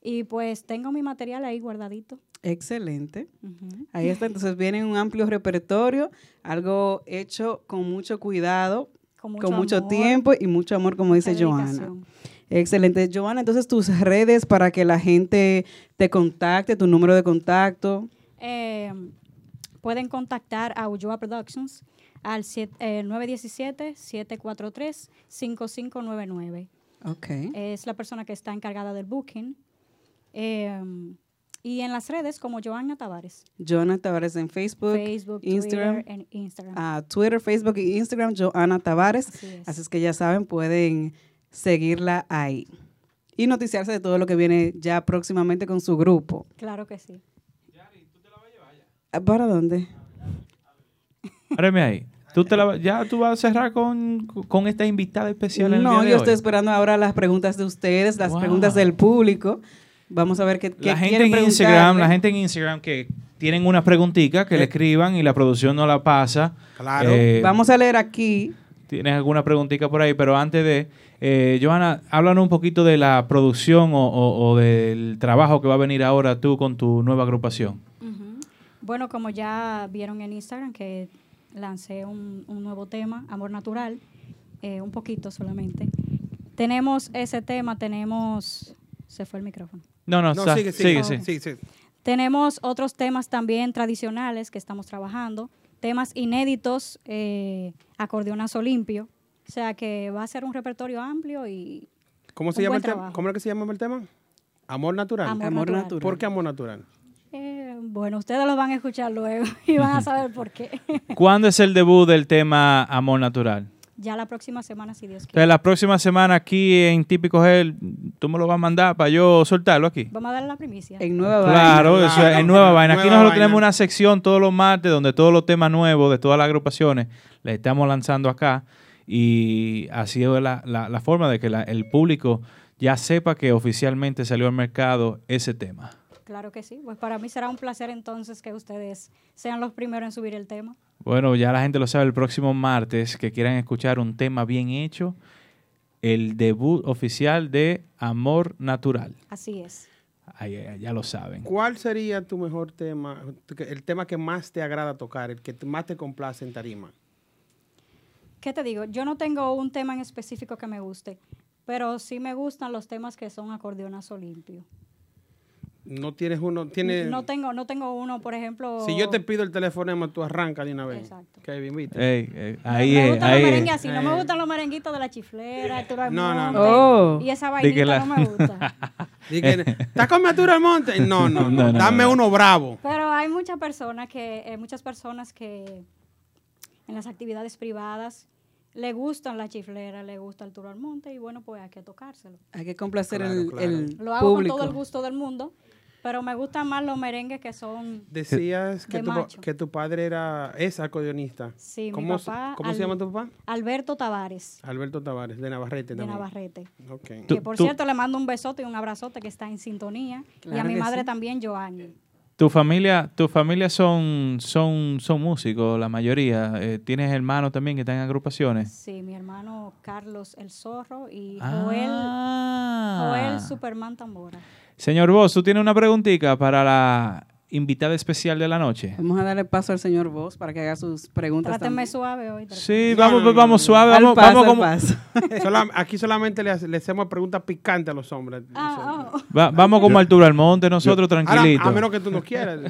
O: Y pues tengo mi material ahí guardadito.
C: Excelente.
O: Ujú.
C: Ahí está. Entonces, viene un amplio repertorio, algo hecho con mucho cuidado,
O: con
C: mucho,
O: amor.
C: tiempo y mucho amor, como dice Joana.
O: dedicación.
C: Excelente. Joana, entonces tus redes para que la gente te contacte, tu número de contacto.
O: Eh, pueden contactar a Ulloa Productions al siete- eh, 917-743-5599.
C: Ok.
O: Es la persona que está encargada del booking. Eh, y en las redes como Joana Tavares.
C: Joana Tavares en Facebook,
O: Facebook,
C: Instagram.
O: Twitter and Instagram.
C: a Twitter, Facebook e Instagram, Joana Tavares. Así es. que ya saben, pueden seguirla ahí. Y noticiarse de todo lo que viene ya próximamente con su grupo.
O: Claro que sí.
C: Ah, ¿Para dónde?
E: Páreme ahí. ¿Tú te la, va- ya tú vas a cerrar con, con esta invitada especial en el
C: No,
E: día de
C: yo
E: hoy?
C: estoy esperando ahora las preguntas de ustedes, las
E: Wow.
C: preguntas del público. Vamos a ver qué, qué
E: la gente
C: quieren
E: en Instagram,
C: preguntarle. Eh.
E: la gente en Instagram que tienen unas preguntitas que le escriban y la producción no la pasa.
B: Claro.
E: Eh,
C: Vamos a leer aquí.
E: Tienes alguna preguntita por ahí, pero antes de... Eh, Johanna, háblanos un poquito de la producción o, o- o del trabajo que va a venir ahora tú con tu nueva agrupación.
O: Bueno, como ya vieron en Instagram que lancé un, un nuevo tema, Amor Natural, eh, un poquito solamente. Tenemos ese tema, tenemos... Se fue el micrófono.
E: No, no, sa- sigue, sí.
O: Ok. Tenemos otros temas también tradicionales que estamos trabajando, temas inéditos, eh, acordeonazo limpio. O sea que va a ser un repertorio amplio y
B: ¿Cómo se
O: Un
B: llama
O: buen
B: el tema?
O: trabajo.
B: ¿Cómo es que se llama el tema? Amor natural.
O: Amor Amor natural. natural.
B: ¿Por qué amor natural?
O: eh, bueno, ustedes lo van a escuchar luego (laughs) y van a saber por qué. (laughs)
E: ¿Cuándo es el debut del tema Amor Natural?
O: ya la próxima semana, si Dios quiere.
E: Entonces, la próxima semana aquí en Típico Gel, tú me lo vas a mandar para yo soltarlo aquí.
O: Vamos a dar la primicia.
C: En Nueva
E: Claro,
C: Vaina.
E: eso es, es nueva vaina. Aquí
C: Nueva
E: nosotros
C: vaina.
E: tenemos una sección todos los martes donde todos los temas nuevos de todas las agrupaciones les estamos lanzando acá. Y así es la, la- la forma de que la- el público ya sepa que oficialmente salió al mercado ese tema.
O: Claro que sí. Pues para mí será un placer entonces que ustedes sean los primeros en subir el tema.
E: Bueno, ya la gente lo sabe el próximo martes que quieran escuchar un tema bien hecho, el debut oficial de Amor Natural.
O: Así es.
E: Ahí, ahí, ya lo saben.
B: ¿Cuál sería tu mejor tema, el tema que más te agrada tocar, el que te- más te complace en tarima?
O: ¿Qué te digo? Yo no tengo un tema en específico que me guste, pero sí me gustan los temas que son acordeonazo limpio.
B: No tienes uno, tiene.
O: No tengo, no tengo uno, por ejemplo.
B: si yo te pido el teléfono, tú arrancas de una vez. Exacto.
E: Ey, ey, ahí
O: me
E: es,
O: gustan los
E: ahí es.
O: merengues así, no me gustan los merenguitos de la chiflera, el Tula
B: No, no,
O: Monte,
B: no.
O: y esa
E: Oh. Di que
O: vainita
E: la-
O: no me
E: (laughs)
O: gusta.
B: Di que, (laughs) ¿Estás con Matura del Monte? No, no, no.
E: No, no,
B: Dame
E: no.
B: uno bravo.
O: Pero hay muchas personas que, eh, muchas personas que en las actividades privadas le gustan la chiflera, le gusta el turo al monte y bueno, pues hay que tocárselo.
C: Hay que complacer
B: Claro,
C: el,
B: claro.
C: el
O: Lo hago
C: público.
O: con todo el gusto del mundo, pero me gustan más los merengues que son
B: Decías que
O: de
B: tu, pa-
O: macho.
B: que tu padre era es acordeonista.
O: Sí, mi
B: ¿Cómo, se-
O: papá,
B: ¿Cómo
O: Al-
B: se llama tu papá?
O: Alberto Tavares
B: Alberto Tavares, de Navarrete
O: de
B: también.
O: Navarrete.
B: Ok.
O: Que por cierto le mando un besote y un abrazote que está en sintonía. y a
C: Claro
O: mi
C: que
O: madre
C: sí.
O: también, Joanny.
E: Tu familia, tu familia son, son, son músicos, la mayoría. Eh, ¿Tienes hermanos también que están en agrupaciones?
O: Sí, mi hermano Carlos el Zorro y
E: Ah.
O: Joel, Joel Superman Tambora.
E: Señor Vos, ¿tú tienes una preguntita para la invitada especial de la noche?
C: Vamos a darle paso al señor Voss para que haga sus preguntas.
O: Tráteme
C: también.
O: suave hoy.
E: Sí, vamos, pues, vamos suave,
C: Al
E: vamos, vamos
C: paso, al
E: como-
C: paso.
E: (laughs)
B: Solam- aquí solamente le, hace- le hacemos preguntas picantes a los hombres.
O: Ah, (laughs) Oh.
E: Va- vamos como altura al monte nosotros,
B: Ahora,
E: tranquilitos.
K: Ah,
B: a menos que tú no quieras.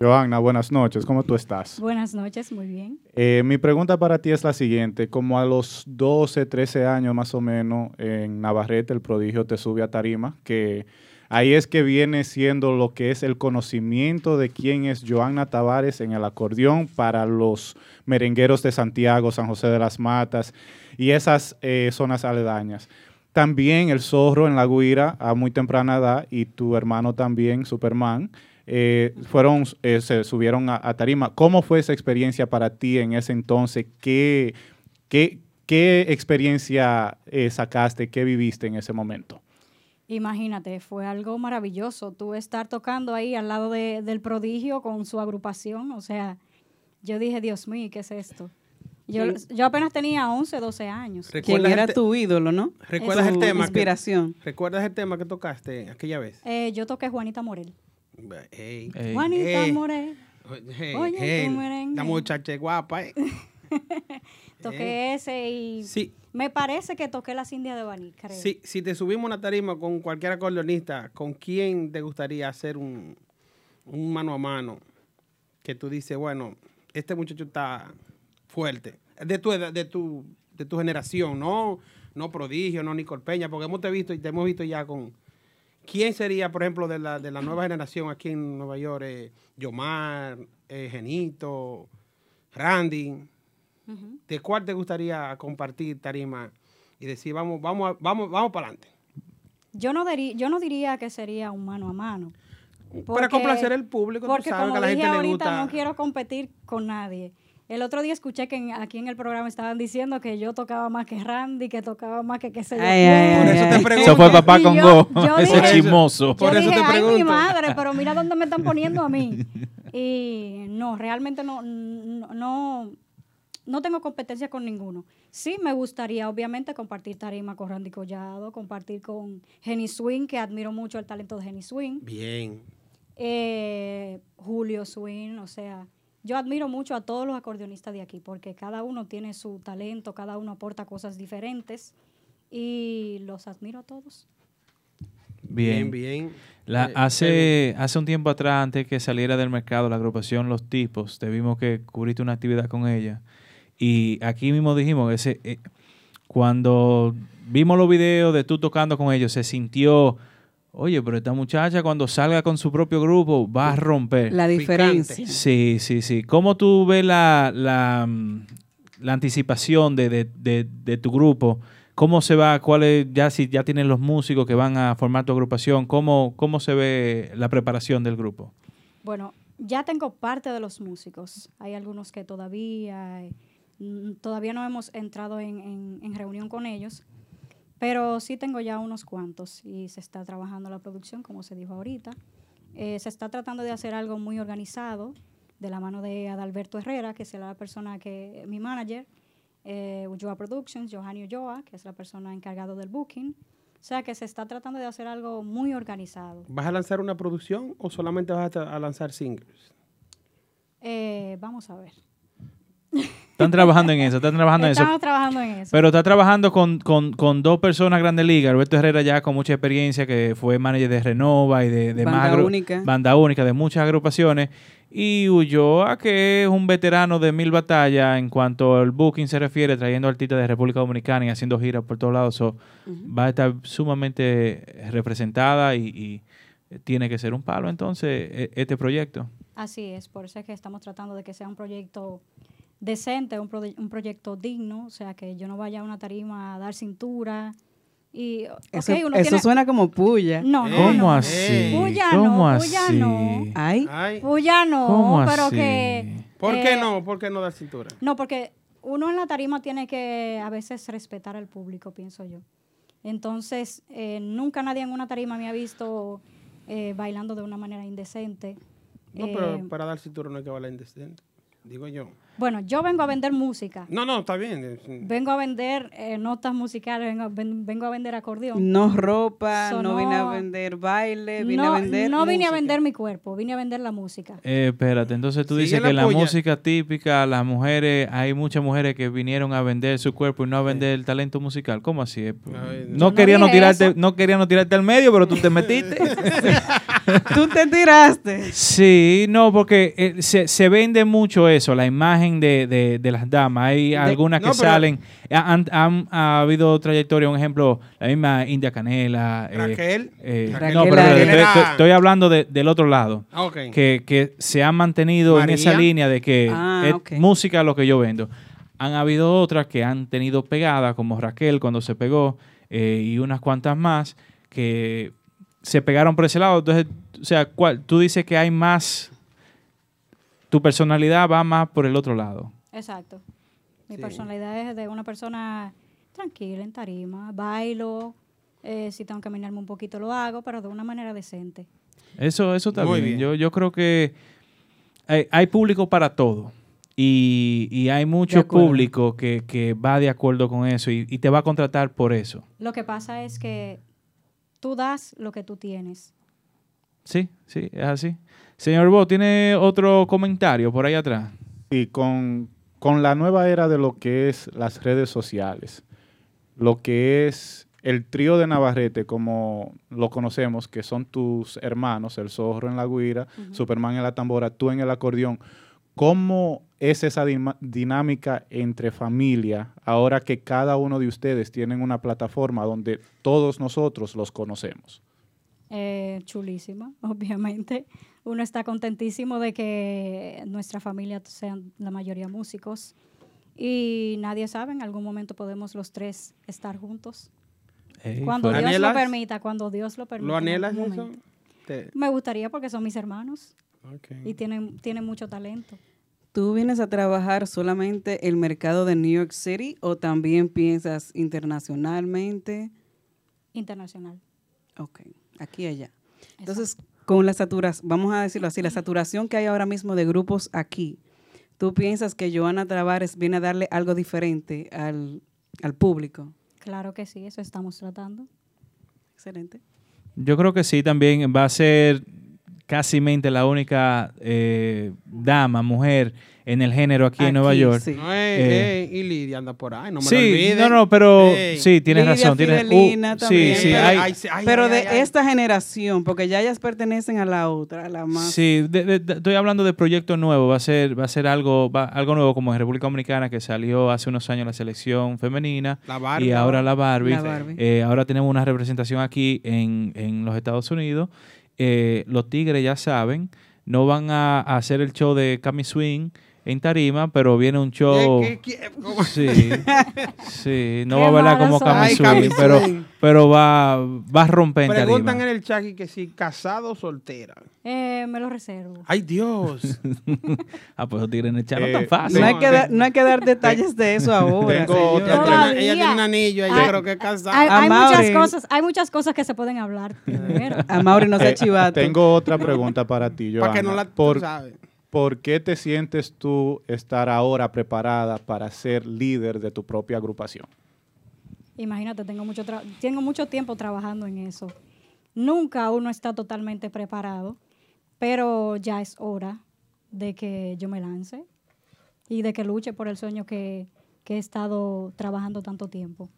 K: Johanna, buenas noches. ¿Cómo tú
O: (laughs)
K: estás?
O: Buenas noches, muy bien.
K: Eh, mi pregunta para ti es la siguiente. Como a los 12, 13 años más o menos, en Navarrete el prodigio te sube a tarima, que ahí es que viene siendo lo que es el conocimiento de quién es Johanna Tavares en el acordeón para los merengueros de Santiago, San José de las Matas y esas eh, zonas aledañas. También el zorro en la guira a muy temprana edad y tu hermano también, Superman, eh, fueron, eh, se subieron a, a tarima. ¿Cómo fue esa experiencia para ti en ese entonces? ¿Qué, qué, qué experiencia eh, sacaste? ¿Qué viviste en ese momento?
O: Imagínate, fue algo maravilloso tú estar tocando ahí al lado de- del prodigio con su agrupación. O sea, yo dije, Dios mío, ¿qué es esto? Yo,
C: Sí.
O: yo apenas tenía 11, 12 años.
C: Quien era tu ídolo, ¿no?
B: este ¿Recuerdas el
C: Tu
B: tema? que-
C: Inspiración.
B: ¿Recuerdas el tema que tocaste aquella vez?
O: Eh, yo toqué Juanita Morel.
B: Ey.
O: Juanita
B: Ey.
O: Morel.
B: Ey,
O: Oye,
B: ey,
O: tu merengue.
B: la muchacha es guapa. eh.
O: Toqué ese y
B: Sí.
O: me parece que toqué la Cindia de Baní, creo.
B: Si, si te subimos a una tarima con cualquier acordeonista, ¿con quién te gustaría hacer un, un mano a mano? Que tú dices, bueno, este muchacho está fuerte. De tu edad, de tu, de tu generación, no, no prodigio, no Nicol Peña, porque hemos te visto y te hemos visto ya con. ¿Quién sería, por ejemplo, de la, de la nueva generación aquí en Nueva York? Eh, Yomar, eh, Genito, Randy.
O: Ujú.
B: ¿De cuál te gustaría compartir tarima y decir vamos, vamos, a- vamos, vamos para adelante?
O: Yo, no diría, yo no diría que sería un mano a mano.
B: Para complacer al público, tú
O: porque
B: sabes
O: como
B: que a la
O: dije
B: gente le
O: ahorita,
B: gusta-
O: no quiero competir con nadie. El otro día escuché que en- aquí en el programa estaban diciendo que yo tocaba más que Randy, que tocaba más que qué sé yo.
E: Ay, ay,
O: quién.
E: ay, Por eso te ay. pregunto. Eso fue papá
O: Y
E: con
O: yo-
E: go.
O: yo
E: Ese
O: dije-
E: chismoso.
O: yo
E: Por eso
O: dije,
E: te
O: Ay, mi
E: pregunto".
O: madre, pero mira dónde me están poniendo
B: (laughs)
O: a mí. Y no, realmente no, no, no, no tengo competencia con ninguno. Sí, me gustaría, obviamente, compartir tarima con Randy Collado, compartir con Jenny Swing, que admiro mucho el talento de Jenny Swing
B: Bien.
O: eh, Julio Swin, o sea, yo admiro mucho a todos los acordeonistas de aquí porque cada uno tiene su talento, cada uno aporta cosas diferentes y los admiro a todos.
B: Bien,
E: Bien,
B: bien.
E: La-
B: Eh,
E: hace, hace un tiempo atrás, antes que saliera del mercado la agrupación Los Tipos, te vimos que cubriste una actividad con ella. Y aquí mismo dijimos, ese, eh, cuando vimos los videos de tú tocando con ellos, se sintió, oye, pero esta muchacha cuando salga con su propio grupo va a romper.
C: La diferencia. Picante.
E: Sí, sí, sí. ¿Cómo tú ves la, la, mm, la anticipación de, de- de- de tu grupo? ¿Cómo se va? ¿Cuáles ya si ya tienen los músicos que van a formar tu agrupación? ¿Cómo, cómo se ve la preparación del grupo?
O: Bueno, ya tengo parte de los músicos. Hay algunos que todavía, eh, mm, todavía no hemos entrado en, en- en reunión con ellos, pero sí tengo ya unos cuantos y se está trabajando la producción, como se dijo ahorita. Eh, se está tratando de hacer algo muy organizado de la mano de Adalberto Herrera, que es la persona que, mi manager, eh, Ulloa Productions, Johanny Ulloa, que es la persona encargada del booking. O sea que se está tratando de hacer algo muy organizado.
B: ¿Vas a lanzar una producción o solamente vas a tra- a lanzar singles?
O: Eh, vamos a ver.
E: Están trabajando en eso, están
C: Ah,
E: trabajando en eso.
O: Estamos trabajando en eso.
E: Pero está trabajando con, con- con dos personas grandes ligas. Roberto Herrera ya con mucha experiencia, que fue manager de Renova y de, de
C: Banda
E: más agru-
C: única.
E: Banda única, de muchas agrupaciones. Y Ulloa, que es un veterano de mil batallas en cuanto al booking se refiere, trayendo artistas de República Dominicana y haciendo giras por todos lados. So, Va a estar sumamente representada y, y tiene que ser un palo entonces e- este proyecto.
O: Así es, por eso es que estamos tratando de que sea un proyecto decente, un, proye- un proyecto digno, o sea, que yo no vaya a una tarima a dar cintura. Y,
C: Eso,
O: ok, uno
C: eso
O: tiene-
C: suena como puya.
O: No, no,
E: ¿Cómo
O: no.
E: así?
O: Puya
E: ¿Cómo
O: no,
E: así?
O: puya no.
C: Ay.
O: Puya no,
E: ¿Cómo
O: pero
E: así?
O: que...
B: ¿Por qué
O: eh,
B: no? ¿Por qué no dar cintura?
O: No, porque uno en la tarima tiene que a veces respetar al público, pienso yo. Entonces, eh, nunca nadie en una tarima me ha visto eh, bailando de una manera indecente.
B: No,
O: Eh,
B: pero para dar cintura no hay que valer indecente. Digo yo.
O: Bueno, yo vengo a vender música.
B: No, no, está bien. eh,
O: Vengo a vender eh, notas musicales, vengo, ven- vengo a vender acordeón.
C: No ropa,
O: So,
C: no vine a
O: no-
C: vender baile, vine
O: no,
C: a vender.
O: no vine a
C: música.
O: vender mi cuerpo, vine a vender la música.
E: Eh, espérate, entonces tú
C: Sigue
E: dices
C: la
E: que la
C: puya.
E: música típica, las mujeres, hay muchas mujeres que vinieron a vender su cuerpo y no a vender el talento musical. ¿Cómo así? Eh, No,
C: no
E: quería no
C: dije
E: tirarte,
C: eso.
E: no quería no tirarte al medio, pero tú te metiste.
C: (laughs) Tú te tiraste.
E: Sí, no, porque eh, se, se vende mucho eso, la imagen de, de- de las damas. Hay algunas que
C: no, pero-
E: salen. Ha- han- han- ha habido trayectoria, un ejemplo, la misma India Canela. eh,
B: Raquel.
E: eh,
B: Raquel
E: no, pero
B: Arana.
E: estoy, estoy- estoy hablando de- del otro lado.
B: Ah, ok.
E: que, que se han mantenido
B: María.
E: en esa línea de que
B: Ah,
E: es
B: ok.
E: música lo que yo vendo. Han habido otras que han tenido pegada, como Raquel cuando se pegó, eh, y unas cuantas más que se pegaron por ese lado. Entonces, o sea, ¿cuál- tú dices que hay más, tu personalidad va más por el otro lado.
O: Exacto. Mi
B: Sí.
O: personalidad es de una persona tranquila, en tarima, bailo, eh, si tengo que caminarme un poquito lo hago, pero de una manera decente.
E: Eso, eso está
B: Muy
E: bien. Yo, yo creo que hay, hay público para todo. Y, y hay mucho
O: acuerdo.
E: público que, que va de acuerdo con eso y, y te va a contratar por eso.
O: Lo que pasa es que tú das lo que tú tienes.
E: Sí, sí, es así. Señor Bo, ¿tiene otro comentario por ahí atrás?
K: Y con, con la nueva era de lo que es las redes sociales, lo que es el trío de Navarrete, como lo conocemos, que son tus hermanos, el zorro en la guira, Superman en la tambora, tú en el acordeón. ¿Cómo es esa dima- dinámica entre familia ahora que cada uno de ustedes tienen una plataforma donde todos nosotros los conocemos?
O: Eh, chulísima, (laughs) obviamente. Uno está contentísimo de que nuestra familia sean la mayoría músicos y nadie sabe, en algún momento podemos los tres estar juntos.
E: Ey,
O: cuando
B: fuera.
O: Dios
B: ¿Anhelas?
O: lo permita, cuando Dios lo permita.
B: ¿Lo
O: en
B: anhelas
O: algún
B: eso?
O: momento.
B: Te-
O: Me gustaría porque son mis hermanos
B: Ok.
O: y tienen, tienen mucho talento.
C: ¿Tú vienes a trabajar solamente el mercado de New York City o también piensas internacionalmente?
O: Internacional.
C: Ok, aquí y allá. Entonces, con la saturación, vamos a decirlo así, la saturación que hay ahora mismo de grupos aquí, ¿tú piensas que Joana Tavares viene a darle algo diferente al, al público?
O: Claro que sí, eso estamos tratando.
C: Excelente.
E: Yo creo que sí, también va a ser casi mente la única eh, dama, mujer en el género aquí, en Nueva York.
B: Sí. No,
E: Eh,
B: eh, eh, y Lidia anda por ahí, no me lo Eh,
E: sí,
B: olviden.
E: no, no, pero
B: Ey.
E: sí, tienes
C: Lidia
E: razón. Tienes, uh,
C: Fidelina
E: sí,
C: también.
E: sí,
C: pero,
E: hay-
C: pero de esta generación, porque ya ellas pertenecen a la otra, a la más.
E: Sí, de- de- de- estoy hablando de proyectos nuevos. Va a ser, va a ser algo, va- algo nuevo como en República Dominicana que salió hace unos años la selección femenina
B: La Barbie.
E: y ahora la Barbie.
B: La Barbie.
E: Eh, ahora tenemos una representación aquí en, en los Estados Unidos. Eh, los Tigres ya saben, no van a, a hacer el show de Cami Swing en Tarima, pero viene un show.
B: ¿Qué- qué- qué- cómo? (laughs)
E: Sí, sí, no
B: Qué
E: va a bailar
B: malas
E: como
B: son.
E: Cami
B: Ay,
E: Swing,
B: Cami
E: pero,
B: Swing.
E: pero va, va a romper en Tarima.
B: Preguntan en el chat que si casado o soltera.
O: Eh, me lo reservo.
B: Ay, Dios.
E: (laughs) ah, pues los Tigres en el chat no
B: Eh,
E: tan fácil.
C: No hay, que dar, no hay que dar detalles
B: (laughs)
C: de eso ahora.
B: Tengo otra
C: señora.
B: prima- Ella tiene un anillo, ella
O: Ah,
B: creo que es casada.
O: Hay, hay muchas
C: Amaury.
O: cosas, hay muchas cosas que se pueden hablar. primero.
C: A Mauri no
K: (laughs) Eh,
C: se chivato.
K: Tengo otra pregunta para ti, Joana.
B: Para que no la
K: Por-
B: sabes.
K: ¿Por qué te sientes tú estar ahora preparada para ser líder de tu propia agrupación?
O: Imagínate, tengo mucho, tra- tengo mucho tiempo trabajando en eso. Nunca uno está totalmente preparado, pero ya es hora de que yo me lance y de que luche por el sueño que, que he estado trabajando tanto tiempo.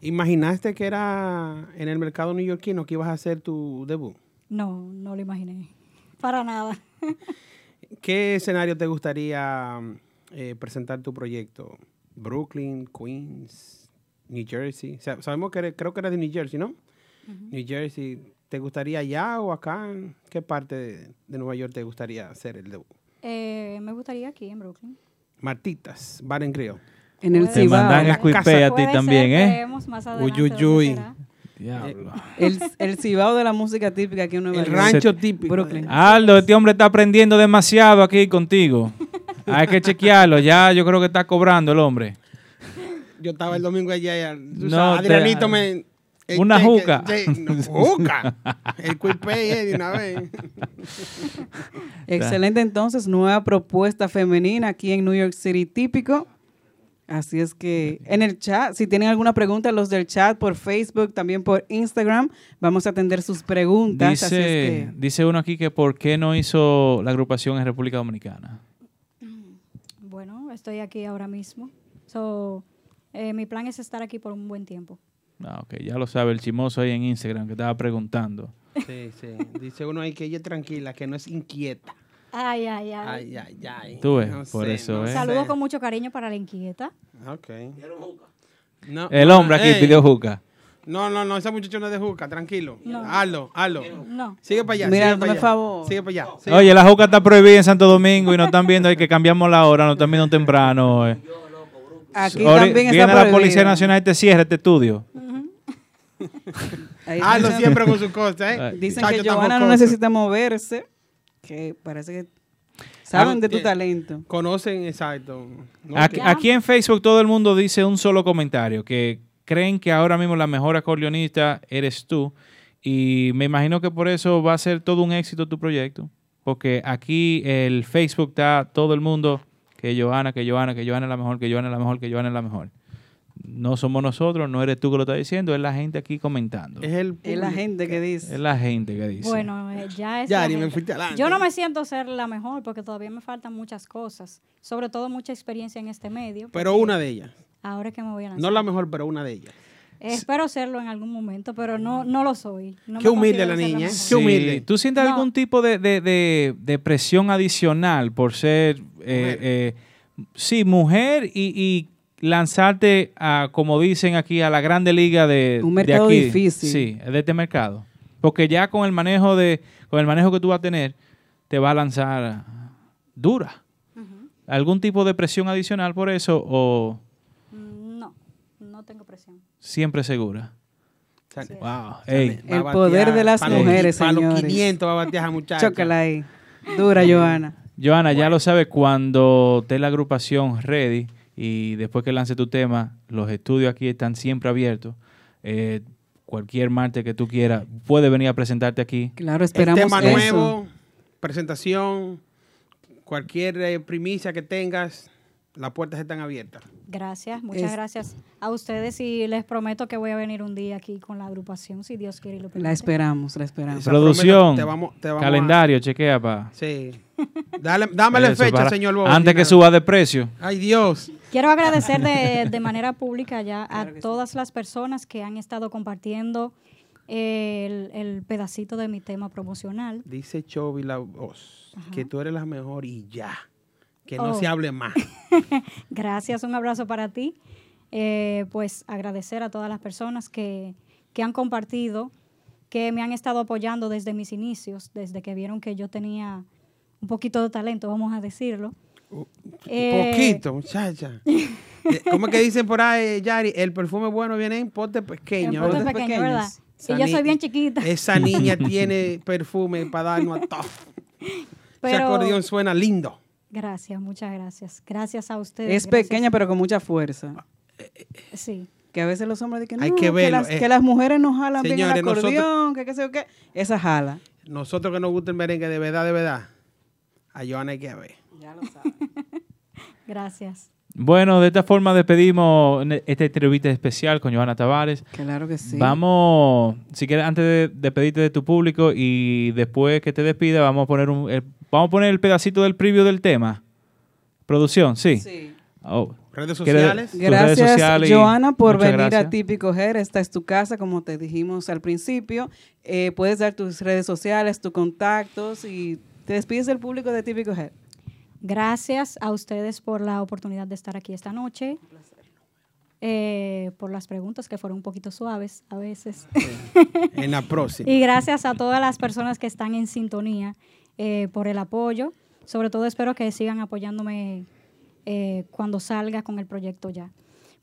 B: ¿Imaginaste que era en el mercado neoyorquino que ibas a hacer tu debut?
O: No, no lo imaginé. (laughs) Para nada.
B: ¿Qué escenario te gustaría eh, presentar tu proyecto? Brooklyn, Queens, New Jersey. O sea, sabemos que eres- creo que eres de New Jersey, ¿no? New Jersey. ¿Te gustaría allá o acá? ¿Qué parte de, de Nueva York te gustaría hacer el debut?
O: Eh, me gustaría aquí en Brooklyn.
B: Martitas, Bar and Grill.
C: En el
E: Te
B: En
E: mandan
B: la
E: a
B: casa.
E: cuipé a ti
O: Puede ser
E: también,
O: que
E: ¿eh?
O: vemos más adelante dónde
E: Uyuyuy.
O: será.
E: Diablo.
C: El, el cibao de la música típica aquí en Nueva York.
E: rancho
B: típico.
C: Brooklyn.
E: Aldo, este hombre está aprendiendo demasiado aquí contigo. Hay que chequearlo. Ya yo creo que está cobrando el hombre.
B: Yo estaba el domingo allá y
E: No, te-
B: Adrianito me... el
E: Una
B: cheque-
E: juca.
B: che- no, juca. El cuipé eh, de una
E: (laughs)
B: vez.
C: Excelente, entonces, nueva propuesta femenina aquí en New York City típico. Así es que en el chat, si tienen alguna pregunta, los del chat por Facebook, también por Instagram, vamos a atender sus preguntas. así es que-
E: Dice, dice uno aquí que por qué no hizo la agrupación en República Dominicana.
O: Bueno, estoy aquí ahora mismo. So, eh, mi plan es estar aquí por un buen tiempo.
E: Ah, ok, ya lo sabe el chimoso ahí en Instagram que estaba preguntando.
B: Sí, sí. Dice uno ahí que ella es tranquila, que no es inquieta.
O: Ay, ay, ay.
B: Ay, ay, ay.
E: Tú ves,
B: No
E: por
B: sé,
E: eso ¿eh?
B: no
E: es.
B: sé.
O: Saludo con mucho cariño para la inquieta.
B: Ok. No,
E: El
B: no,
E: hombre aquí
B: ey.
E: pidió juca.
B: No, no, no, ese muchacho no es de juca, tranquilo.
O: No.
B: Halo, halo.
O: No.
B: Sigue para allá.
C: Mira,
B: sigue para
C: hazme
B: allá.
C: favor.
B: Sigue para allá. sigue
E: Oye, la juca está prohibida en Santo Domingo y no están viendo ahí que cambiamos la hora, no están viendo temprano. eh.
C: Aquí
E: Ahora
C: también está
E: viene la
C: prohibido.
E: Policía Nacional y te cierra este estudio.
C: Ahí
O: Ah,
B: Halo
C: dicen-
B: siempre con su cosa, ¿eh?
C: Dicen
B: Chacho,
C: que
B: está
C: Giovanna no
B: jocoso.
C: necesita moverse, que parece que
E: Ah,
C: saben de tu
B: Eh,
C: talento.
B: Conocen, exacto. No,
E: Aquí,
B: que-
E: aquí en Facebook todo el mundo dice un solo comentario, que creen que ahora mismo la mejor acordeonista eres tú. Y me imagino que por eso va a ser todo un éxito tu proyecto. Porque aquí el Facebook está todo el mundo que Johanna, que Johanna, que Johanna es la mejor, que Johanna es la mejor, que Johanna es la mejor. No somos nosotros, no eres tú que lo estás diciendo, es la gente aquí comentando.
B: Es, el
C: Es la gente que dice.
E: la gente que dice.
O: Bueno, eh, ya es.
B: Ya,
O: la
B: ni me
O: gente.
B: fuiste adelante.
O: Yo no me siento ser la mejor porque todavía me faltan muchas cosas. Sobre todo mucha experiencia en este medio.
B: Pero
O: porque
B: una de ellas.
O: Ahora es que me voy a lanzar.
B: No la mejor, pero una de ellas.
O: Eh, espero serlo en algún momento, pero no, no lo soy. No
B: Qué
O: me
B: humilde
O: considero
B: la
O: ser
B: niña, ¿eh?
O: mejor.
B: Qué humilde.
E: Sí. ¿Tú sientes
O: No.
E: algún tipo de, de- de- de presión adicional por ser, eh, eh, sí, mujer y, y lanzarte a, como dicen aquí, a la grande liga de,
C: Un
E: de
C: mercado
E: aquí?
C: difícil.
E: Sí, de este mercado. Porque ya con el manejo de, con el manejo que tú vas a tener, te va a lanzar dura. ¿Algún tipo de presión adicional por eso o
O: Mm, No, no tengo presión.
E: siempre segura? Wow. Ey.
C: El poder de las mujeres,
B: Para los
C: señores.
B: 500 va a batear a muchachos.
C: Chócala ahí. Dura, Johanna.
E: Joana, ya lo sabes, cuando esté la agrupación ready y después que lance tu tema, los estudios aquí están siempre abiertos. Eh, cualquier martes que tú quieras, puedes venir a presentarte aquí.
C: Claro, esperamos
B: tema
C: eso.
B: nuevo, presentación, cualquier eh, primicia que tengas, las puertas están abiertas.
O: Gracias, muchas
C: Es-
O: gracias a ustedes y les prometo que voy a venir un día aquí con la agrupación, si Dios quiere y lo
C: La
O: permite.
C: esperamos, la esperamos.
B: Esa
E: Producción,
B: promesa, te vamos- te vamos a-
E: calendario, chequea pa.
O: (laughs)
B: Sí. Dale, dámele
E: Eso,
B: fecha,
E: para-
B: señor Bobo.
E: Antes que suba de precio.
B: Ay, Dios.
O: Quiero agradecer
B: (laughs)
O: de, de manera pública ya a todas las personas que han estado compartiendo el, el pedacito de mi tema promocional.
B: Dice Chovy la voz que tú eres la mejor y ya. Que no
O: Oh.
B: se hable
O: (laughs)
B: más.
O: Gracias, un abrazo para ti. Eh, pues agradecer a todas las personas que, que han compartido, que me han estado apoyando desde mis inicios, desde que vieron que yo tenía un poquito de talento, vamos a decirlo. Eh,
B: Poquito, muchacha. Eh, ¿Cómo es que dicen por ahí, Yari? El perfume bueno viene en pote pequeño.
O: En pote
B: ¿verdad?
O: pequeño, ¿verdad?
B: Esa
O: Y yo soy
B: ni-
O: bien chiquita. (laughs)
B: Esa niña tiene perfume para darnos a todos. Ese
O: Pero-
B: acordeón suena lindo.
O: Gracias, muchas gracias. Gracias a ustedes.
C: Es
O: gracias.
C: pequeña, pero con mucha fuerza.
O: Sí.
C: Que a veces los hombres dicen,
B: Hay
C: "No,
B: que verlo,
C: las,
B: eh.
C: que las mujeres no jalan bien
B: Señores,
C: el
B: nosotros-
C: acordeón, que qué sé yo qué. Esa jala.
B: Nosotros que nos gusta el merengue de verdad, de verdad. A Joana hay que ver.
O: (laughs) Gracias.
E: Bueno, de esta forma despedimos ne- esta entrevista especial con Johanna Tavares.
C: Claro que sí.
E: Vamos, si quieres, antes de despedirte de tu público y después que te despida, vamos a poner un, el- vamos a poner el pedacito del preview del tema. Producción, sí. Oh.
B: Redes
E: ¿Quieres-
B: sociales.
E: tus redes
C: Gracias,
E: sociales y-
C: Joana, por
E: Muchas
C: venir
E: gracias.
C: a Típico Her. Esta es tu casa, como te dijimos al principio. Eh, puedes dar tus redes sociales, tus contactos y te despides del público de Típico E Her.
O: Gracias a ustedes por la oportunidad de estar aquí esta noche. Eh, por las preguntas que fueron un poquito suaves a veces.
B: En la próxima.
O: y gracias a todas las personas que están en sintonía eh, por el apoyo. Sobre todo espero que sigan apoyándome eh, cuando salga con el proyecto ya.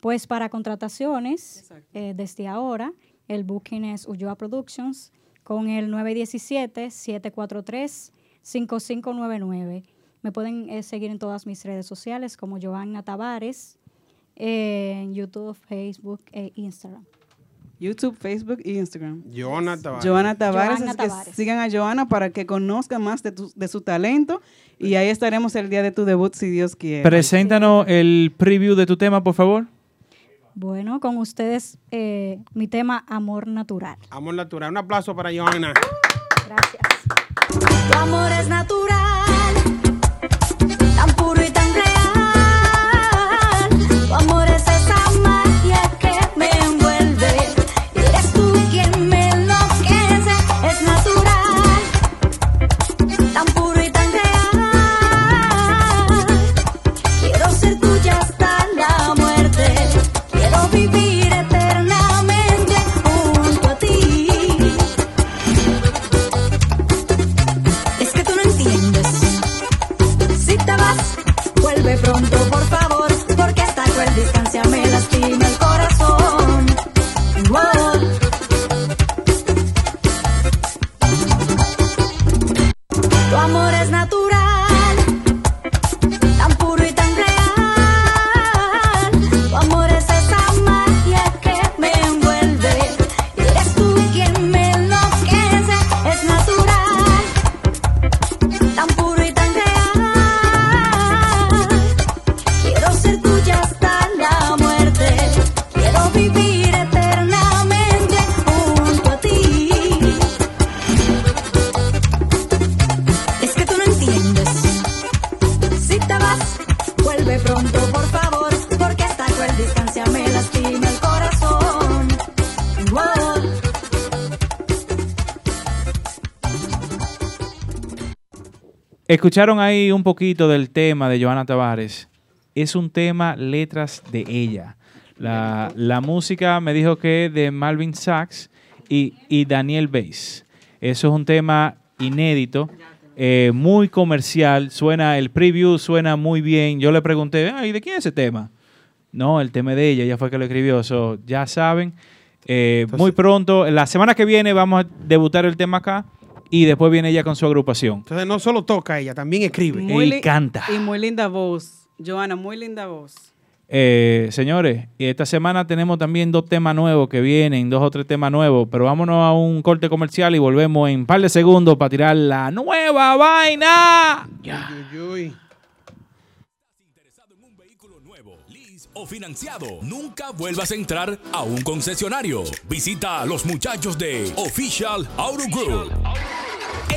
O: Pues para contrataciones, eh, desde ahora, el booking es Ulloa Productions con el 917-743-5599. Me pueden eh, seguir en todas mis redes sociales como Joanna Tavares, eh, en YouTube, Facebook e Instagram.
C: YouTube, Facebook y Instagram.
B: Joana Tavares.
C: Joana Tavares,
O: Joana
C: así que
O: Tavares.
C: sigan a Joana para que conozcan más de, tu- de su talento y ahí estaremos el día de tu debut si Dios quiere.
E: Preséntanos el preview de tu tema, por favor.
O: Bueno, con ustedes eh, mi tema Amor Natural.
B: Amor natural. Un aplauso para Joana.
M: Tu amor es natural, tan puro y tan real. Tu amor es esa magia que me envuelve. Eres tú quien me enloquece. Es natural, tan puro y tan real. Quiero ser tuya hasta la muerte. Quiero vivir eternamente junto a ti. Es que tú no entiendes. Si te vas, vuelve pronto, por favor, porque hasta cual distancia me lastima el corazón. Wow. Tu amor es natural, tan puro y tan real. Tu amor es esa magia que me envuelve. Eres tú quien me enloquece, es natural tan puro y tan real. Quiero ser tuya hasta la muerte. Quiero vivir eternamente junto a ti. Es que tú no entiendes. Si te vas, vuelve pronto, por favor. Porque hasta cual distancia me lastima el corazón. Wow.
E: Escucharon ahí un poquito del tema de Joana Tavares. Es un tema letras de ella. La, la música me dijo que es de Malvin Sachs y, y Daniel Bass. Eso es un tema inédito, eh, muy comercial. Suena el preview, suena muy bien. Yo le pregunté, "Ah, ¿y de quién es ese tema? No, el tema es de ella, ella fue que lo escribió. So, ya saben, eh, muy pronto, la semana que viene vamos a debutar el tema acá. y después viene ella con su agrupación.
B: Entonces no solo toca ella, también escribe.
E: Muy Y li- canta.
C: Y muy linda voz. Joana, muy linda voz.
E: Eh, señores, y esta semana tenemos también dos temas nuevos que vienen, dos o tres temas nuevos, pero vámonos a un corte comercial y volvemos en un par de segundos para tirar la nueva vaina.
H: o financiado. Nunca vuelvas a entrar a un concesionario. Visita a los muchachos de Official Auto Group.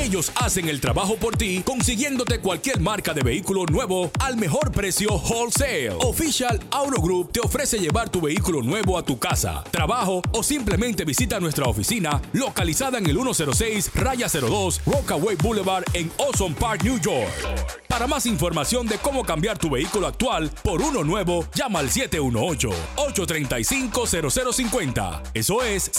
H: Ellos hacen el trabajo por ti, consiguiéndote cualquier marca de vehículo nuevo al mejor precio wholesale. Official Auto Group te ofrece llevar tu vehículo nuevo a tu casa, trabajo o simplemente visita nuestra oficina localizada en el 106 Raya 02 Rockaway Boulevard en Ozone Park, New York. Para más información de cómo cambiar tu vehículo actual por uno nuevo, llama al 718-835-0050. Eso es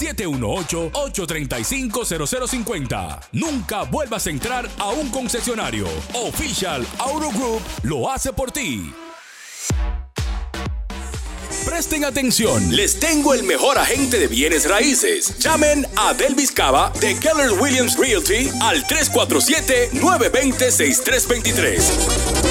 H: 718-835-0050. Nunca vuelvas a entrar a un concesionario. Official Auto Group lo hace por ti. Presten atención, les tengo el mejor agente de bienes raíces. Llamen a Delvis Cava de Keller Williams Realty al 347-920-6323.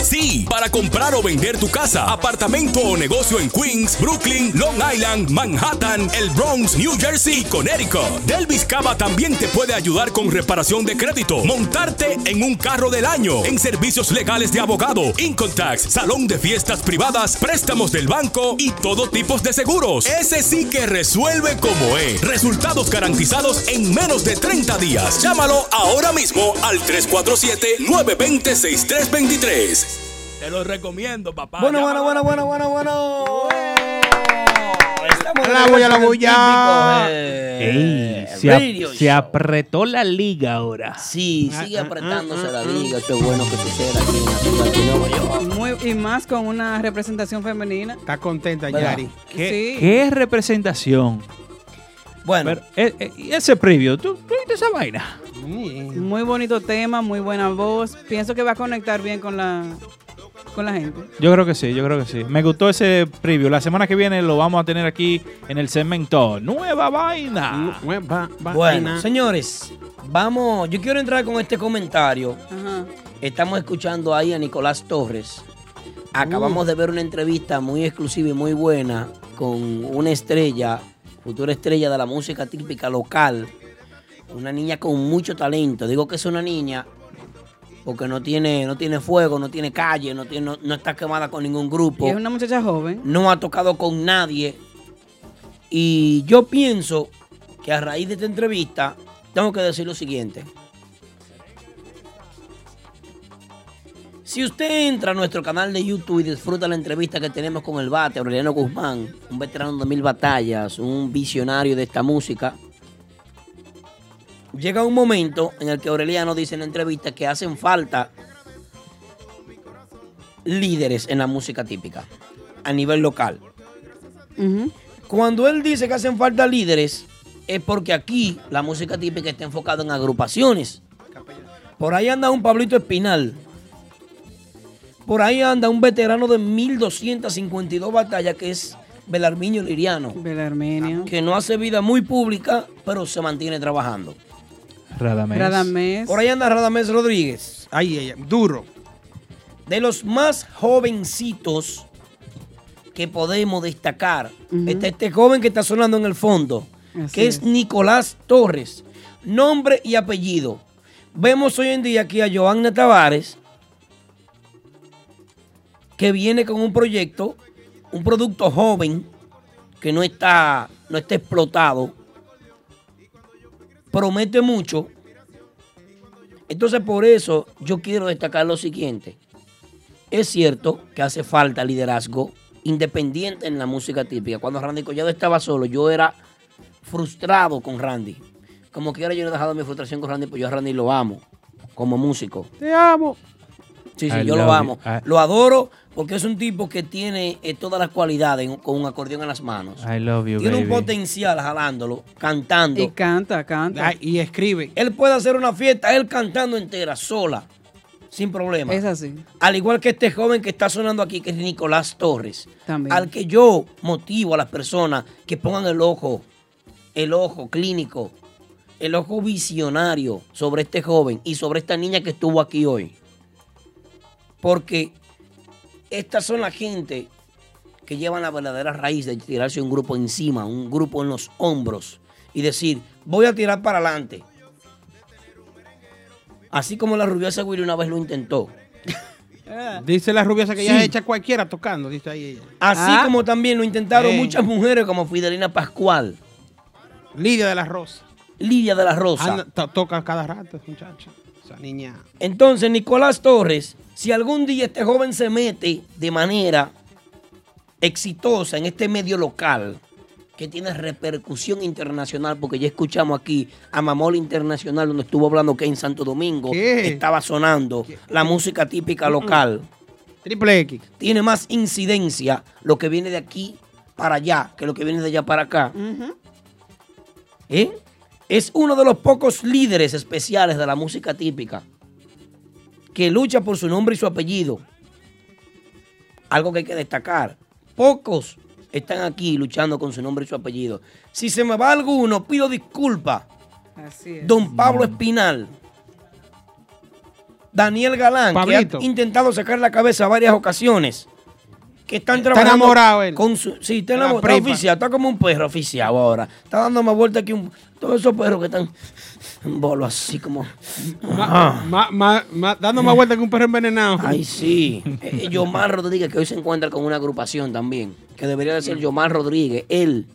H: Sí, para comprar o vender tu casa, apartamento o negocio en Queens, Brooklyn, Long Island, Manhattan, el Bronx, New Jersey y Connecticut. Delvis Cava también te puede ayudar con reparación de crédito, montarte en un carro del año, en servicios legales de abogado, income tax, salón de fiestas privadas, préstamos del banco y todo tipo de seguros. Ese sí que resuelve como es. Resultados garantizados en menos de 30 días. Llámalo ahora mismo al 347-920-6323. Te lo recomiendo, papá.
D: Bueno, bueno, bueno, bueno, bueno, bueno. Estamos de
B: La voy a la voy
D: regreso en el típico,
B: a-
D: eh,
E: Ey, se, ap-
D: radio
E: se apretó la liga ahora.
D: Sí, Ah,
B: ah,
D: sigue apretándose la liga. Esto es Ah. bueno que suceda aquí en la ciudad de
B: ah,
D: Nueva York.
C: Muy, y más con una representación femenina.
B: Está contenta,
C: ¿Verdad?
B: Yari.
C: Sí.
E: ¿Qué representación? eh,
D: Bueno.
E: ese preview, ¿tú, tú viste esa vaina?
C: Muy bonito tema, muy buena voz. Pienso que va a conectar bien con la, con la gente.
E: Yo creo que sí, yo creo que sí. Me gustó ese preview. La semana que viene lo vamos a tener aquí en el segmento Nueva Vaina.
B: Nueva
D: Bueno, señores, vamos. Yo quiero entrar con este comentario. Estamos escuchando ahí a Nicolás Torres.
B: Uh.
D: Acabamos de ver una entrevista muy exclusiva y muy buena con una estrella, futura estrella de la música típica local. Una niña con mucho talento. Digo que es una niña porque no tiene, no tiene fuego, no tiene calle, no, tiene, no, no está quemada con ningún grupo.
C: Y es una muchacha joven.
D: No ha tocado con nadie. Y yo pienso que a raíz de esta entrevista tengo que decir lo siguiente. Si usted entra a nuestro canal de YouTube y disfruta la entrevista que tenemos con el bate Aureliano Guzmán, un veterano de mil batallas, un visionario de esta música, llega un momento en el que Aureliano dice en la entrevista que hacen falta líderes en la música típica a nivel local. Cuando él dice que hacen falta líderes, es porque aquí la música típica está enfocada en agrupaciones. Por ahí anda un Pablito Espinal. Por ahí anda un veterano de 1252 batallas que es Belarminio Liriano. Que no hace vida muy pública, pero se mantiene trabajando.
E: Radamés.
D: Por ahí anda Radamés Rodríguez. Ahí, duro. De los más jovencitos que podemos destacar, está este joven que está sonando en el fondo, que es, Nicolás Torres. Nombre y apellido. Vemos hoy en día aquí a Joanna Tavares, que viene con un proyecto, un producto joven, que no está, no está explotado. Promete mucho. Entonces, por eso yo quiero destacar lo siguiente. Es cierto que hace falta liderazgo independiente en la música típica. Cuando Randy Collado estaba solo, yo era frustrado con Randy. Como que ahora yo no he dejado mi frustración con Randy, pues yo a Randy lo amo como músico.
B: Te amo.
D: Sí, sí,
B: I
D: yo
B: love
D: lo
B: you.
D: amo.
B: I-
D: Lo adoro porque es un tipo que tiene eh, todas las cualidades en- con un acordeón en las manos.
E: I love you,
D: Tiene un
E: baby.
D: potencial jalándolo, cantando.
C: Y canta, canta.
D: y escribe. Él puede hacer una fiesta, él cantando entera, sola, sin problema.
C: Es así.
D: Al igual que este joven que está sonando aquí, que es Nicolás Torres.
C: También.
D: Al que yo motivo a las personas que pongan el ojo, el ojo clínico el ojo visionario sobre este joven y sobre esta niña que estuvo aquí hoy. Porque estas son la gente que llevan la verdadera raíz de tirarse un grupo encima, un grupo en los hombros y decir, voy a tirar para adelante. Así como la rubiosa Willy una vez lo intentó.
B: Dice la rubia esa que ya
D: Sí.
B: echa cualquiera tocando, dice ahí ella. Eh.
D: Así
B: Ah.
D: como también lo intentaron
B: Bien.
D: muchas mujeres como Fidelina Pascual.
B: Lidia de la Rosa.
D: Lidia de la Rosa.
B: Anda, to- toca cada rato, muchacha. Esa niña.
D: Entonces, Nicolás Torres, si algún día este joven se mete de manera exitosa en este medio local, que tiene repercusión internacional, porque ya escuchamos aquí a Mamol Internacional, donde estuvo hablando que en Santo Domingo estaba sonando la música típica local.
B: Triple X.
D: Tiene más incidencia lo que viene de aquí para allá que lo que viene de allá para
B: Mm.
D: acá. ¿Eh? Es uno de los pocos líderes especiales de la música típica que lucha por su nombre y su apellido. Algo que hay que destacar. Pocos están aquí luchando con su nombre y su apellido. Si se me va alguno, pido disculpas.
C: Así
D: Don Pablo Espinal. Daniel Galán,
B: Pablito.
D: que ha intentado sacar la cabeza varias ocasiones. Que están
B: Está
D: trabajando.
B: enamorado él.
D: Con su, sí, está
B: La
D: enamorado. Está
B: prepa.
D: oficial, está como un perro oficial ahora. Está dando más vuelta que un. Todos esos perros que están. En bolo así como.
B: Ma- ma- ma- ma- dando más vuelta que un perro envenenado.
D: Ay, sí. Eh, Yomar Rodríguez, que hoy se encuentra con una agrupación también, que debería de ser Yomar Rodríguez, él.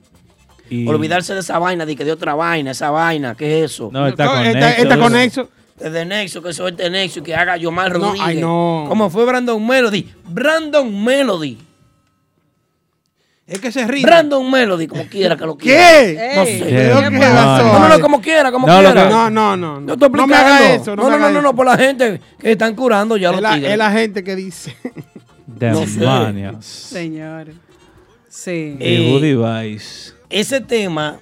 D: Olvidarse de esa vaina, de que de otra vaina, esa vaina, ¿qué es eso?
E: No, está con Está- Nexo, está con eso. Nexo.
D: Desde Nexo, que eso es de Nexo, que haga Yomar
B: No,
D: Rodríguez.
B: ay, no.
D: Como fue Brandon Melody. Brandon Melody.
B: Es que se ríe.
D: Brandon Melody, como quiera que lo
B: ¿Qué?
D: quiera. No
B: Ey,
D: sé.
B: ¿qué pasó?
D: Dámelo como quiera, como
B: No, lo
D: quiera.
B: que- No, no, no, no.
D: Yo estoy
B: No me
D: explicando.
B: haga eso, no
D: No,
B: me
D: no,
B: haga
D: no, no,
B: eso.
D: por la gente que están curando ya
B: Es
D: los
B: la,
D: tigres.
B: es la gente que dice.
E: Demonios.
C: Señor. Sí.
E: Y Woody Vice.
D: ese tema.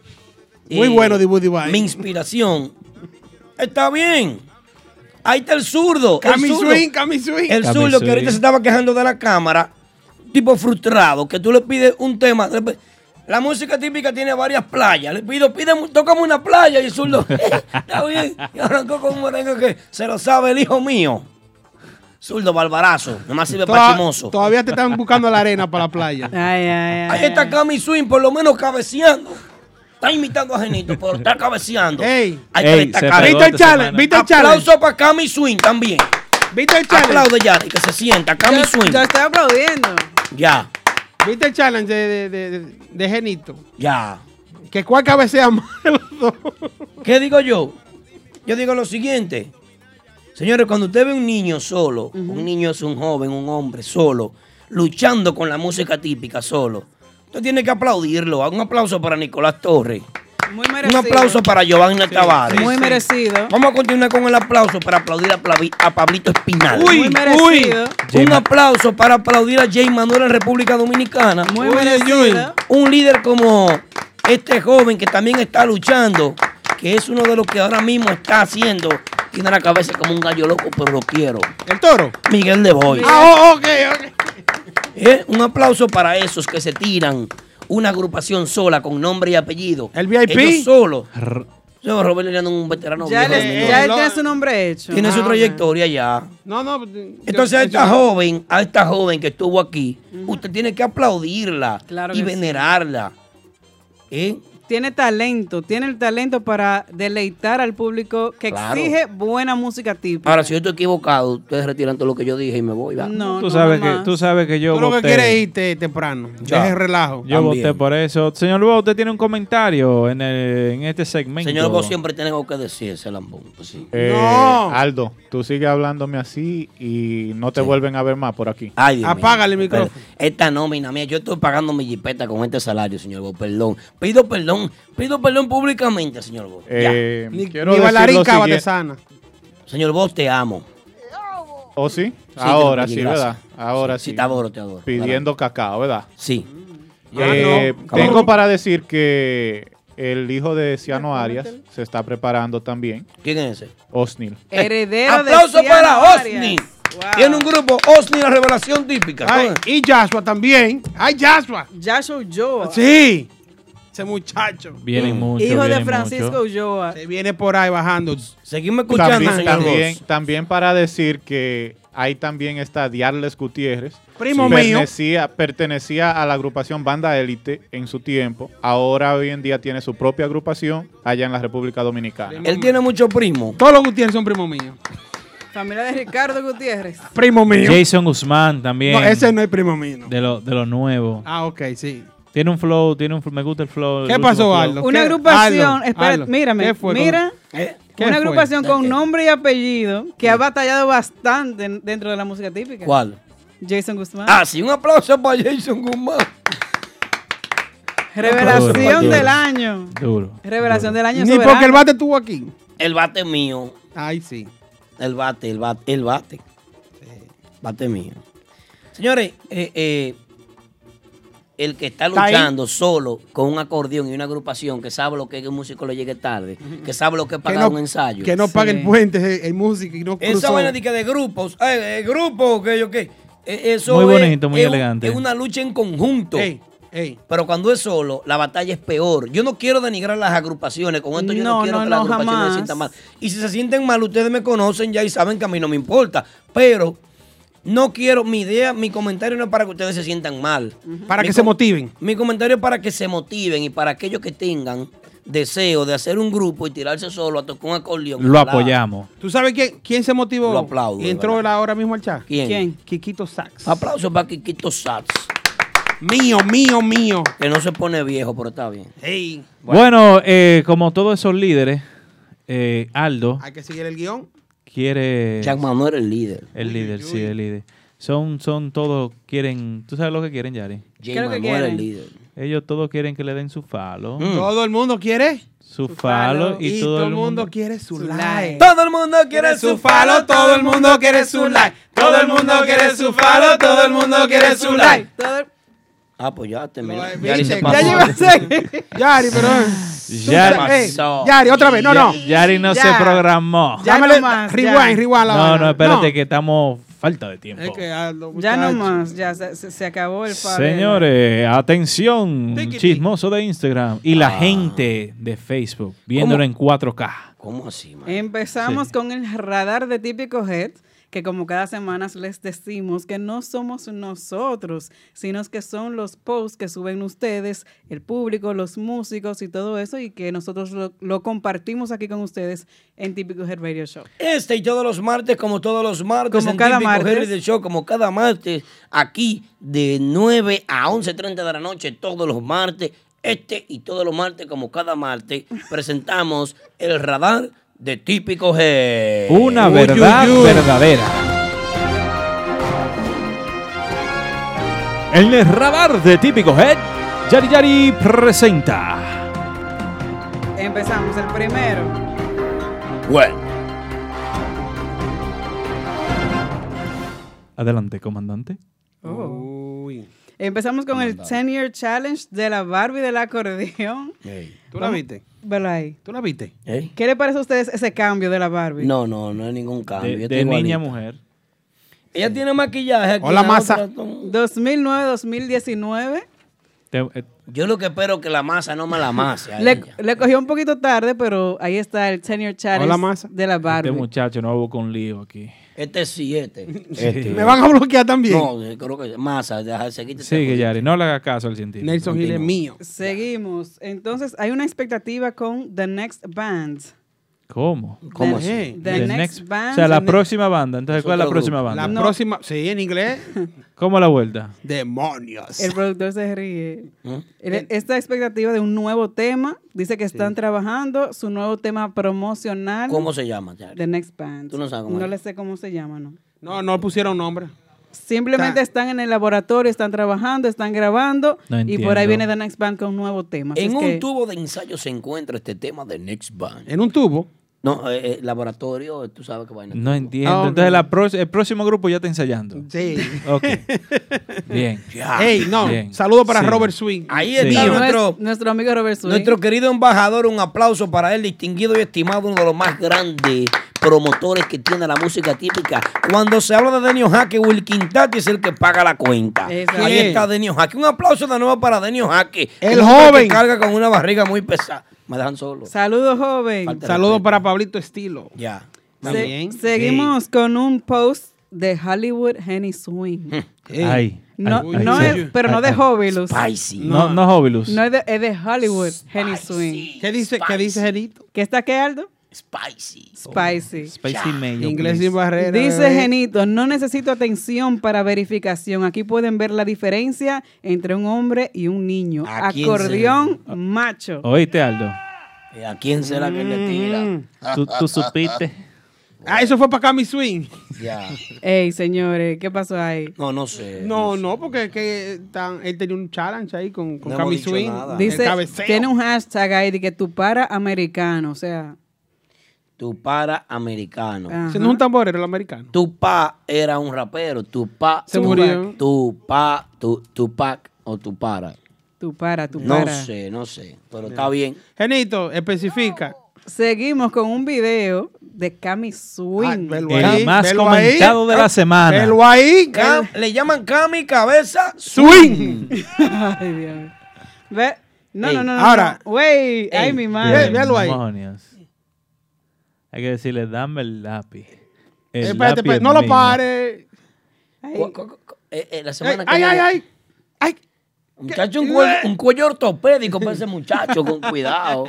D: eh,
E: Muy bueno de
B: Woody
D: Mi inspiración. Está bien. Ahí está el zurdo. el
B: Cami
D: zurdo.
B: swing, cami swing.
D: El
B: Cami
D: zurdo que ahorita
B: swing.
D: se estaba quejando de la cámara. Tipo frustrado. Que tú le pides un tema. le pides- La música típica tiene varias playas. Le pido, pídeme, tócame una playa. Y el zurdo. (laughs) está bien. Y arrancó con un merengue que se lo sabe el hijo mío. Zurdo, barbarazo. Nomás sirve
B: Toda-
D: para chimoso.
B: Todavía te están buscando la arena para la
C: (laughs)
B: playa.
D: Ahí
B: Eh.
D: está Cami Swing, por lo menos cabeceando. Está imitando a Genito,
B: (laughs)
D: pero está cabeceando. Hay que
B: Ey, se
D: destacar.
B: pegó ¿Viste el esta challenge? semana. ¿Viste el
D: Aplauso para Cami Swing también.
B: ¿Viste el
D: challenge? Aplaude ya, que se sienta. Cami Swing.
C: Yo estoy aplaudiendo.
D: Ya,
B: ¿Viste el challenge de, de- de- de- de Genito?
D: ya.
B: Que cuál cabecea más de los dos.
D: ¿Qué digo yo? Yo digo lo siguiente. Señores, cuando usted ve un niño solo, un niño es un joven, un hombre solo, luchando con la música típica solo, usted tiene que aplaudirlo. Un aplauso para Nicolás Torres.
C: Muy
D: Un
C: merecido.
D: aplauso para Giovanna Tavares.
C: Muy merecido.
D: Vamos a continuar con el aplauso para aplaudir a, Plavi- a Pablito Espinal.
C: Uy, Muy merecido.
D: uy. Un aplauso para aplaudir a Jay Manuel en República Dominicana.
C: Muy Uy, merecido. uy.
D: Un líder como este joven que también está luchando, que es uno de los que ahora mismo está haciendo. Tiene la cabeza como un gallo loco, pero lo quiero.
B: ¿El toro?
D: Miguel de Boy.
B: Ah, oh, ok, ok.
D: ¿Eh? Un aplauso para esos que se tiran una agrupación sola con nombre y apellido. El
B: VIP.
D: Ellos solo. Yo, Robert Liriano es un veterano.
C: Ya,
D: viejo de
C: le-
D: Mendoza.
C: ya él tiene su nombre hecho.
D: Tiene su
C: Ah,
D: trayectoria ya.
B: No, no. yo-
D: Entonces a
B: yo-
D: esta joven, a esta joven que estuvo aquí, usted tiene que aplaudirla
C: Claro
D: y
C: que sí.
D: venerarla. ¿Eh?
C: Tiene talento, tiene el talento para deleitar al público que
D: Claro.
C: exige buena música típica.
D: Ahora, si yo estoy equivocado, ustedes retiran todo lo que yo dije y me voy. ¿va?
C: No,
E: Tú sabes, que, tú sabes que yo
B: Tú lo que
E: voté.
B: quieres es irte temprano.
E: Ya.
B: Deja el relajo.
E: Yo voté por eso. Señor Lugo, usted tiene un comentario en, el- en este segmento.
D: Señor, vos siempre tengo que decir ese lambón. pues sí.
K: Eh,
B: No.
K: Aldo, tú sigues hablándome así y no te vuelven a ver más por aquí.
D: Ay, Dios mío.
B: Apágale el
D: Pero
B: micrófono.
D: Esta nómina mía, yo estoy pagando mi jipeta con este salario, señor Bo, perdón. Pido perdón, pido perdón públicamente, señor Bo. Ya.
K: Eh,
B: Ni, ni
K: quiero decir
B: bailarín
K: lo
B: cava te
K: siguiente.
B: sana.
D: Señor Bo, te amo.
K: ¿Oh, sí?
D: te lo
K: Ahora
D: pedí,
K: sí,
D: gracias.
K: ¿verdad? Ahora sí.
D: Sí, te adoro, te adoro.
K: Pidiendo cacao, ¿verdad?
D: Sí.
K: Eh,
D: Ah, no.
K: Tengo
D: Cabrón.
K: para decir que el hijo de Ciano Arias se está preparando también.
D: ¿Quién es ese?
K: Osnil.
D: Eh.
C: Heredero
D: (laughs)
C: de
D: Aplauso
C: Ciano
D: para
C: Arias.
D: Osni.
C: Wow.
D: Tiene un grupo Osni, la revelación típica.
B: Ay, y Joshua también. Ay, Joshua.
C: Joshua Joa.
B: Sí. Ese muchacho.
E: Vienen mucho,
C: Hijo de Francisco Ulloa.
B: Se viene por ahí bajando.
D: Seguimos
K: También, también, también para decir que ahí también está Diarles Gutiérrez.
B: Primo mío.
K: pertenecía, Pertenecía a la agrupación Banda Élite en su tiempo. Ahora, hoy en día, tiene su propia agrupación allá en la República Dominicana.
D: Él tiene muchos primos.
B: Todos los Gutiérrez son primos míos.
C: Familia de Ricardo Gutiérrez.
B: Primo mío.
E: Jason Guzmán también.
B: No, ese no es primo mío. no.
E: De lo, de lo nuevo.
B: Ah, ok, sí.
E: Tiene un flow, tiene un flow, me gusta el flow. el
B: ¿Qué
E: último
B: pasó,
E: flow.
B: Aldo?
C: Una
B: ¿Qué?
C: agrupación,
B: Hazlo,
C: espera,
B: hazlo.
C: mírame,
B: ¿Qué fue con- eh,
C: mira,
B: ¿Qué
C: una
B: fue?
C: agrupación
B: ¿De
C: con
B: qué?
C: nombre y apellido que ha batallado bastante en- dentro de la música típica.
D: ¿Cuál?
C: Jason Guzmán.
D: Ah, sí, un aplauso para Jason Guzmán.
C: Revelación
D: Duro.
C: del año.
E: Duro.
C: Relación del año
B: Ni
C: soberano.
B: porque el bate estuvo aquí.
D: El bate mío.
B: Ay, sí.
D: El bate, el bate, el bate. Bate mío. Señores, eh, eh, el que está
B: Está ahí.
D: luchando solo con un acordeón y una agrupación que sabe lo que es que un músico le llegue tarde, que sabe lo que es
B: Que
D: pagar
B: no,
D: un ensayo.
B: que no pague el puente, el, el músico y no
D: Esa
B: cruzó.
D: vaina de, que de grupos, eh, eh, grupos, que yo qué. Eh, eso
E: Muy
D: es-
E: bonito, muy
D: es un-
E: elegante.
D: es una lucha en conjunto. Pero cuando es solo, la batalla es peor. Yo no quiero denigrar las agrupaciones. Con esto yo no,
C: No,
D: quiero
C: no,
D: que las
C: no,
D: agrupaciones
C: jamás.
D: se sientan mal. Y si se sienten mal, ustedes me conocen ya y saben que a mí no me importa. Pero no quiero, mi idea, mi comentario no es para que ustedes se sientan mal.
B: Para
D: Mi
B: que se
D: com-
B: motiven.
D: Mi comentario es para que se motiven y para aquellos que tengan deseo de hacer un grupo y tirarse solo a tocar un acordeón.
E: Lo apoyamos.
B: ¿Tú sabes quién, quién se motivó?
D: Lo aplaudo,
B: Y entró él ahora mismo al chat.
D: ¿Quién? ¿Quién?
B: Kikito Sax.
D: Aplausos para Kikito Sats.
B: Mío, mío, mío.
D: Que no se pone viejo, pero está bien.
B: Hey.
E: Bueno, eh, como todos esos líderes, eh, Aldo
B: Hay que seguir el guión.
E: quiere...
D: Jack Manuel el líder.
E: El líder, sí, el líder. Son, son todos quieren... ¿Tú sabes lo que quieren, Yari?
D: Jack ¿Qué es lo que Manuel quieren? el líder.
E: Ellos todos quieren que le den su falo.
D: Mm.
B: Todo el mundo quiere.
E: Su falo y, todo, el mundo...
B: quiere su, like.
D: Todo el mundo quiere
B: su falo, todo el mundo quiere su like. Todo el mundo quiere su falo, todo el mundo quiere su like. (laughs)
D: Ah, pues ya terminó.
B: Viste,
D: Yari se
B: Ya
D: pasó.
B: llevaste. Yari, pero.
E: Yari.
B: Ey, Yari, otra vez. No, no.
E: Yari no
B: Ya.
E: se programó.
B: Ya Dámele- no más, rewind, ya. rewind la
E: No,
B: vaina.
E: no, espérate
B: No.
E: que estamos falta de tiempo.
B: ah,
C: Ya no más, ya se, se- se acabó el padre.
E: Señores, atención, chismoso de Instagram y
B: Ah.
E: la gente de Facebook viéndolo en 4K.
D: ¿Cómo así, man?
C: Empezamos con el radar de típico Head, que como cada semana les decimos que no somos nosotros, sino que son los posts que suben ustedes, el público, los músicos y todo eso, y que nosotros lo, lo compartimos aquí con ustedes en Típico Head Radio Show.
D: Este y todos los martes, como todos los martes,
C: Como
D: en
C: cada
D: Típico
C: martes.
D: Henry del Show, como cada martes, aquí de 9 a 11.30 de la noche, todos los martes, este y todos los martes, como cada martes, presentamos el radar de Típico G.
E: Una verdad verdadera. En el radar de típico Head, Yari Yari presenta.
C: Empezamos el primero.
E: Adelante, comandante.
C: Oh. Empezamos con el 10 Year Challenge de la Barbie del acordeón.
B: ¿Tú la viste?
C: Velo ahí.
B: ¿Tú la viste?
D: ¿Eh?
C: ¿Qué le parece a ustedes ese cambio de la Barbie?
D: No, no, no hay ningún cambio.
E: De,
D: Yo
E: de
D: estoy
E: niña a
D: igualito.
E: mujer.
D: Ella tiene maquillaje. aquí,
E: Hola,
D: la
E: masa.
D: otra-
C: 2009-2019.
E: eh,
D: Yo lo que espero es que la masa no me la
B: (laughs)
D: mase. a
C: Le,
D: ella.
C: le cogió un poquito tarde, pero ahí está el Senior Challenge
E: Hola, masa.
C: de la
E: Este
C: Barbie.
E: muchacho no hubo con lío aquí.
D: Este sí, este.
E: Este.
B: ¿Me van a bloquear también?
D: No, eh, creo que masa, deja, se quita.
E: Sigue, Yari. No le haga caso al científico.
B: Nelson Gil es
E: Continúa.
B: mío.
C: Seguimos. Entonces, hay una expectativa con The Next Band.
E: ¿Cómo?
C: ¿Cómo The- así? The Next Band.
E: O sea, la
C: The
E: próxima banda. Entonces, ¿cuál es la próxima banda?
B: La próxima. Sí, en inglés.
E: ¿Cómo la vuelta?
B: Demonios.
C: El productor se ríe.
D: ¿Mm?
B: Eh,
C: El- Esta expectativa de un nuevo tema, dice que están trabajando su nuevo tema promocional.
D: ¿Cómo se llama? Yari?
C: The Next Band.
D: Tú no sabes cómo
C: No
D: es.
C: le sé cómo se llama, ¿no?
B: No, no le pusieron nombre.
C: Simplemente están en el laboratorio, están trabajando, están grabando
D: No
C: y por ahí
D: entiendo.
C: viene The Next Band con un nuevo tema. Así
D: En
C: es
D: un
C: que-
D: tubo de ensayo se encuentra este tema de Next Band.
B: ¿En un tubo?
D: No, eh, eh, laboratorio, tú sabes qué vaina.
E: No entiendo.
D: Ah, ok.
E: Entonces, la pro- el próximo grupo ya está ensayando.
B: Sí.
D: (laughs)
E: Ok. Bien.
B: Ey, no.
E: Bien.
B: Saludo para
E: Sí.
B: Robert Swing.
D: Ahí
E: Sí.
D: está
E: Nues-
D: nuestro,
C: pues, nuestro amigo Robert
D: Nuestro querido embajador, un aplauso para él, distinguido y estimado, uno de los más grandes promotores que tiene la música típica. Cuando se habla de Denio Jaque, Will Quintati es el que paga la cuenta.
N: Exacto.
D: Ahí está Denio Jaque. Un aplauso de nuevo para Denio Jaque.
B: El
D: Un hombre
B: joven.
D: Que carga con una barriga muy pesada. Me dejan solo.
C: Saludos, joven.
B: Saludos para Pablito Estilo.
D: Ya.
C: Se- seguimos con un post de Hollywood Henny Swing.
E: Ey. Ay,
C: no,
E: ay,
C: no
E: ay,
C: es-
E: ay,
C: pero no
E: ay,
C: de
E: ay.
C: Hobilus.
E: Spicy. No, no Hobilus.
C: No es de, es de Hollywood Henny Swing.
B: ¿Qué dice, ¿Qué dice Genito?
C: ¿Qué está qué, Aldo?
D: Spicy.
C: Spicy.
E: Spicy mayo,
B: Inglés
E: please.
B: sin barrera.
C: Dice
B: bebé.
C: Genito, no necesito atención para verificación. Aquí pueden ver la diferencia entre un hombre y un niño.
D: quién se-
C: Acordeón macho.
E: ¿Oíste, Aldo?
D: ¿Y ¿A quién será que le
B: Mm.
D: tira?
E: Tú- tú supiste.
B: Ah, eso fue para Cami Swing.
D: (laughs) Ya.
C: Ey, señores, ¿qué pasó ahí?
D: No, no sé.
B: No, no, porque es que tan- él tenía un challenge ahí con, con
D: No
B: Cami
D: hemos dicho
B: Swing.
D: nada.
B: el
C: Dice,
B: cabeceo.
C: tiene un hashtag ahí de que tu para americano, o sea,
D: Tu para americano.
C: Ajá.
B: Ese no es un tamborero el americano.
D: Tu pa era un rapero. Tu pa.
B: Se murió.
D: Tu pa. Tu, tu pac o tu para.
C: tu para, tu
D: No
C: para.
D: sé, no sé. Pero está bien.
B: Genito, especifica.
C: Seguimos con un video de Cami Swing.
E: El más comentado de la semana.
B: Ah, ahí.
D: Cam- le llaman Cami Cabeza
B: Swing.
C: (laughs) Ay, Dios. mío. Ve- No,
E: Ey,
C: no, no, no.
E: ahora.
C: no. Güey, ay, mi madre.
E: Demonios. Hay que decirle, dame el lápiz. El
B: Espérate,
E: lápiz
B: espérate,
E: es
B: no lo
E: mío.
B: pares.
D: Cu- cu- cu- eh, eh, la
B: Ay,
D: semana que
B: ay, ay,
D: viene-
B: ay.
D: Muchacho, un, cuello, un cuello ortopédico para ese muchacho, con
B: (laughs)
D: cuidado.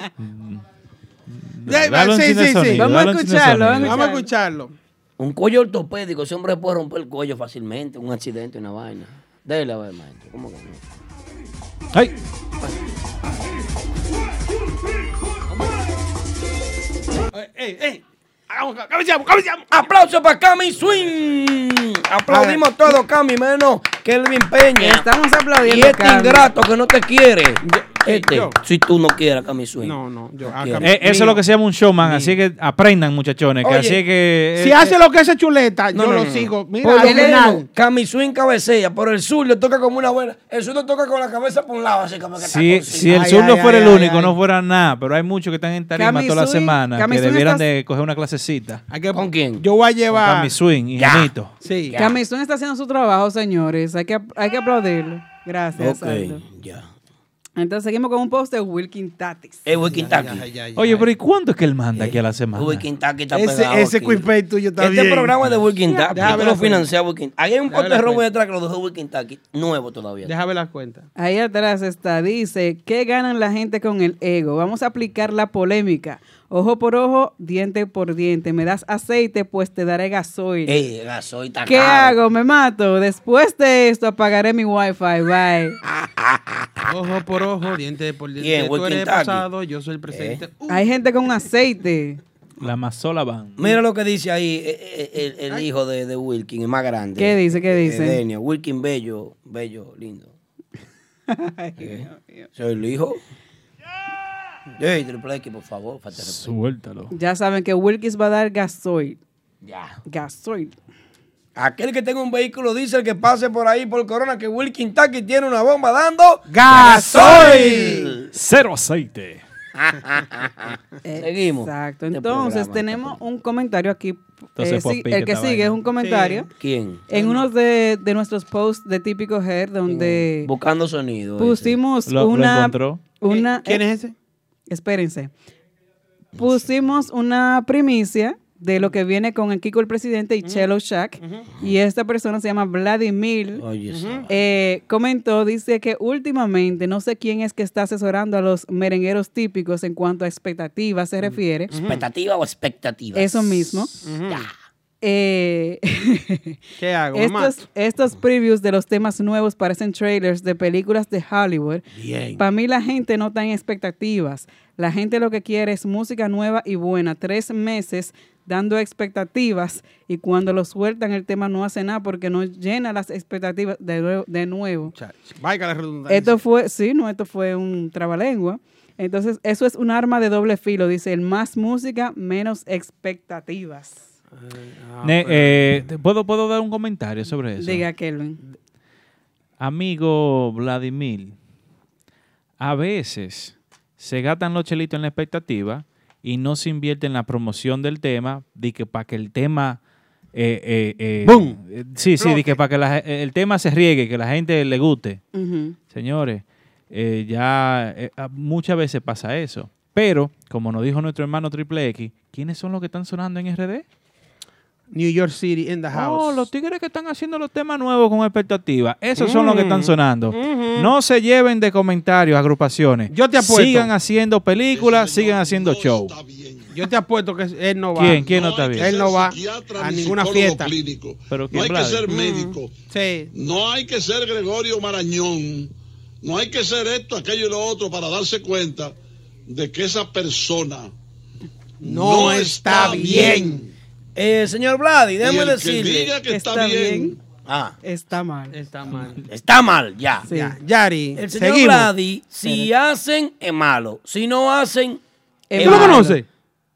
B: Dale un Sí, cine sí, sí. sonido, Vamos a dale un cine escucharlo, sonido. vamos a escucharlo.
D: Un cuello ortopédico, ese hombre puede romper el cuello fácilmente, un accidente, una vaina. Dele a ver, maestro, ¿cómo que no?
E: ¡Ay!
B: ¡Ey, ey! Hagamos, cabeceamos, cabeceamos.
D: ¡Aplauso para Cami Swing! Aplaudimos todo, Cami, menos Kelvin Peña.
C: Estamos aplaudiendo,
D: Y este
C: Cami.
D: ingrato que no te quiere. Este, si tú no quieres, Cami Swing. No,
B: no, yo.
E: Eh, eso es lo que se llama un showman, así que aprendan, muchachones. que
D: Oye,
E: así que.
B: Si
E: eh,
B: hace lo que hace Chuleta,
D: No,
B: yo
D: no,
B: lo
D: no, no.
B: sigo. Mira,
D: por
B: al
D: lo
B: final.
D: menos, Cami Swing cabecea, pero el sur le toca como una buena. El sur le toca con la cabeza por un lado, así como que está
E: Si,
D: cosita.
E: si el
D: Ay,
E: sur no
D: ay,
E: fuera
D: ay,
E: el
D: ay,
E: único,
D: ay.
E: no fuera nada, pero hay muchos que están en tarima
D: Cami
E: toda la
D: Swing-
E: semana
D: Cami
E: que
D: Swing
E: debieran
D: está-
E: de coger una clasecita.
D: ¿Con quién?
B: Yo voy a
E: Con
B: llevar.
E: Cami Swing y
B: Ya.
E: Janito.
B: Sí.
C: Cami Swing está haciendo su trabajo, señores. Hay que, hay que aplaudirlo. Gracias.
E: Ok,
C: Aldo.
D: ya.
C: Entonces seguimos con un post de Wilkin Tatis.
D: Eh, Wilkin Tatis.
E: Oye, pero ¿y cuánto es que él manda aquí a
B: Eh,
E: la semana?
D: Wilkin Tatis está
B: Ese-
D: pegado
B: ese
D: aquí.
B: quickbait tuyo está
D: Este
B: bien.
D: programa es de Wilkin Tatis.
B: Déjame
D: Yo
B: la
D: lo financié a Wilkin Ahí hay un
B: Déjame
D: pote
B: la
D: de robo
B: cuenta.
D: detrás que lo dejó Wilkin Tatis. Nuevo todavía.
B: Déjame las cuentas.
C: Ahí atrás está, dice, ¿qué ganan la gente con el ego? Vamos a aplicar la polémica. Ojo por ojo, diente por diente. Me das aceite, pues te daré gasoil.
D: Ey, el gasoil está
C: ¿Qué
D: caro.
C: hago? ¿Me mato? Después de esto apagaré mi wifi. Bye.
B: Ojo por ojo, diente por diente.
D: Bien, Eh.
B: Tú
D: Wilkin
B: eres el
D: Taki.
B: pasado, yo soy el presente.
D: Uh.
C: Hay gente con aceite.
E: La Mazola van.
D: Mira lo que dice ahí eh, eh, el, el hijo de, de Wilkin, el más grande.
C: ¿Qué dice? ¿Qué
D: Eh,
C: dice?
D: Denio. Wilkin Bello, bello, lindo.
C: (laughs)
D: Eh, ¿Soy el hijo? Ey, triple X, por favor. falta de respeto.
E: Suéltalo.
C: Ya saben que Wilkins va a dar gasoil.
D: Ya.
C: Ah, Gasoil.
D: Aquel que tenga un vehículo dice que pase por ahí por Corona que Wilkin Taki tiene una bomba dando
E: ¡Gasoil! Cero aceite.
D: Seguimos.
C: Exacto.
D: Este
C: Entonces
D: programa.
C: tenemos un comentario aquí.
D: Entonces,
C: Eh, sí,
D: Popi,
C: el
D: que
C: que
D: está
C: sigue es
D: vaina.
C: un comentario.
D: ¿Quién?
C: En uno de, de nuestros posts de Típico Hair, donde
D: Buscando sonido. ese.
C: pusimos una... una ¿Quién es ese? Espérense. Pusimos una primicia de lo que viene con el Kiko el Presidente y Chelo Shack. Y esta persona se llama Vladimir.
D: Oye, esa
C: Eh, comentó, dice que últimamente no sé quién es que está asesorando a los merengueros típicos en cuanto a expectativas se refiere.
D: Mm. ¿Expectativa o expectativa?
C: Eso mismo. Hmm. Eh, (laughs)
B: ¿Qué hago? ¿Me
C: estos,
B: mato?
C: estos previews de los temas nuevos parecen trailers de películas de Hollywood.
B: Bien.
C: Para mí la gente no está en expectativas. La gente lo que quiere es música nueva y buena. Tres meses dando expectativas y cuando lo sueltan el tema no hace nada porque no llena las expectativas de nuevo. De nuevo.
B: Vaya la redundancia.
C: Esto fue, sí, no, esto fue un trabalengua. Entonces, eso es un arma de doble filo. Dice, el más música, menos expectativas.
E: Ne- eh, ¿te- ¿puedo, ¿Puedo dar un comentario sobre eso?
C: Diga Kelvin.
E: Amigo Vladimir, a veces se gastan los chelitos en la expectativa y no se invierte en la promoción del tema, de que para que el tema... eh, eh, eh,
P: ¡Bum!
E: eh, sí, sí, de que para que la- el tema se riegue, que la gente le guste.
C: Ujú.
E: Señores, eh, ya eh, ah, muchas veces pasa eso. Pero, como nos dijo nuestro hermano Triple X, ¿quiénes son los que están sonando en RD?
B: New York City in the house.
E: Oh, los tigres que están haciendo los temas nuevos con expectativa. Esos son los que están
B: Mm.
E: sonando.
B: Ujú.
E: No se lleven de comentarios, agrupaciones.
B: Yo te apuesto.
E: Sigan haciendo películas, sigan haciendo show.
B: Yo te apuesto que él no va.
E: ¿Quién? ¿Quién no está bien?
B: Él no va
Q: psiquiatra
B: a
Q: ni
B: ninguna
Q: psicólogo
B: fiesta.
Q: clínico.
E: Pero
Q: No
E: ¿quién
Q: hay que
E: Vladi?
Q: ser
D: Mm.
Q: médico. No hay que ser Gregorio Marañón. No hay que ser esto, aquello y lo otro para darse cuenta de que esa persona
D: No está bien. Eh, señor Vladi,
Q: Y
D: déjame
Q: el que
D: decirle.
Q: diga que está Está bien. bien.
D: Ah.
C: Está mal.
B: Está mal.
D: Está mal, ya.
B: Sí. Ya, Yari,
D: El señor
B: seguimos.
D: Vladi, si hacen, es malo. Si no hacen, es
B: ¿Tú lo
D: malo.
B: conoces?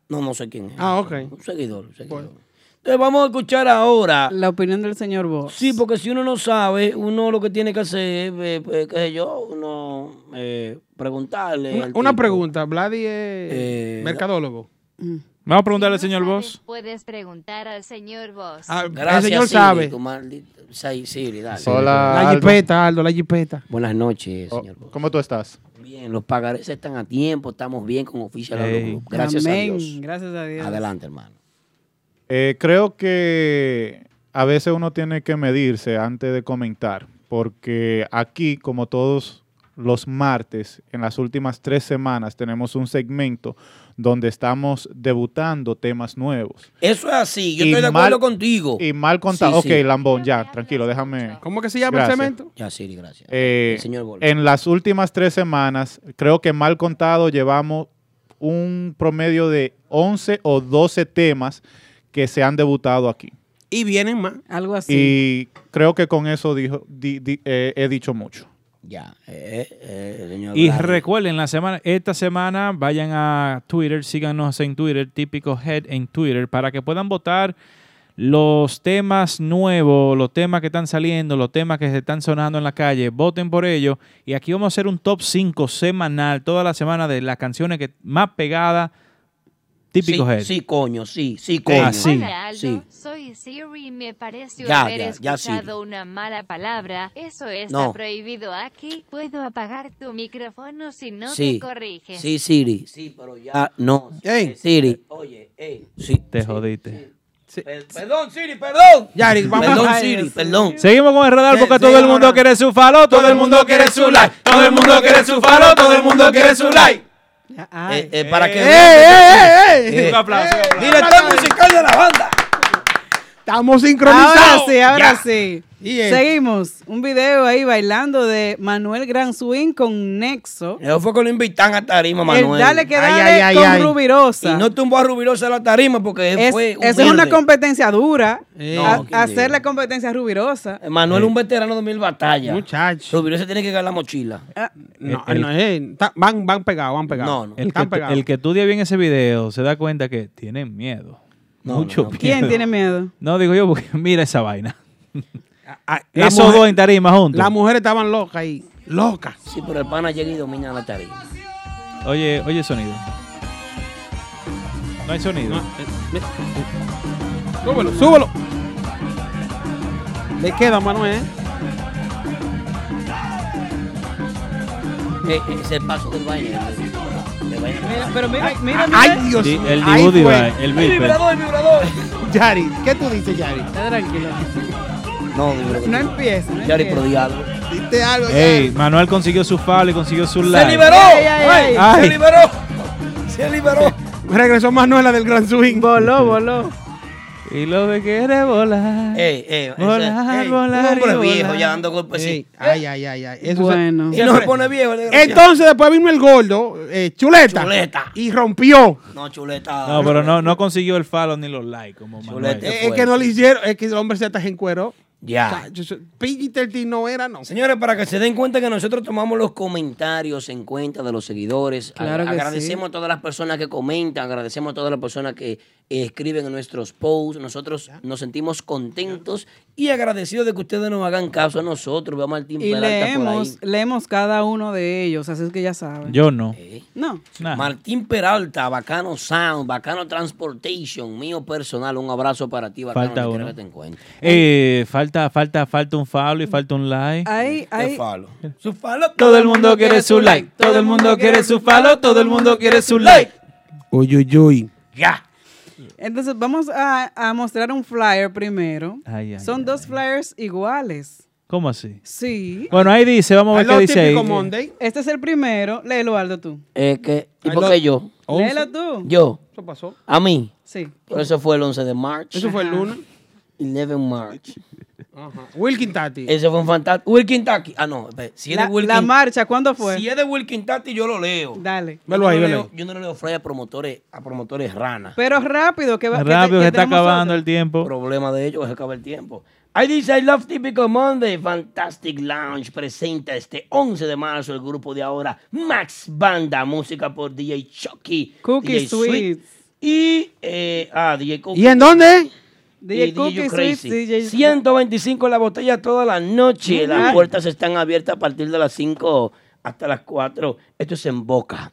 D: No, no sé quién es.
B: Ah, ok.
D: Un seguidor, un seguidor. Entonces vamos a escuchar ahora.
C: La opinión del señor Bo.
D: Sí, porque si uno no sabe, uno lo que tiene que hacer es, eh, eh, qué sé yo, uno eh, preguntarle.
B: Una,
D: al
B: una
D: tipo. Eh,
B: pregunta, Vladi es Eh, mercadólogo.
E: Vamos a preguntarle al señor Boss.
R: (laughs) Puedes preguntar al señor Boss.
B: Ah,
D: Gracias,
B: el señor
D: Siri,
B: sabe.
D: tu maldita- Sai- Siri, dale.
B: La jipeta, Aldo, la jipeta.
D: Buenas noches,
B: Oh,
D: señor.
K: Oh, ¿Cómo tú estás?
D: Bien, los pagarés están a tiempo, estamos bien con Official Audio
K: Ey.
D: Group. Gracias
C: Amén.
D: a Dios.
C: Gracias a Dios.
D: Adelante, hermano.
K: Eh, creo que a veces uno tiene que medirse antes de comentar, porque aquí, como todos los martes, en las últimas tres semanas tenemos un segmento donde estamos debutando temas nuevos.
D: Eso es así, yo
K: Y
D: estoy de
K: mal-
D: acuerdo contigo.
K: Y mal contado.
D: Sí, sí.
K: Ok, Lambón, ya, tranquilo, déjame.
B: ¿Cómo que se
D: llama el
K: segmento?
D: segmento? Ya, Siri, gracias. El señor Bol.
K: en las últimas tres semanas, creo que mal contado llevamos un promedio de 11 o 12 temas que se han debutado aquí.
B: Y vienen más.
C: Algo
K: Y creo que con eso dijo, di- di- eh, he dicho mucho.
D: Ya, eh, eh, el señor
E: Y
D: Vladi.
E: recuerden, la semana, esta semana vayan a Twitter, síganos en Twitter, típico head en Twitter, para que puedan votar los temas nuevos, los temas que están saliendo, los temas que se están sonando en la calle. Voten por ellos. Y aquí vamos a hacer un top 5 semanal, toda la semana, de las canciones que más pegadas, típico
D: sí,
E: head.
D: sí, coño, sí, Eh, sí, coño.
E: Ah, sí.
R: Hola, Aldo.
D: Sí.
R: Soy Siri. Me pareció
D: Ya,
R: haber
D: ya, ya, Siri.
R: escuchado una mala palabra. Eso está
D: No.
R: prohibido aquí. Puedo apagar tu micrófono si no
D: Sí.
R: te corriges.
D: Sí, Siri. Sí, pero ya. Ah, no. Eh, Siri. Oye, ey. Sí.
E: Te jodiste.
D: Per- Perdón, Siri, perdón.
B: Yaris, vamos
D: Perdón,
B: a-
D: Siri, perdón.
E: Seguimos con el radar porque todo el mundo quiere su falo, todo el mundo quiere su like, todo el mundo quiere su falo, todo el mundo quiere su like.
D: Eh, eh, para que.
E: Eh, eh,
B: eh, eh.
D: Eh,
B: Un aplauso, un aplauso.
D: Director musical de la banda.
B: Estamos sincronizados.
C: Ahora sí, ahora
B: Ya.
C: sí.
B: Y él.
C: Seguimos. Un video ahí bailando de Manuel Gran Swing con Nexo.
D: Eso Eh, fue que lo invitan a tarima,
C: El
D: Manuel.
C: Eh, dale que Ay, dale ay, ay, con ay. Rubirosa.
D: Y no tumbó a Rubirosa a la tarima porque
C: Es,
D: fue
C: esa es una
D: humilde.
C: competencia dura.
D: Eh.
C: A-
D: No, qué Eh,
C: hacerle competencia a Rubirosa.
D: Manuel es un veterano de mil batallas.
B: Muchacho.
D: Rubirosa tiene que ganar la mochila.
B: Ah, No,
E: El-
B: no, eh, ta- van, van pegados, van pegados.
D: No, no.
E: El que,
B: Están pegados.
E: el que estudia bien ese video se da cuenta que tienen miedo. Mucho miedo.
C: ¿Quién tiene miedo?
E: No, digo yo, porque (laughs) mira esa vaina.
B: La
E: Esos
B: mujer-
E: dos en tarima juntos.
B: Las mujeres estaban locas ahí. Locas.
D: Sí, pero el pana llega y domina la tarima.
E: Oye, oye el sonido. No eh, hay sonido.
B: Súbelo, súbelo. Le queda, Manuel.
D: Eh, eh, es el paso del baile. Mira,
C: pero mira, mira,
B: Ay, Dios
E: Di-
B: mío.
E: el
B: Ahí
E: dibu
B: fue.
E: diva, el beeper.
D: el vibrador.
B: (laughs) Yari, ¿qué tú dices, Yari?
C: tranquilo.
D: No, vibrador.
C: No empieza. No
D: Yari,
C: empieza.
D: pero di algo.
B: Diste algo,
E: Ey, Manuel consiguió su falo y consiguió su
B: Eh.
E: like.
D: liberó!
C: Ay, ay, ay.
E: Ay.
D: ¡Se liberó! ¡Se liberó!
B: Regresó Manuela del Gran Swing.
C: Voló, voló.
E: Y lo que quiere es volar.
D: Ey, ey, ese-
E: volar,
D: ey,
E: volar.
D: Un hombre
E: y volar.
D: viejo ya dando golpes.
B: Ey,
D: Sí. Eh.
B: Ay, ay, ay, ay. Eso
C: Bueno.
B: se-
D: Y no se pone viejo. el desgraciado.
B: Entonces, después vino el gordo, eh, chuleta,
D: Chuleta.
B: y rompió.
D: No, chuleta.
E: No, pero no, no consiguió el follow ni los likes como
D: Chulete.
E: Manuel.
B: Es que no le hicieron, es que el hombre se está en cuero.
D: Ya.
B: PG-13 no era, no.
D: Señores, para que se den cuenta que nosotros tomamos los comentarios en cuenta de los seguidores. A-
C: Claro que
D: agradecemos a todas las personas que comentan, agradecemos a todas las personas que escriben en nuestros posts. Nosotros nos sentimos contentos y agradecidos de que ustedes nos hagan caso a nosotros. Veamos al Team
C: Y
D: Peralta
C: leemos,
D: por
C: leemos cada uno de ellos, así es que ya saben.
E: Yo no.
C: No.
D: ahí. Eh. Martín Peralta, Bacano Sound, Bacano Transportation, mío personal, un abrazo para ti, Bacano.
E: Falta
D: donde
E: uno.
D: quiera que te encuentres.
E: Eh, falta, falta, falta un follow y falta un like.
C: Ay, ay.
D: Su falo.
E: Todo el mundo quiere su like. Todo el mundo quiere su follow. Todo el mundo quiere su like.
B: Uy, uy, uy.
C: Entonces vamos a, a mostrar un flyer primero.
E: Ay, ay,
C: Son dos flyers iguales.
E: ¿Cómo así?
C: Sí.
E: Bueno, ahí dice, vamos a ver qué dice ahí.
C: Este es el primero. Léelo, Aldo, tú.
D: Es que, ¿Y por qué yo?
C: Léelo tú.
D: Yo.
B: Eso pasó.
D: ¿A mí?
C: Sí.
D: Pero eso fue el 11 de marzo.
B: Eso fue el Ajá. lunes.
D: 11 de marzo.
B: Ajá. Wilkin Tati.
D: Ese fue un fantástico. Wilkin Tati. Ah, no. espera, Si es
C: La,
D: de Wilkin
C: la marcha, ¿cuándo fue?
D: Si es de Wilkin Tati, yo lo leo.
C: Dale.
D: Yo no
C: ahí,
D: leo-
C: velo ahí.
D: Yo no le leo fly a promotores, a promotores rana.
C: Pero rápido, que va que te-
E: Rápido,
C: que
E: se está
C: tenemos
E: acabando el tiempo.
D: Problema de ellos, se acaba el tiempo. Ahí dice I Love Típico Monday. Fantastic Lounge presenta este 11 de marzo el grupo de ahora Max Banda, música por DJ Chucky.
C: Cookie
D: DJ Sweet.
C: Sweets.
D: Y, eh, ah, DJ Cookie.
B: ¿Y en dónde?
C: DJ
D: Y
C: Cookie
D: You Crazy.
C: Sweets, DJ
D: 125 la botella toda la noche. Las puertas están abiertas a partir de las 5 hasta las 4. Esto es en Boca.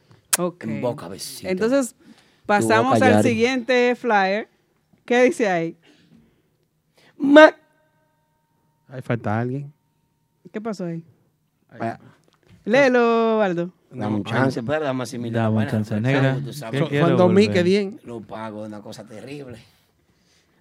D: En Boca, besito.
C: Entonces,
D: Tu
C: pasamos
D: boca,
C: al
D: Yari.
C: siguiente flyer. ¿Qué dice ahí?
B: Ahí falta alguien.
C: ¿Qué pasó ahí?
B: Ah.
D: Vaya.
C: Léelo, Baldo.
D: Dame un chance, espera, dame asimilar.
E: Dame un
D: Bueno,
E: chance,
D: tú
E: negra.
D: sabes, tú sabes.
E: ¿Qué Fue en quiero 2000, volver? qué
B: bien.
D: Lo pago, una cosa terrible.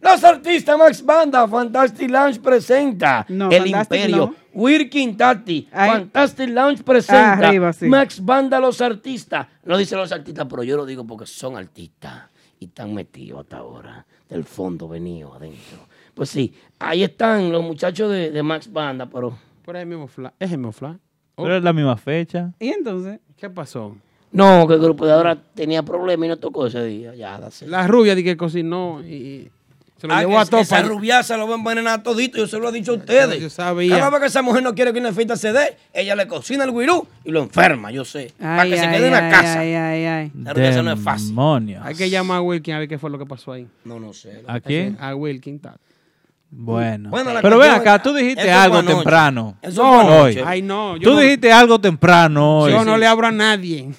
D: Los artistas Max Banda, Fantastic Lounge presenta
C: No,
D: El
C: Fantastic
D: Imperio.
C: no.
D: Wirkin Tati, Fantastic Lounge presenta
C: Ah, arriba, sí.
D: Max Banda, los artistas. No dice los artistas, pero yo lo digo porque son artistas y están metidos hasta ahora. Del fondo venido adentro. Pues sí, ahí están los muchachos de, de Max Banda, pero.
B: Por ahí mismo fla- Es el mismo fla. Oh.
E: Pero es la misma fecha.
C: ¿Y entonces?
B: ¿Qué pasó?
D: No, que el grupo de Pues ahora tenía problemas y no tocó ese día. Ya, dase.
B: La rubia di que cocinó y- y se lo
D: Ah,
B: llevó a
D: es- Esa
B: topa.
D: rubiaza lo va a envenenar todito, yo se lo he dicho a ustedes.
B: Yo sabía.
D: Cada vez que esa mujer no quiere que una fiesta se dé, ella le cocina el guirú y lo enferma, yo sé. para que se quede en la casa. La rubiaza no es fácil.
E: Demonios.
B: Hay que llamar a Wilkin a ver qué fue lo que pasó ahí.
D: No, no sé.
E: ¿A quién?
B: A Wilkin Tati.
E: Bueno.
B: Bueno, la
E: Pero ven
B: cuestión
E: acá,
B: es-
E: tú dijiste
B: eso fue
E: algo
B: anoche.
E: temprano.
B: Eso fue
E: hoy.
B: anoche. Ay, no, yo
E: Tú
B: no-
E: dijiste algo temprano hoy.
B: Yo no le abro a nadie.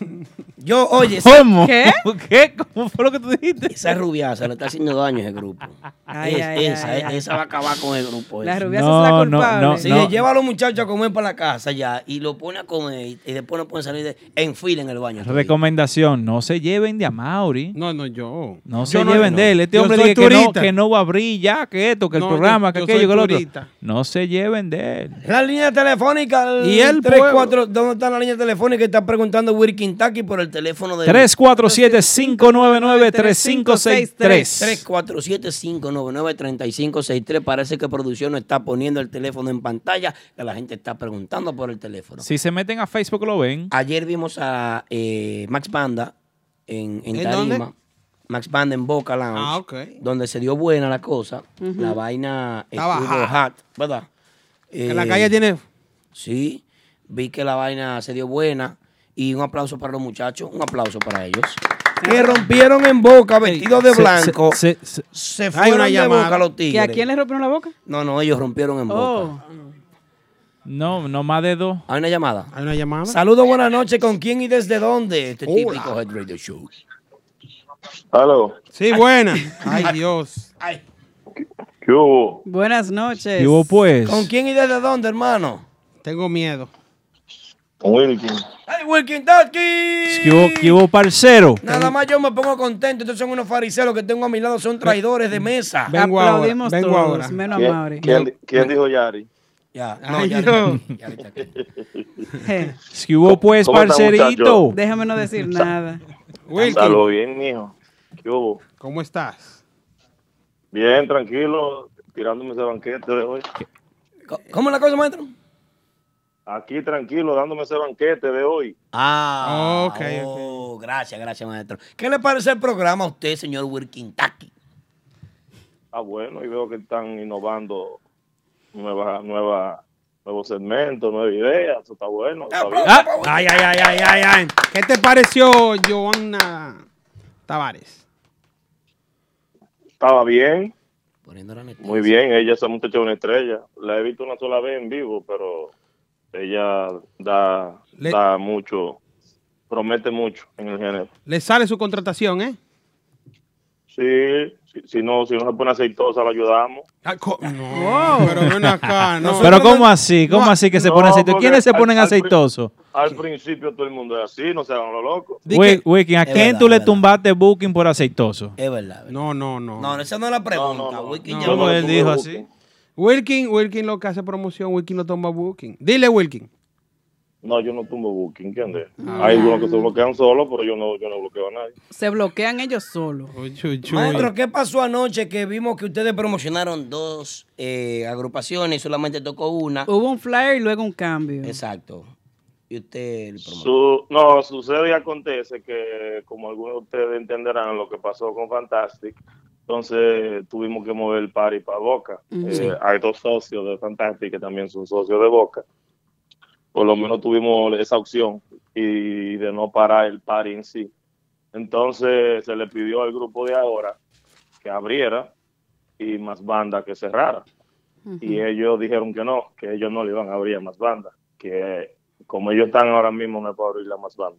D: Yo, oh, oye,
E: ¿Cómo? ¿Qué? ¿Qué? ¿Cómo fue lo que tú dijiste?
D: Esa rubiaza le está haciendo daño a ese grupo.
C: Ay,
D: Es-
C: ay,
D: esa,
C: ay,
D: es-
C: ay.
D: esa va a acabar con el grupo.
C: La
D: ese.
C: rubiaza es la No, no, culpable. no,
D: Si
C: no.
D: le lleva a los muchachos a comer para la casa ya y lo pone a comer y, y después no pueden salir de, en fila en el baño.
E: Recomendación, no se lleven de Amauri.
B: No, no, yo.
E: No
B: Yo
E: se
B: no-
E: lleven de él. Este
B: Yo
E: hombre
B: soy
E: dice que no,
B: turista.
E: que no va a abrir ya, que esto, que el
B: No, yo-
E: programa, que
B: yo
E: aquello,
B: soy
E: que el otro.
B: turista.
E: No se lleven de él.
D: La línea telefónica, el,
E: Y el
D: 34, ¿dónde está la línea telefónica? Está preguntando Wirkin Taki por el teléfono de
E: 347-599-3563.
D: 347-599-3563. Parece que producción no está poniendo el teléfono en pantalla, que la gente está preguntando por el teléfono.
E: Si se meten a Facebook lo ven.
D: Ayer vimos a eh, Max Banda en, en
E: ¿En
D: Tarima.
E: dónde?
D: Max Banda en Boca Lounge.
B: Ah, ok.
D: Donde se dio buena la cosa.
B: Ujú.
D: La vaina
B: Estaba
D: estuvo
B: hot.
D: hot, ¿verdad?
B: En la
D: Eh,
B: calle tiene.
D: Sí, vi que la vaina se dio buena. Y un aplauso para los muchachos, un aplauso para ellos. Que rompieron en boca, vestidos de
E: Se-
D: blanco.
E: se- se-
D: Se fueron de boca los
C: ¿Que
D: tigres.
C: a quién le rompieron la boca?
D: No, no, ellos rompieron en boca.
C: Oh,
E: No, no más de dos.
D: Hay una llamada.
B: Hay una llamada.
D: Saludos, buenas noches. ¿Con quién y desde dónde? Este
B: Hola.
D: típico Head Radio Show.
P: Aló,
B: Sí,
D: (laughs)
B: buena. Ay, Dios.
P: ¿qué hubo?
C: buenas noches.
E: Y vos pues.
D: ¿Con quién y desde dónde, hermano?
B: Tengo miedo.
P: Con Wilkin.
D: ¡Ay, Wilkin Taki!
E: ¿Qué hubo, qué hubo, parcero?
D: Nada más yo me pongo contento. Estos son unos fariseos los que tengo a mi lado, son traidores de mesa.
B: Vengo ahora, Aplaudimos vengo todos, ahora.
C: menos
P: ¿Quién, quién- quién dijo Yari?
D: Ya,
B: no, Ay, Yari no. (laughs) no,
E: ¿Qué hubo pues,
P: ¿Cómo están,
E: parcerito?
P: muchachos?
C: Déjame
P: (laughs)
C: no decir nada.
P: Salud, bien, hijo. ¿Qué hubo?
B: ¿Cómo estás?
P: Bien, tranquilo, tirándome ese banquete de hoy.
D: ¿Cómo es la cosa, maestro?
P: Aquí tranquilo, dándome ese banquete de hoy.
D: Ah,
P: Ok,
D: oh, gracias, gracias, maestro. ¿Qué le parece el programa a usted, señor Wilkin Taki?
P: Ah, bueno, y veo que están innovando nueva, nueva, nuevos segmentos, nuevas ideas. Eso está bueno.
D: Ah,
P: está bien.
B: Ah,
E: Ah.
B: Ay, ay, ay, ay, ay, ay. ¿Qué te pareció, Joana Tavares?
P: estaba bien,
D: Poniendo la
P: muy bien. Ella, esa muchacha es una estrella. La he visto una sola vez en vivo, pero ella da, da mucho, promete mucho en el género.
B: Le sale su contratación, ¿eh?
P: Sí, si, si no, si no se pone aceitosa, la ayudamos.
D: Ah,
B: No, Ah, Oh, pero
D: (laughs)
B: ven
P: (laughs)
B: acá, no.
E: Pero ¿cómo así? ¿Cómo así que se
P: No,
E: ponen aceitoso?
P: porque
E: ¿Quiénes se
P: al-
E: ponen
P: al pri-
E: aceitoso?
P: Al principio todo el mundo es así, no se hagan lo loco.
E: Wi- Wiki, ¿a
P: Es
E: quién
P: verdad,
E: tú le tumbaste booking por aceitoso?
D: Es verdad.
B: No, no, no.
D: No, esa no es la pregunta. Wilkin
E: no,
D: llamó.
E: no, él dijo así.
B: Wilkin, Wilkin lo que hace promoción, Wilkin no toma booking. Dile, Wilkin. Ah.
P: No, yo no tumbo booking, ¿entiendes? Hay algunos que se bloquean solos, pero yo no, yo no bloqueo a nadie.
C: Se bloquean ellos solos.
D: Maestro, ¿qué pasó anoche que vimos que ustedes promocionaron dos eh, agrupaciones y solamente tocó una?
C: Hubo un flyer y luego un cambio.
D: Exacto. Y usted el promotor.
P: Su- no, sucede y acontece que, como algunos de ustedes entenderán, lo que pasó con Fantastic, entonces tuvimos que mover el party para Boca.
S: Ujú.
P: Eh,
S: Sí.
P: hay dos socios de Fantastic que también son socios de Boca. Por lo menos tuvimos esa opción y de no parar el party en sí. Entonces se le pidió al grupo de ahora que abriera y más banda que cerrara. Y ellos dijeron que no, que ellos no le iban a abrir a más banda, que como ellos están ahora mismo, me puedo abrir la más banda.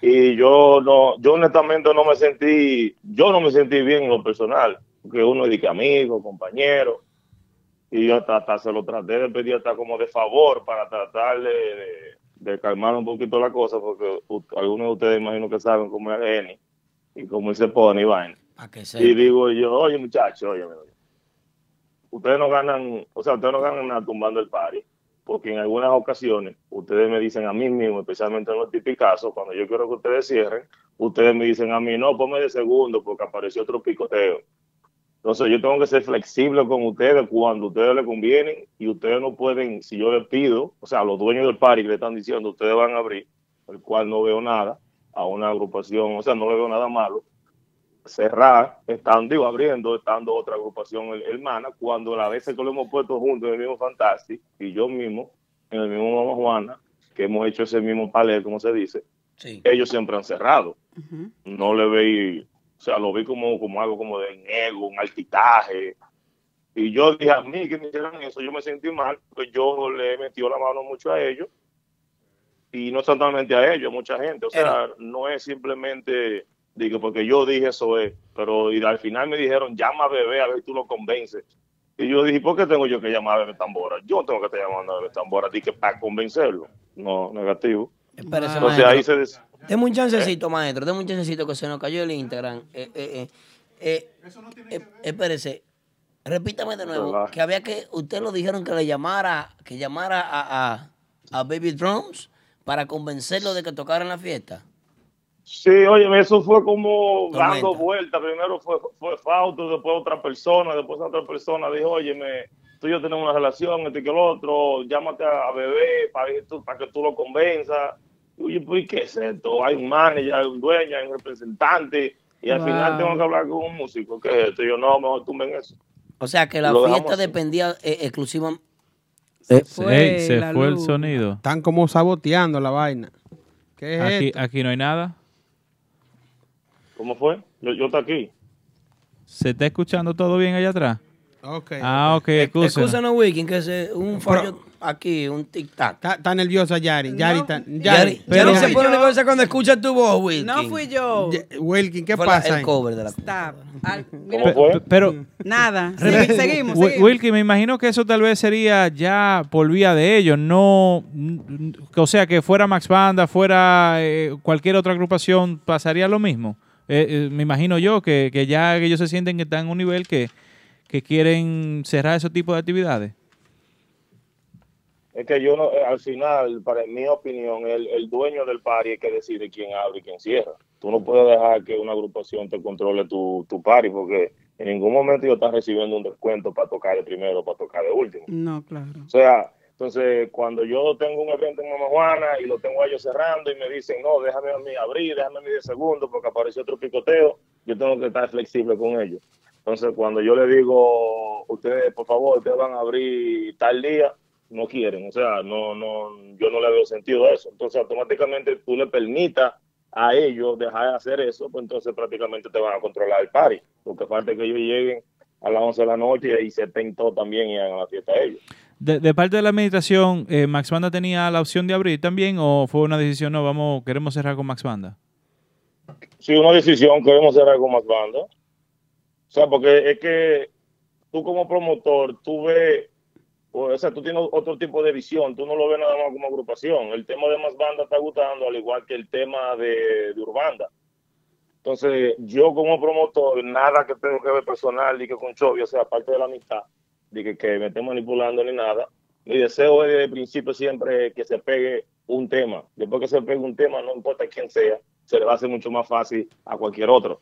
P: Y yo no, yo honestamente no me sentí, yo no me sentí bien en lo personal, porque uno dice que amigo, compañero, y yo hasta, hasta se lo traté de pedir hasta como de favor para tratar de, de- de calmar un poquito la cosa, porque u- algunos de ustedes imagino que saben cómo es Jenny y cómo él se pone y vaina. Y digo yo, oye muchachos, oye, ustedes no ganan, o sea, ustedes no ganan nada tumbando el party, porque en algunas ocasiones ustedes me dicen a mí mismo, especialmente en los tipicazos, cuando yo quiero que ustedes cierren, ustedes me dicen a mí, no, ponme de segundo porque apareció otro picoteo. Entonces yo tengo que ser flexible con ustedes cuando a ustedes les convienen y ustedes no pueden, si yo les pido, o sea, los dueños del party le están diciendo, ustedes van a abrir, el cual no veo nada a una agrupación, o sea, no le veo nada malo, cerrar, estando, digo, abriendo, estando otra agrupación her- hermana, cuando la veces que lo hemos puesto juntos en el mismo Fantastic y yo mismo, en el mismo Mamá Juana, que hemos hecho ese mismo palet, como se dice, ellos siempre han cerrado. No le veí, o sea, lo vi como, como algo como de un ego, un altitaje. Y yo dije a mí que me hicieran eso, yo me sentí mal, pues yo le he metido la mano mucho a ellos y no solamente a ellos, a mucha gente. O sea, no es simplemente, digo, porque yo dije eso es, pero y al final me dijeron, llama a bebé a ver si tú lo convences. Y yo dije, ¿por qué tengo yo que llamar a bebé tambora? Yo no tengo que estar llamando a bebé tambora, dije, para convencerlo. No, negativo.
D: Espérese,
P: Entonces ahí se... des-
D: Deme un chancecito, maestro. Deme un chancecito que se nos cayó el Instagram. Eh, eh, eh, eh, eh, Espérese. Repítame de nuevo.
P: Relaje.
D: Que había que. Usted lo dijeron que le llamara. Que llamara a, a, a Baby Drums para convencerlo de que tocaran la fiesta.
P: Sí, oye, eso fue como
D: Tormenta.
P: dando vueltas. Primero fue, fue Fausto, después otra persona, después otra persona dijo, oye, tú y yo tenemos una relación, este y que el otro, llámate a, a bebé para, que tú- para que tú lo convenzas. Y Oye, pues, ¿qué es esto? Hay un manager, hay un dueño, hay un representante, y al
D: Wow.
P: final tengo que hablar con un músico. ¿Qué es esto? Y yo, no, mejor tú ven eso.
D: O sea, que la
P: Lo dejamos
D: fiesta dependía eh, exclusivamente.
E: Ey, se fue el sonido.
B: Están como saboteando la vaina. ¿Qué es
E: Aquí,
B: esto?
E: aquí no hay nada.
P: ¿Cómo fue? Yo, yo estoy aquí.
E: ¿Se está escuchando todo bien allá atrás?
B: Ok.
E: Ah, ok, excusa.
D: Excúsanos, Wiking, que es un fallo aquí, un tic-tac.
B: Está, está nerviosa Yari. Yari, está-
D: Yari,
B: Yari,
D: Yari se
B: Yari.
D: pone nerviosa cuando escucha tu voz, Wilkin.
C: No fui yo.
B: Ye- Wilkin, ¿qué
D: Fue la-
B: pasa?
D: el
B: ahí?
D: cover de la-
C: Stop. Al- mira,
E: Pe- pe- Pero, (laughs)
C: nada. Seguimos, seguimos.
E: Wi- Wilkie, me imagino que eso tal vez sería ya por vía de ellos, no, n- n- o sea, que fuera Max Banda, fuera eh, cualquier otra agrupación, pasaría lo mismo. Eh, eh, me imagino yo que, que ya ellos se sienten que están en un nivel que, que quieren cerrar ese tipo de actividades.
P: Es que yo, no- eh, al final, para mi opinión, el, el dueño del party es que decide quién abre y quién cierra. Tú no puedes dejar que una agrupación te controle tu, tu party porque en ningún momento yo estás recibiendo un descuento para tocar de primero, para tocar de último.
C: No, claro.
P: O sea, entonces cuando yo tengo un evento en Mama Juana y lo tengo a ellos cerrando y me dicen, no, déjame a mí abrir, déjame a mí de segundo porque apareció otro picoteo, yo tengo que estar flexible con ellos. Entonces cuando yo le digo, ustedes por favor, ustedes van a abrir tal día, no quieren, o sea, no, no, yo no le veo sentido a eso. Entonces automáticamente tú le permitas a ellos dejar de hacer eso, pues entonces prácticamente te van a controlar el party. Lo que falta es que ellos lleguen a las 11 de la noche y se estén todos también y hagan la fiesta ellos.
E: De, de parte de la administración, eh, ¿Max Banda tenía la opción de abrir también o fue una decisión, no, vamos, queremos cerrar con Max Banda?
P: Sí, una decisión, queremos cerrar con más banda. O sea, porque es que tú como promotor, tú ves, o sea, tú tienes otro tipo de visión, tú no lo ves nada más como agrupación. El tema de más banda está gustando, al igual que el tema de, de Urbanda. Entonces, yo como promotor, nada que tengo que ver personal, ni que con Chovy, o sea, aparte de la amistad, de que, que me esté manipulando ni nada, mi deseo es desde el principio siempre que se pegue un tema. Después que se pegue un tema, no importa quién sea, se le va a hacer mucho más fácil a cualquier otro,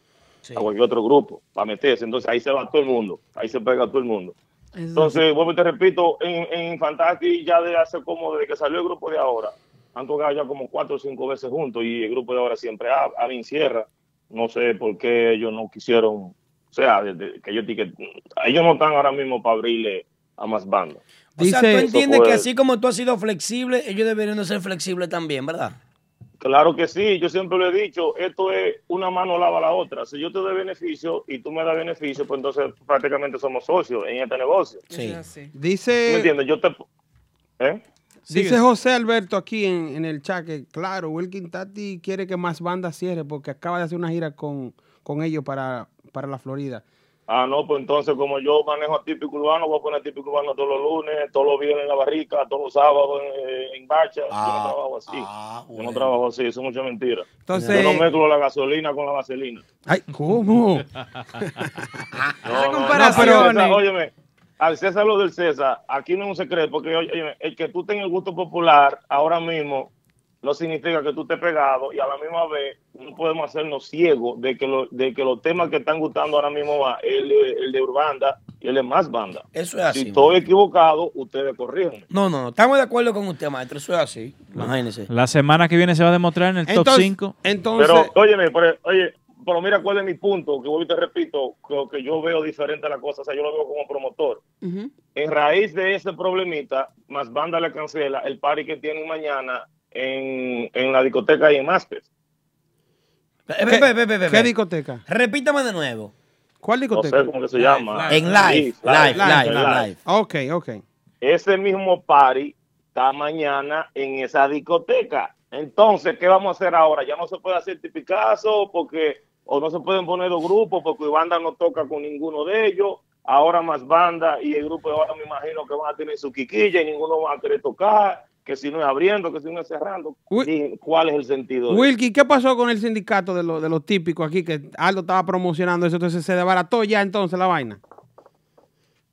P: a cualquier otro grupo, para meterse. Entonces ahí se va todo el mundo, ahí se pega todo el mundo. Entonces, vuelvo y te repito, en, en Fantastic ya de hace como desde que salió el grupo de ahora, han tocado ya como cuatro o cinco veces juntos y el grupo de ahora siempre a, a mí cierra. No sé por qué ellos no quisieron, o sea, desde que yo dije, ellos no están ahora mismo para abrirle a más bandas.
D: O sea, tú entiendes que así como tú has sido flexible, ellos deberían de ser flexibles también, ¿verdad?
P: Claro que sí, yo siempre lo he dicho, esto es una mano lava la otra. Si yo te doy beneficio y tú me das beneficio, pues entonces prácticamente somos socios en este negocio.
B: Sí.
P: ¿Me
B: Dice,
P: entiendes? Yo te... ¿Eh?
B: dice José Alberto aquí en, en el chat que, claro, Wilkin Tati quiere que más bandas cierre porque acaba de hacer una gira con, con ellos para, para la Florida.
P: Ah, no, pues entonces como yo manejo a típico urbano, voy a poner típico urbano todos los lunes, todos los viernes en la barrica, todos los sábados en, en Bacha. yo no trabajo así. Yo no trabajo así, eso es mucha mentira.
B: Entonces-
P: yo no mezclo la gasolina con la vaselina.
B: Ay,
E: (laughs)
B: ¿cómo? (laughs)
P: No, no,
B: comparaciones.
P: no, César, óyeme, al César lo del César, aquí no es un secreto, porque óyeme, el que tú tengas el gusto popular ahora mismo no significa que tú estés pegado y a la misma vez no podemos hacernos ciegos de que, lo- de que los temas que están gustando ahora mismo va el, de- el de Urbanda y el de Más Banda.
D: Eso es así.
P: Si estoy equivocado, ustedes corrigen.
D: No, no, no, estamos de acuerdo con usted, maestro, eso es así. Imagínese.
E: La semana que viene se va a demostrar en el top 5.
P: Pero, óyeme, pero, oye, pero mira cuál es mi punto, que vuelvo y te repito, que, que yo veo diferente la cosa, o sea, yo lo veo como promotor. En raíz de ese problemita, más banda le cancela el party que tienen mañana en, en la discoteca y en Máspez.
B: ¿Qué discoteca?
D: Repítame de nuevo.
B: ¿Cuál discoteca?
P: No sé cómo que se llama.
B: Live,
P: En
B: live,
P: live, live, live, live.
B: Ok, ok.
P: Ese mismo party está mañana en esa discoteca. Entonces, ¿qué vamos a hacer ahora? Ya no se puede hacer tipicazo porque o no se pueden poner dos grupos porque banda no toca con ninguno de ellos. Ahora más banda y el grupo de ahora me imagino que van a tener su quiquilla y ninguno va a querer tocar. Que si no es abriendo, que si no es cerrando. Ni- ¿Cuál es el sentido? de
B: Wilkie, ¿qué pasó con el sindicato de los de los típicos aquí? Que Aldo estaba promocionando eso, entonces se desbarató ya entonces la vaina.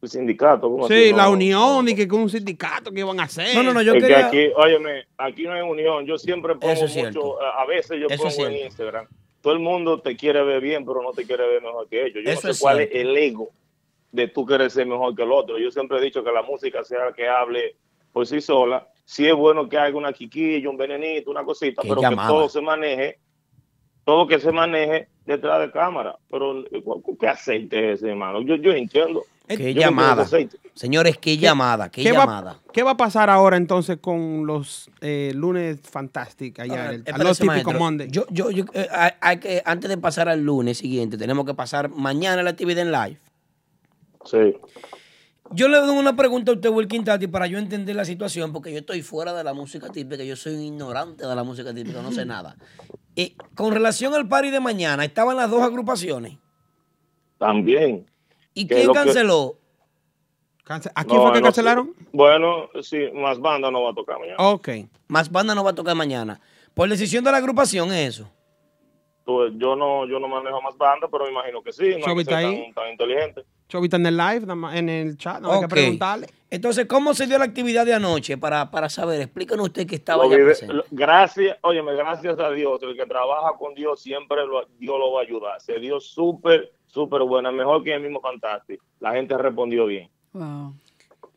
P: el sindicato? ¿Cómo
B: Sí,
P: así?
B: la
P: Pues No.
B: unión y que con un sindicato que iban a hacer.
P: No, no, no, yo aquí, óyeme, aquí no hay unión. Yo siempre pongo
B: Eso es
P: mucho,
B: cierto.
P: a a veces yo
B: Eso es
P: pongo en
B: cierto.
P: Instagram. Todo el mundo te quiere ver bien, pero no te quiere ver mejor que ellos. Yo
D: Eso
P: no
D: es
P: sé cuál
D: cierto.
P: es el ego de tú querer ser mejor que el otro. Yo siempre he dicho que la música sea la que hable por sí sola. Sí es bueno que haga una quiquilla, un venenito, una cosita,
D: Que
P: pero
D: ella
P: que
D: amaba.
P: todo se maneje, todo que se maneje detrás de cámara. Pero, ¿cu- ¿qué aceite es ese, hermano? Yo, yo entiendo. Yo
D: Qué
P: entiendo
D: llamada.
P: ese aceite.
D: Señores, qué llamada, qué,
B: va-
D: llamada.
B: qué va a pasar ahora entonces con los eh, lunes Fantastic allá? en el- a los
D: Espérese,
B: típicos
D: eh, maestro.
B: Monday.
D: Yo, yo, yo, eh, hay- hay que- antes de pasar al lunes siguiente, tenemos que pasar mañana la actividad en live.
P: Sí.
D: Yo le doy una pregunta a usted, Wilkin Tati, para yo entender la situación, porque yo estoy fuera de la música típica, yo soy un ignorante de la música típica, no sé nada. Eh, con relación al party de mañana, estaban las dos agrupaciones.
P: También.
D: ¿Y
P: Que
D: quién
P: lo que-
D: canceló?
B: ¿A
P: No, no sé. Bueno, sí, más banda no va a tocar mañana.
B: Ok.
D: Más banda no va a tocar mañana. Por decisión de la agrupación es eso.
P: Tú- yo no yo no manejo más banda, pero me imagino que sí. No hay
B: Chobi
P: que
B: está
P: ser
B: ahí.
P: tan, tan inteligente.
B: Chovita en el live, nada más- en el chat, no hay que
D: Ok.
B: preguntarle.
D: Entonces, ¿cómo se dio la actividad de anoche? Para, para saber, explícanos usted que estaba
P: Lo
D: allá
P: vive-
D: presente.
P: lo- gracias, óyeme, gracias a Dios. El que trabaja con Dios siempre lo- Dios lo va a ayudar. Se dio súper, súper buena. Mejor que el mismo Fantastic. La gente respondió bien.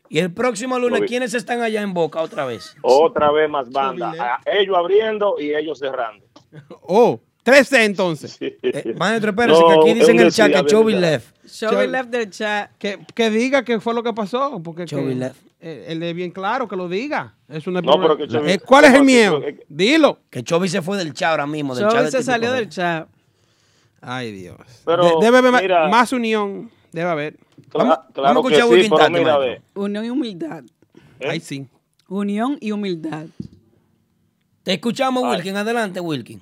D: Y el próximo
P: Lo
D: lunes,
P: vi.
D: ¿quiénes están allá en Boca otra vez?
P: Otra vez más banda. A- ellos abriendo y ellos cerrando.
B: Oh, 3D entonces.
S: Eh, maestro, espérese, que aquí dicen en el chat que Chovy left.
B: Chovy
C: left del chat.
B: Que, que diga qué fue lo que pasó. Porque que-
S: Chovy left.
B: eh, Él es bien claro que lo diga. Eso no es
D: No,
B: problema.
D: pero que Chovy-
B: Eh, ¿Cuál es el miedo? Dilo.
D: Que Chovy se fue del chat ahora mismo. Del
B: Chovy
D: chat este del
B: se
D: Típico
B: salió
D: Head.
B: del chat. Ay, Dios.
D: Pero,
B: De- debe haber
D: mira-
B: más unión. Debe haber.
P: claro vamos a que escuchar sí, Wilkin pero Tati, mira, ¿Eh? maestro. ve.
C: Unión y humildad.
B: Ahí sí.
C: Unión y humildad.
D: Te escuchamos,
P: Ay.
D: Wilkin. Adelante, Wilkin.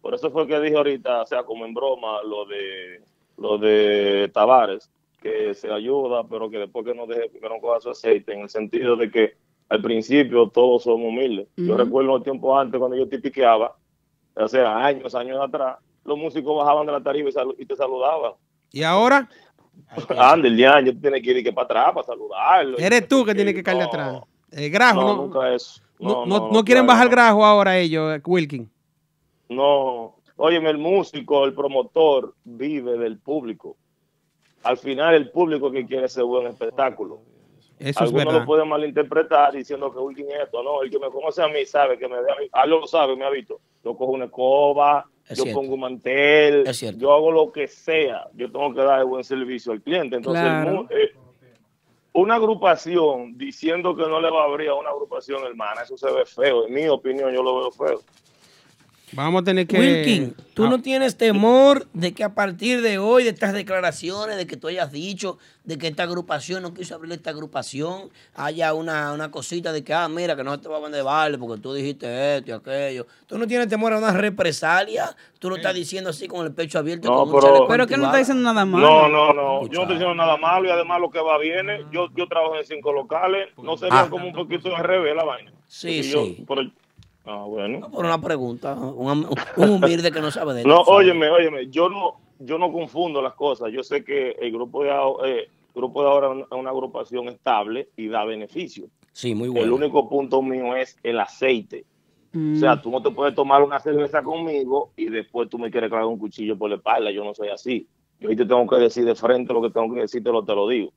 P: Por eso fue que dije ahorita, o sea, como en broma, lo de lo de Tavares, que se ayuda, pero que después que no deje, que no coja su aceite, en el sentido de que al principio todos somos humildes. Yo
A: Ujú.
P: recuerdo los tiempos antes cuando yo tipiqueaba, o sea, años, años atrás, los músicos bajaban de la tarima y, salu- y te saludaban.
B: ¿Y ahora?
P: Ande, el diaño, tú tienes que ir y que para atrás para saludarlo.
B: Eres tú que tienes que caerle atrás. El grajo,
P: Eh, no,
B: ¿no?
P: nunca eso.
B: No,
P: No,
B: no-
P: no,
B: no quieren
P: claro,
B: bajar
P: no.
B: grajo ahora ellos, eh, Wilkin.
P: No, óyeme, el músico, el promotor vive del público. Al final el público que quiere ese buen espectáculo.
B: Eso es
P: Algunos
B: verdad.
P: lo pueden malinterpretar diciendo que Wilkin es esto, no, el que me conoce a mí sabe que me ve a mí, ah, lo sabe, me ha visto. Yo cojo una escoba,
D: Es
P: yo
D: cierto.
P: pongo un mantel,
D: Es cierto.
P: yo hago lo que sea, yo tengo que dar el buen servicio al cliente. Entonces, el
C: Claro.
P: mu- eh, una agrupación diciendo que no le va a abrir a una agrupación hermana, eso se ve feo. En mi opinión, yo lo veo feo.
B: Vamos a tener que.
D: Wilkin, tú
P: Ah.
D: no tienes temor de que a partir de hoy, de estas declaraciones, de que tú hayas dicho, de que esta agrupación no quiso abrir esta agrupación, haya una, una cosita de que, ah, mira, que no te va a vender baile porque tú dijiste esto y aquello. Tú no tienes temor a una represalia, tú lo estás diciendo así con el pecho abierto.
P: No,
D: con un
P: pero-
D: chaleco
P: Pero que no está
C: diciendo nada
D: antibala.
P: No, no, no. Yo no estoy diciendo nada malo y además lo que va viene. Yo, yo trabajo en cinco locales. No sería
D: Ah.
P: como un poquito al revés la vaina.
D: Sí,
P: Si yo-
D: sí.
P: pero- ah, bueno.
D: Por una pregunta, un, un humilde que no sabe de
P: No,
D: esto.
P: óyeme, óyeme. Yo no, yo no confundo las cosas. Yo sé que el grupo de, aho- eh, grupo de ahora es una agrupación estable y da beneficio.
D: Sí, muy
P: El
D: bueno.
P: único punto mío es el aceite. O
D: Mm.
P: sea, tú no te puedes tomar una cerveza conmigo y después tú me quieres clavar un cuchillo por la espalda. Yo no soy así. Yo ahí te tengo que decir de frente lo que tengo que decir, te lo, te lo digo.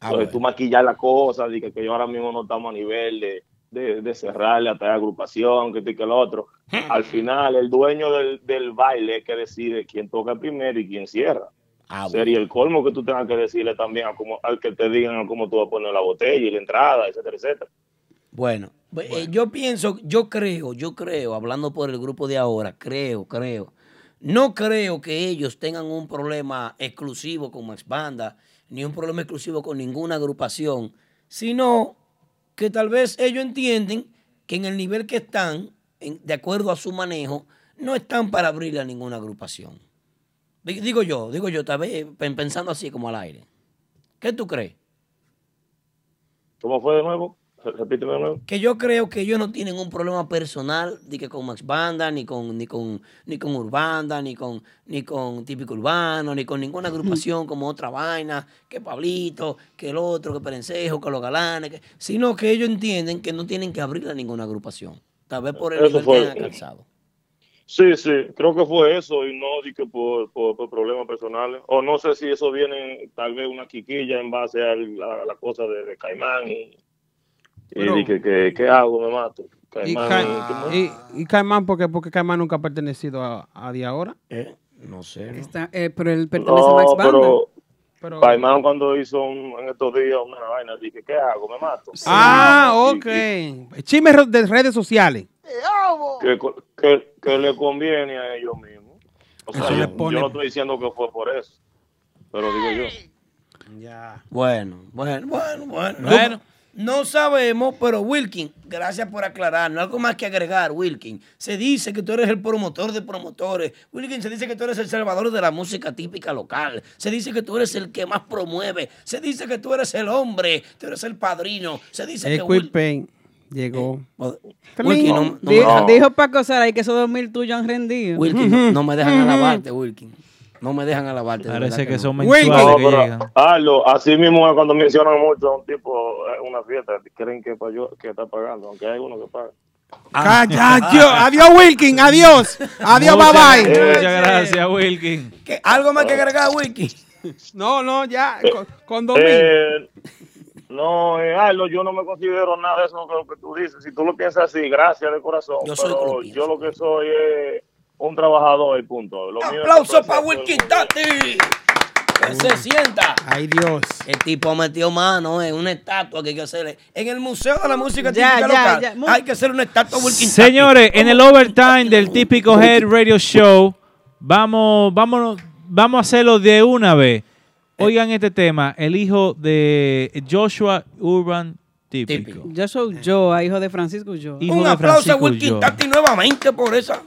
A: Ah,
P: Entonces, tú maquillas las cosas, de que, que yo ahora mismo no estamos a nivel de, de, de cerrarle a tal agrupación, que esto y que lo otro. Al final, el dueño del, del baile es que decide quién toca primero y quién cierra. Sería el colmo que tú tengas que decirle también a cómo- al que te digan a cómo tú vas a poner la botella y la entrada, etcétera, etcétera.
D: Bueno, eh, yo pienso, yo creo, yo creo, hablando por el grupo de ahora, creo, creo. No creo que ellos tengan un problema exclusivo con Max Banda, ni un problema exclusivo con ninguna agrupación, sino que tal vez ellos entienden que en el nivel que están, en- de acuerdo a su manejo, no están para abrirle a ninguna agrupación. Di- Digo yo, digo yo, tal vez eh, pen- pensando así como al aire. ¿Qué tú crees?
P: ¿Cómo fue de nuevo? Repíteme de nuevo.
D: que yo creo que ellos no tienen un problema personal ni que con Max Banda, ni con, ni con, ni con Urbanda, ni con, ni con Típico Urbano, ni con ninguna agrupación como otra vaina, que Pablito, que el otro, que Perencejo, que los galanes, que- sino que ellos entienden que no tienen que abrirle a ninguna agrupación. Tal vez por el
P: Eso
D: nivel
P: fue.
D: que han alcanzado.
P: Sí, sí, creo que fue eso y no di que por, por, por problemas personales. O no sé si eso viene en, tal vez una quiquilla en base al- a la, cosa de, de Caimán y, y
B: Pero-
P: di que, que- ¿qué hago? Me mato.
B: Y,
P: Caimán,
B: Ca-
P: este ¿qué más?
B: y, y Caimán, porque, porque Caimán nunca ha pertenecido a, a de ahora.
D: Eh, no sé.
C: Está, eh, pero él pertenece a Max
P: No,
C: Banda.
P: pero,
B: Pero-
P: Caimán cuando hizo un- en estos días una vaina, dije, ¿qué hago? Me mato.
B: Ah,
P: Y- y-
B: ok. Chismes ro- de redes sociales. oh.
P: que, co- que, que le conviene a ellos mismos. O sea,
B: Eso le
P: yo,
B: pone-
P: yo no estoy diciendo que fue por eso, pero digo yo.
D: Bueno, bueno, bueno, bueno.
P: Bueno.
D: No, no sabemos, pero Wilkin, gracias por aclararnos. Algo más que agregar, Wilkin. Se dice que tú eres el promotor de promotores. Wilkin, se dice que tú eres el salvador de la música típica local. Se dice que tú eres el que más promueve. Se dice que tú eres el hombre. Tú eres el padrino. Se dice que Wil-
B: Equipen Eh, llegó.
D: Wilkin, no- no me
C: Oh, Di-
D: dejan-
C: Dijo Paco Saray que esos dos mil tuyos han rendido.
D: Wilkin, no, no me dejan alabarte, Wilkin. No me dejan alabarte. de verdad no.
P: No, pero, Arlo, así mismo es cuando mencionan mucho a un tipo eh, una fiesta, creen que, pagó- que está pagando, aunque hay uno que paga.
B: Calla, yo. Adiós, Wilkin. Adiós. Adiós, bye
E: Muchas-
B: bye.
E: Muchas gracias, Wilkin.
D: ¿Algo más que agregar, Wilkin?
B: (laughs) No, no, ya. Con, con dos mil.
P: Eh, no, eh, Arlo, yo no me considero nada de eso que, lo que tú dices. Si tú lo piensas así, gracias de corazón.
D: Yo
P: pero
D: soy como
P: yo lo que soy es un trabajador y punto. Lo mío es
D: ¡Aplauso
P: complacer
D: para
P: a todo el
D: Wilkie Tati! ¡Que se sienta!
B: ¡Ay, Dios!
D: El tipo metió mano en una estatua que hay que hacerle. En el Museo de la Música
C: Ya,
D: Típica
C: ya,
D: Local
C: ya.
D: hay que hacer una estatua a Wilkie Tati.
E: Señores, en el overtime del típico Head Radio Show, vamos, vámonos, vamos a hacerlo de una vez. Oigan este tema, el hijo de Joshua Urban Típico.
C: Yo soy Joa, hijo de Francisco Joa.
E: Hijo Un de aplauso Francisco a Wilkin Ulloa.
D: Tati nuevamente por esa.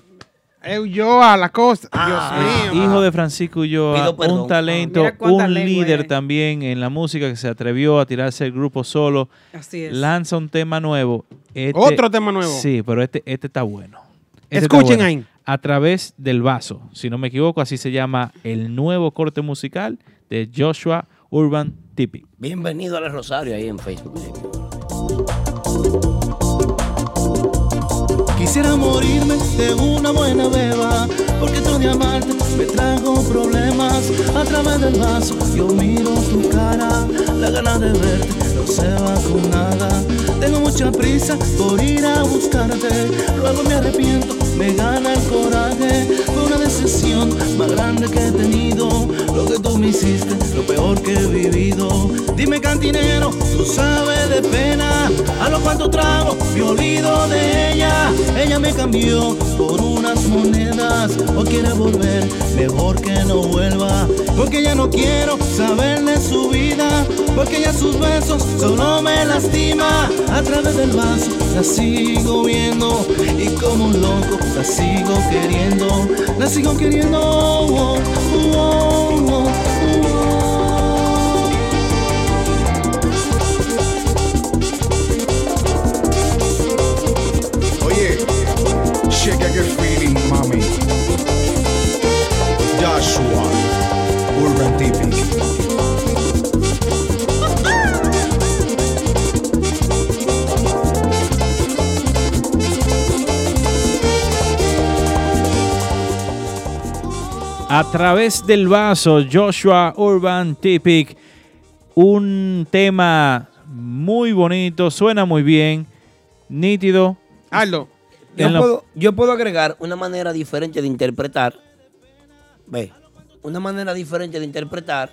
B: Eh, Yo a la costa.
D: Ah.
B: Dios mío.
E: Hijo de Francisco Ulloa,
B: Pido perdón.
E: un talento,
B: Mira cuántas
E: un
B: lenguas
E: líder
B: hay.
E: también en la música que se atrevió a tirarse el grupo solo.
B: Así es.
E: Lanza un tema nuevo. Este-
B: Otro tema nuevo.
E: Sí, pero este, este está bueno. Este está
B: Escuchen
E: bueno.
B: ahí.
E: A través del vaso, si no me equivoco, así se llama el nuevo corte musical de Joshua Urban Tippy.
D: Bienvenido a la Rosario ahí en Facebook.
A: Quisiera morirme de una buena beba, porque tu diamante me trajo problemas. A través del vaso yo miro tu cara, la gana de verte no se va con nada. Tengo mucha prisa por ir a buscarte, luego me arrepiento, me gana el coraje. Fue una decisión más grande que he tenido, lo que tú me hiciste, lo peor que he vivido. Dime cantinero, tú sabes de pena, a lo cuanto trago me olvido de ella. Ella me cambió por unas monedas, o quiere volver, mejor que no vuelva. Porque ya no quiero saber de su vida, porque ya sus besos solo me lastima. A través del vaso la sigo viendo, y como un loco la sigo queriendo, la sigo queriendo. oh, oh, oh, oh, oh.
T: Oye, checa que feeling, mami. Joshua, Urban Típico.
E: A través del vaso, Joshua Urban Tipic. Un tema muy bonito, suena muy bien, nítido.
B: Aldo,
D: Yo,
E: En la-
D: puedo, yo puedo agregar una manera diferente de interpretar. Ve, una manera diferente de interpretar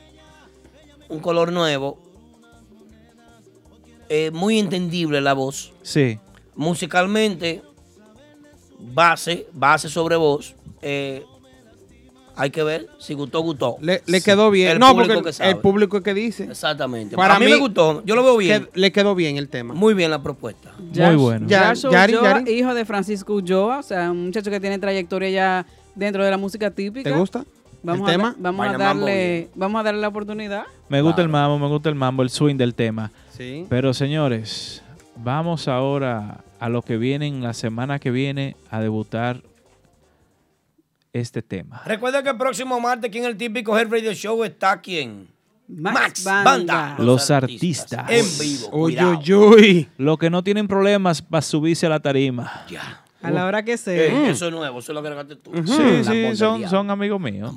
D: un color nuevo. Eh, muy entendible la voz.
E: Sí.
D: Musicalmente, base, base sobre voz. eh, hay que ver si gustó, gustó.
B: Le, le quedó bien.
D: El
B: no,
D: público
B: porque
D: que
B: el-
D: sabe.
B: el público que dice.
D: Exactamente. Para mí me gustó, yo lo veo bien.
B: que- le quedó bien el
D: (laughs)
B: tema.
D: Muy bien la propuesta.
E: Muy bueno.
B: Ya,
C: Joshua
B: Yari,
C: Ulloa,
B: Yari.
C: hijo de Francisco Ulloa, o sea, un muchacho que tiene trayectoria ya dentro de la música típica.
B: ¿Te gusta?
C: Vamos
B: ¿El
C: a,
B: tema?
C: Vamos a
B: Vaina mambo
C: darle, vamos a darle la oportunidad.
E: Me gusta el mambo, me gusta el mambo, el swing del tema.
C: Sí.
E: Pero señores, vamos ahora a lo que vienen la semana que viene a debutar este tema.
D: Recuerda que el próximo martes aquí en el típico Head Radio Show está quien? Max, Banda.
E: Los artistas.
D: En vivo,
E: Uy,
D: cuidado.
E: uy, uy. Los que no tienen problemas para subirse a la tarima. Ya.
C: A la hora que sea.
D: Eh, eso es nuevo, eso lo agregaste tú.
E: Sí, sí, son, son amigos míos.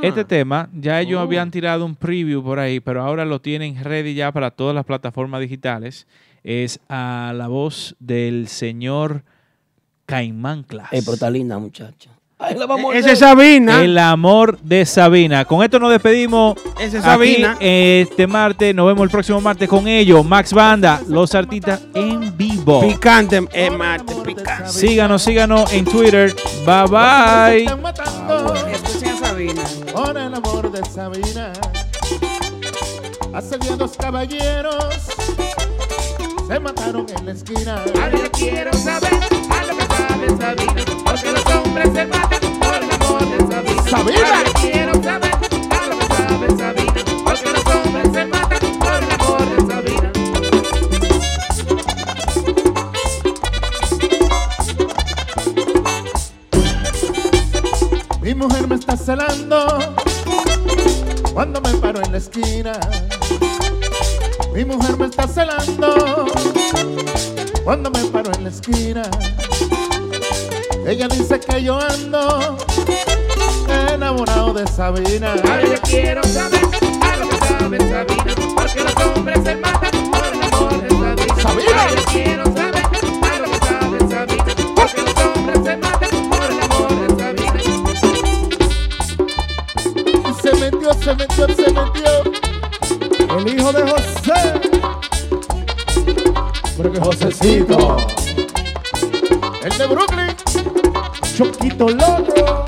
E: Este tema, ya ellos
D: Oh.
E: habían tirado un preview por ahí, pero ahora lo tienen ready ya para todas las plataformas digitales. Es a la voz del señor Caimán Class.
D: Eh, pero está linda, muchacha. Ahí la vamos a
B: Ese
D: hacer.
B: es Sabina.
E: El amor de Sabina. Con esto nos despedimos.
B: Eh, Ese es
E: aquí
B: Sabina.
E: este martes, nos vemos el próximo martes con ellos. Max Banda, los artistas en vivo.
B: Picante, eh, mate, picante.
E: Síganos, síganos en Twitter. Bye bye.
J: Están matando.
C: Escuchen a Sabina.
J: Por el amor de Sabina. Hace día dos caballeros se mataron en la esquina. Ahora yo quiero saber a lo que sabe Sabina. Porque los hombres se matan por el amor de Sabina. Sabina. Ahora yo quiero saber a lo que sabe Sabina. Porque los hombres se matan por el amor de Sabina. Mi mujer me está celando cuando me paro en la esquina. Mi mujer me está celando cuando me paro en la esquina. Ella dice que yo ando enamorado de Sabina. Ahora yo quiero saber a lo que sabe Sabina, porque los hombres se matan por el amor de Sabina. Sabina. Ahora yo quiero saber a lo que sabe Sabina, porque los hombres se matan por el amor de Sabina.
F: Josecito, el de Brooklyn, Choquito Lotro.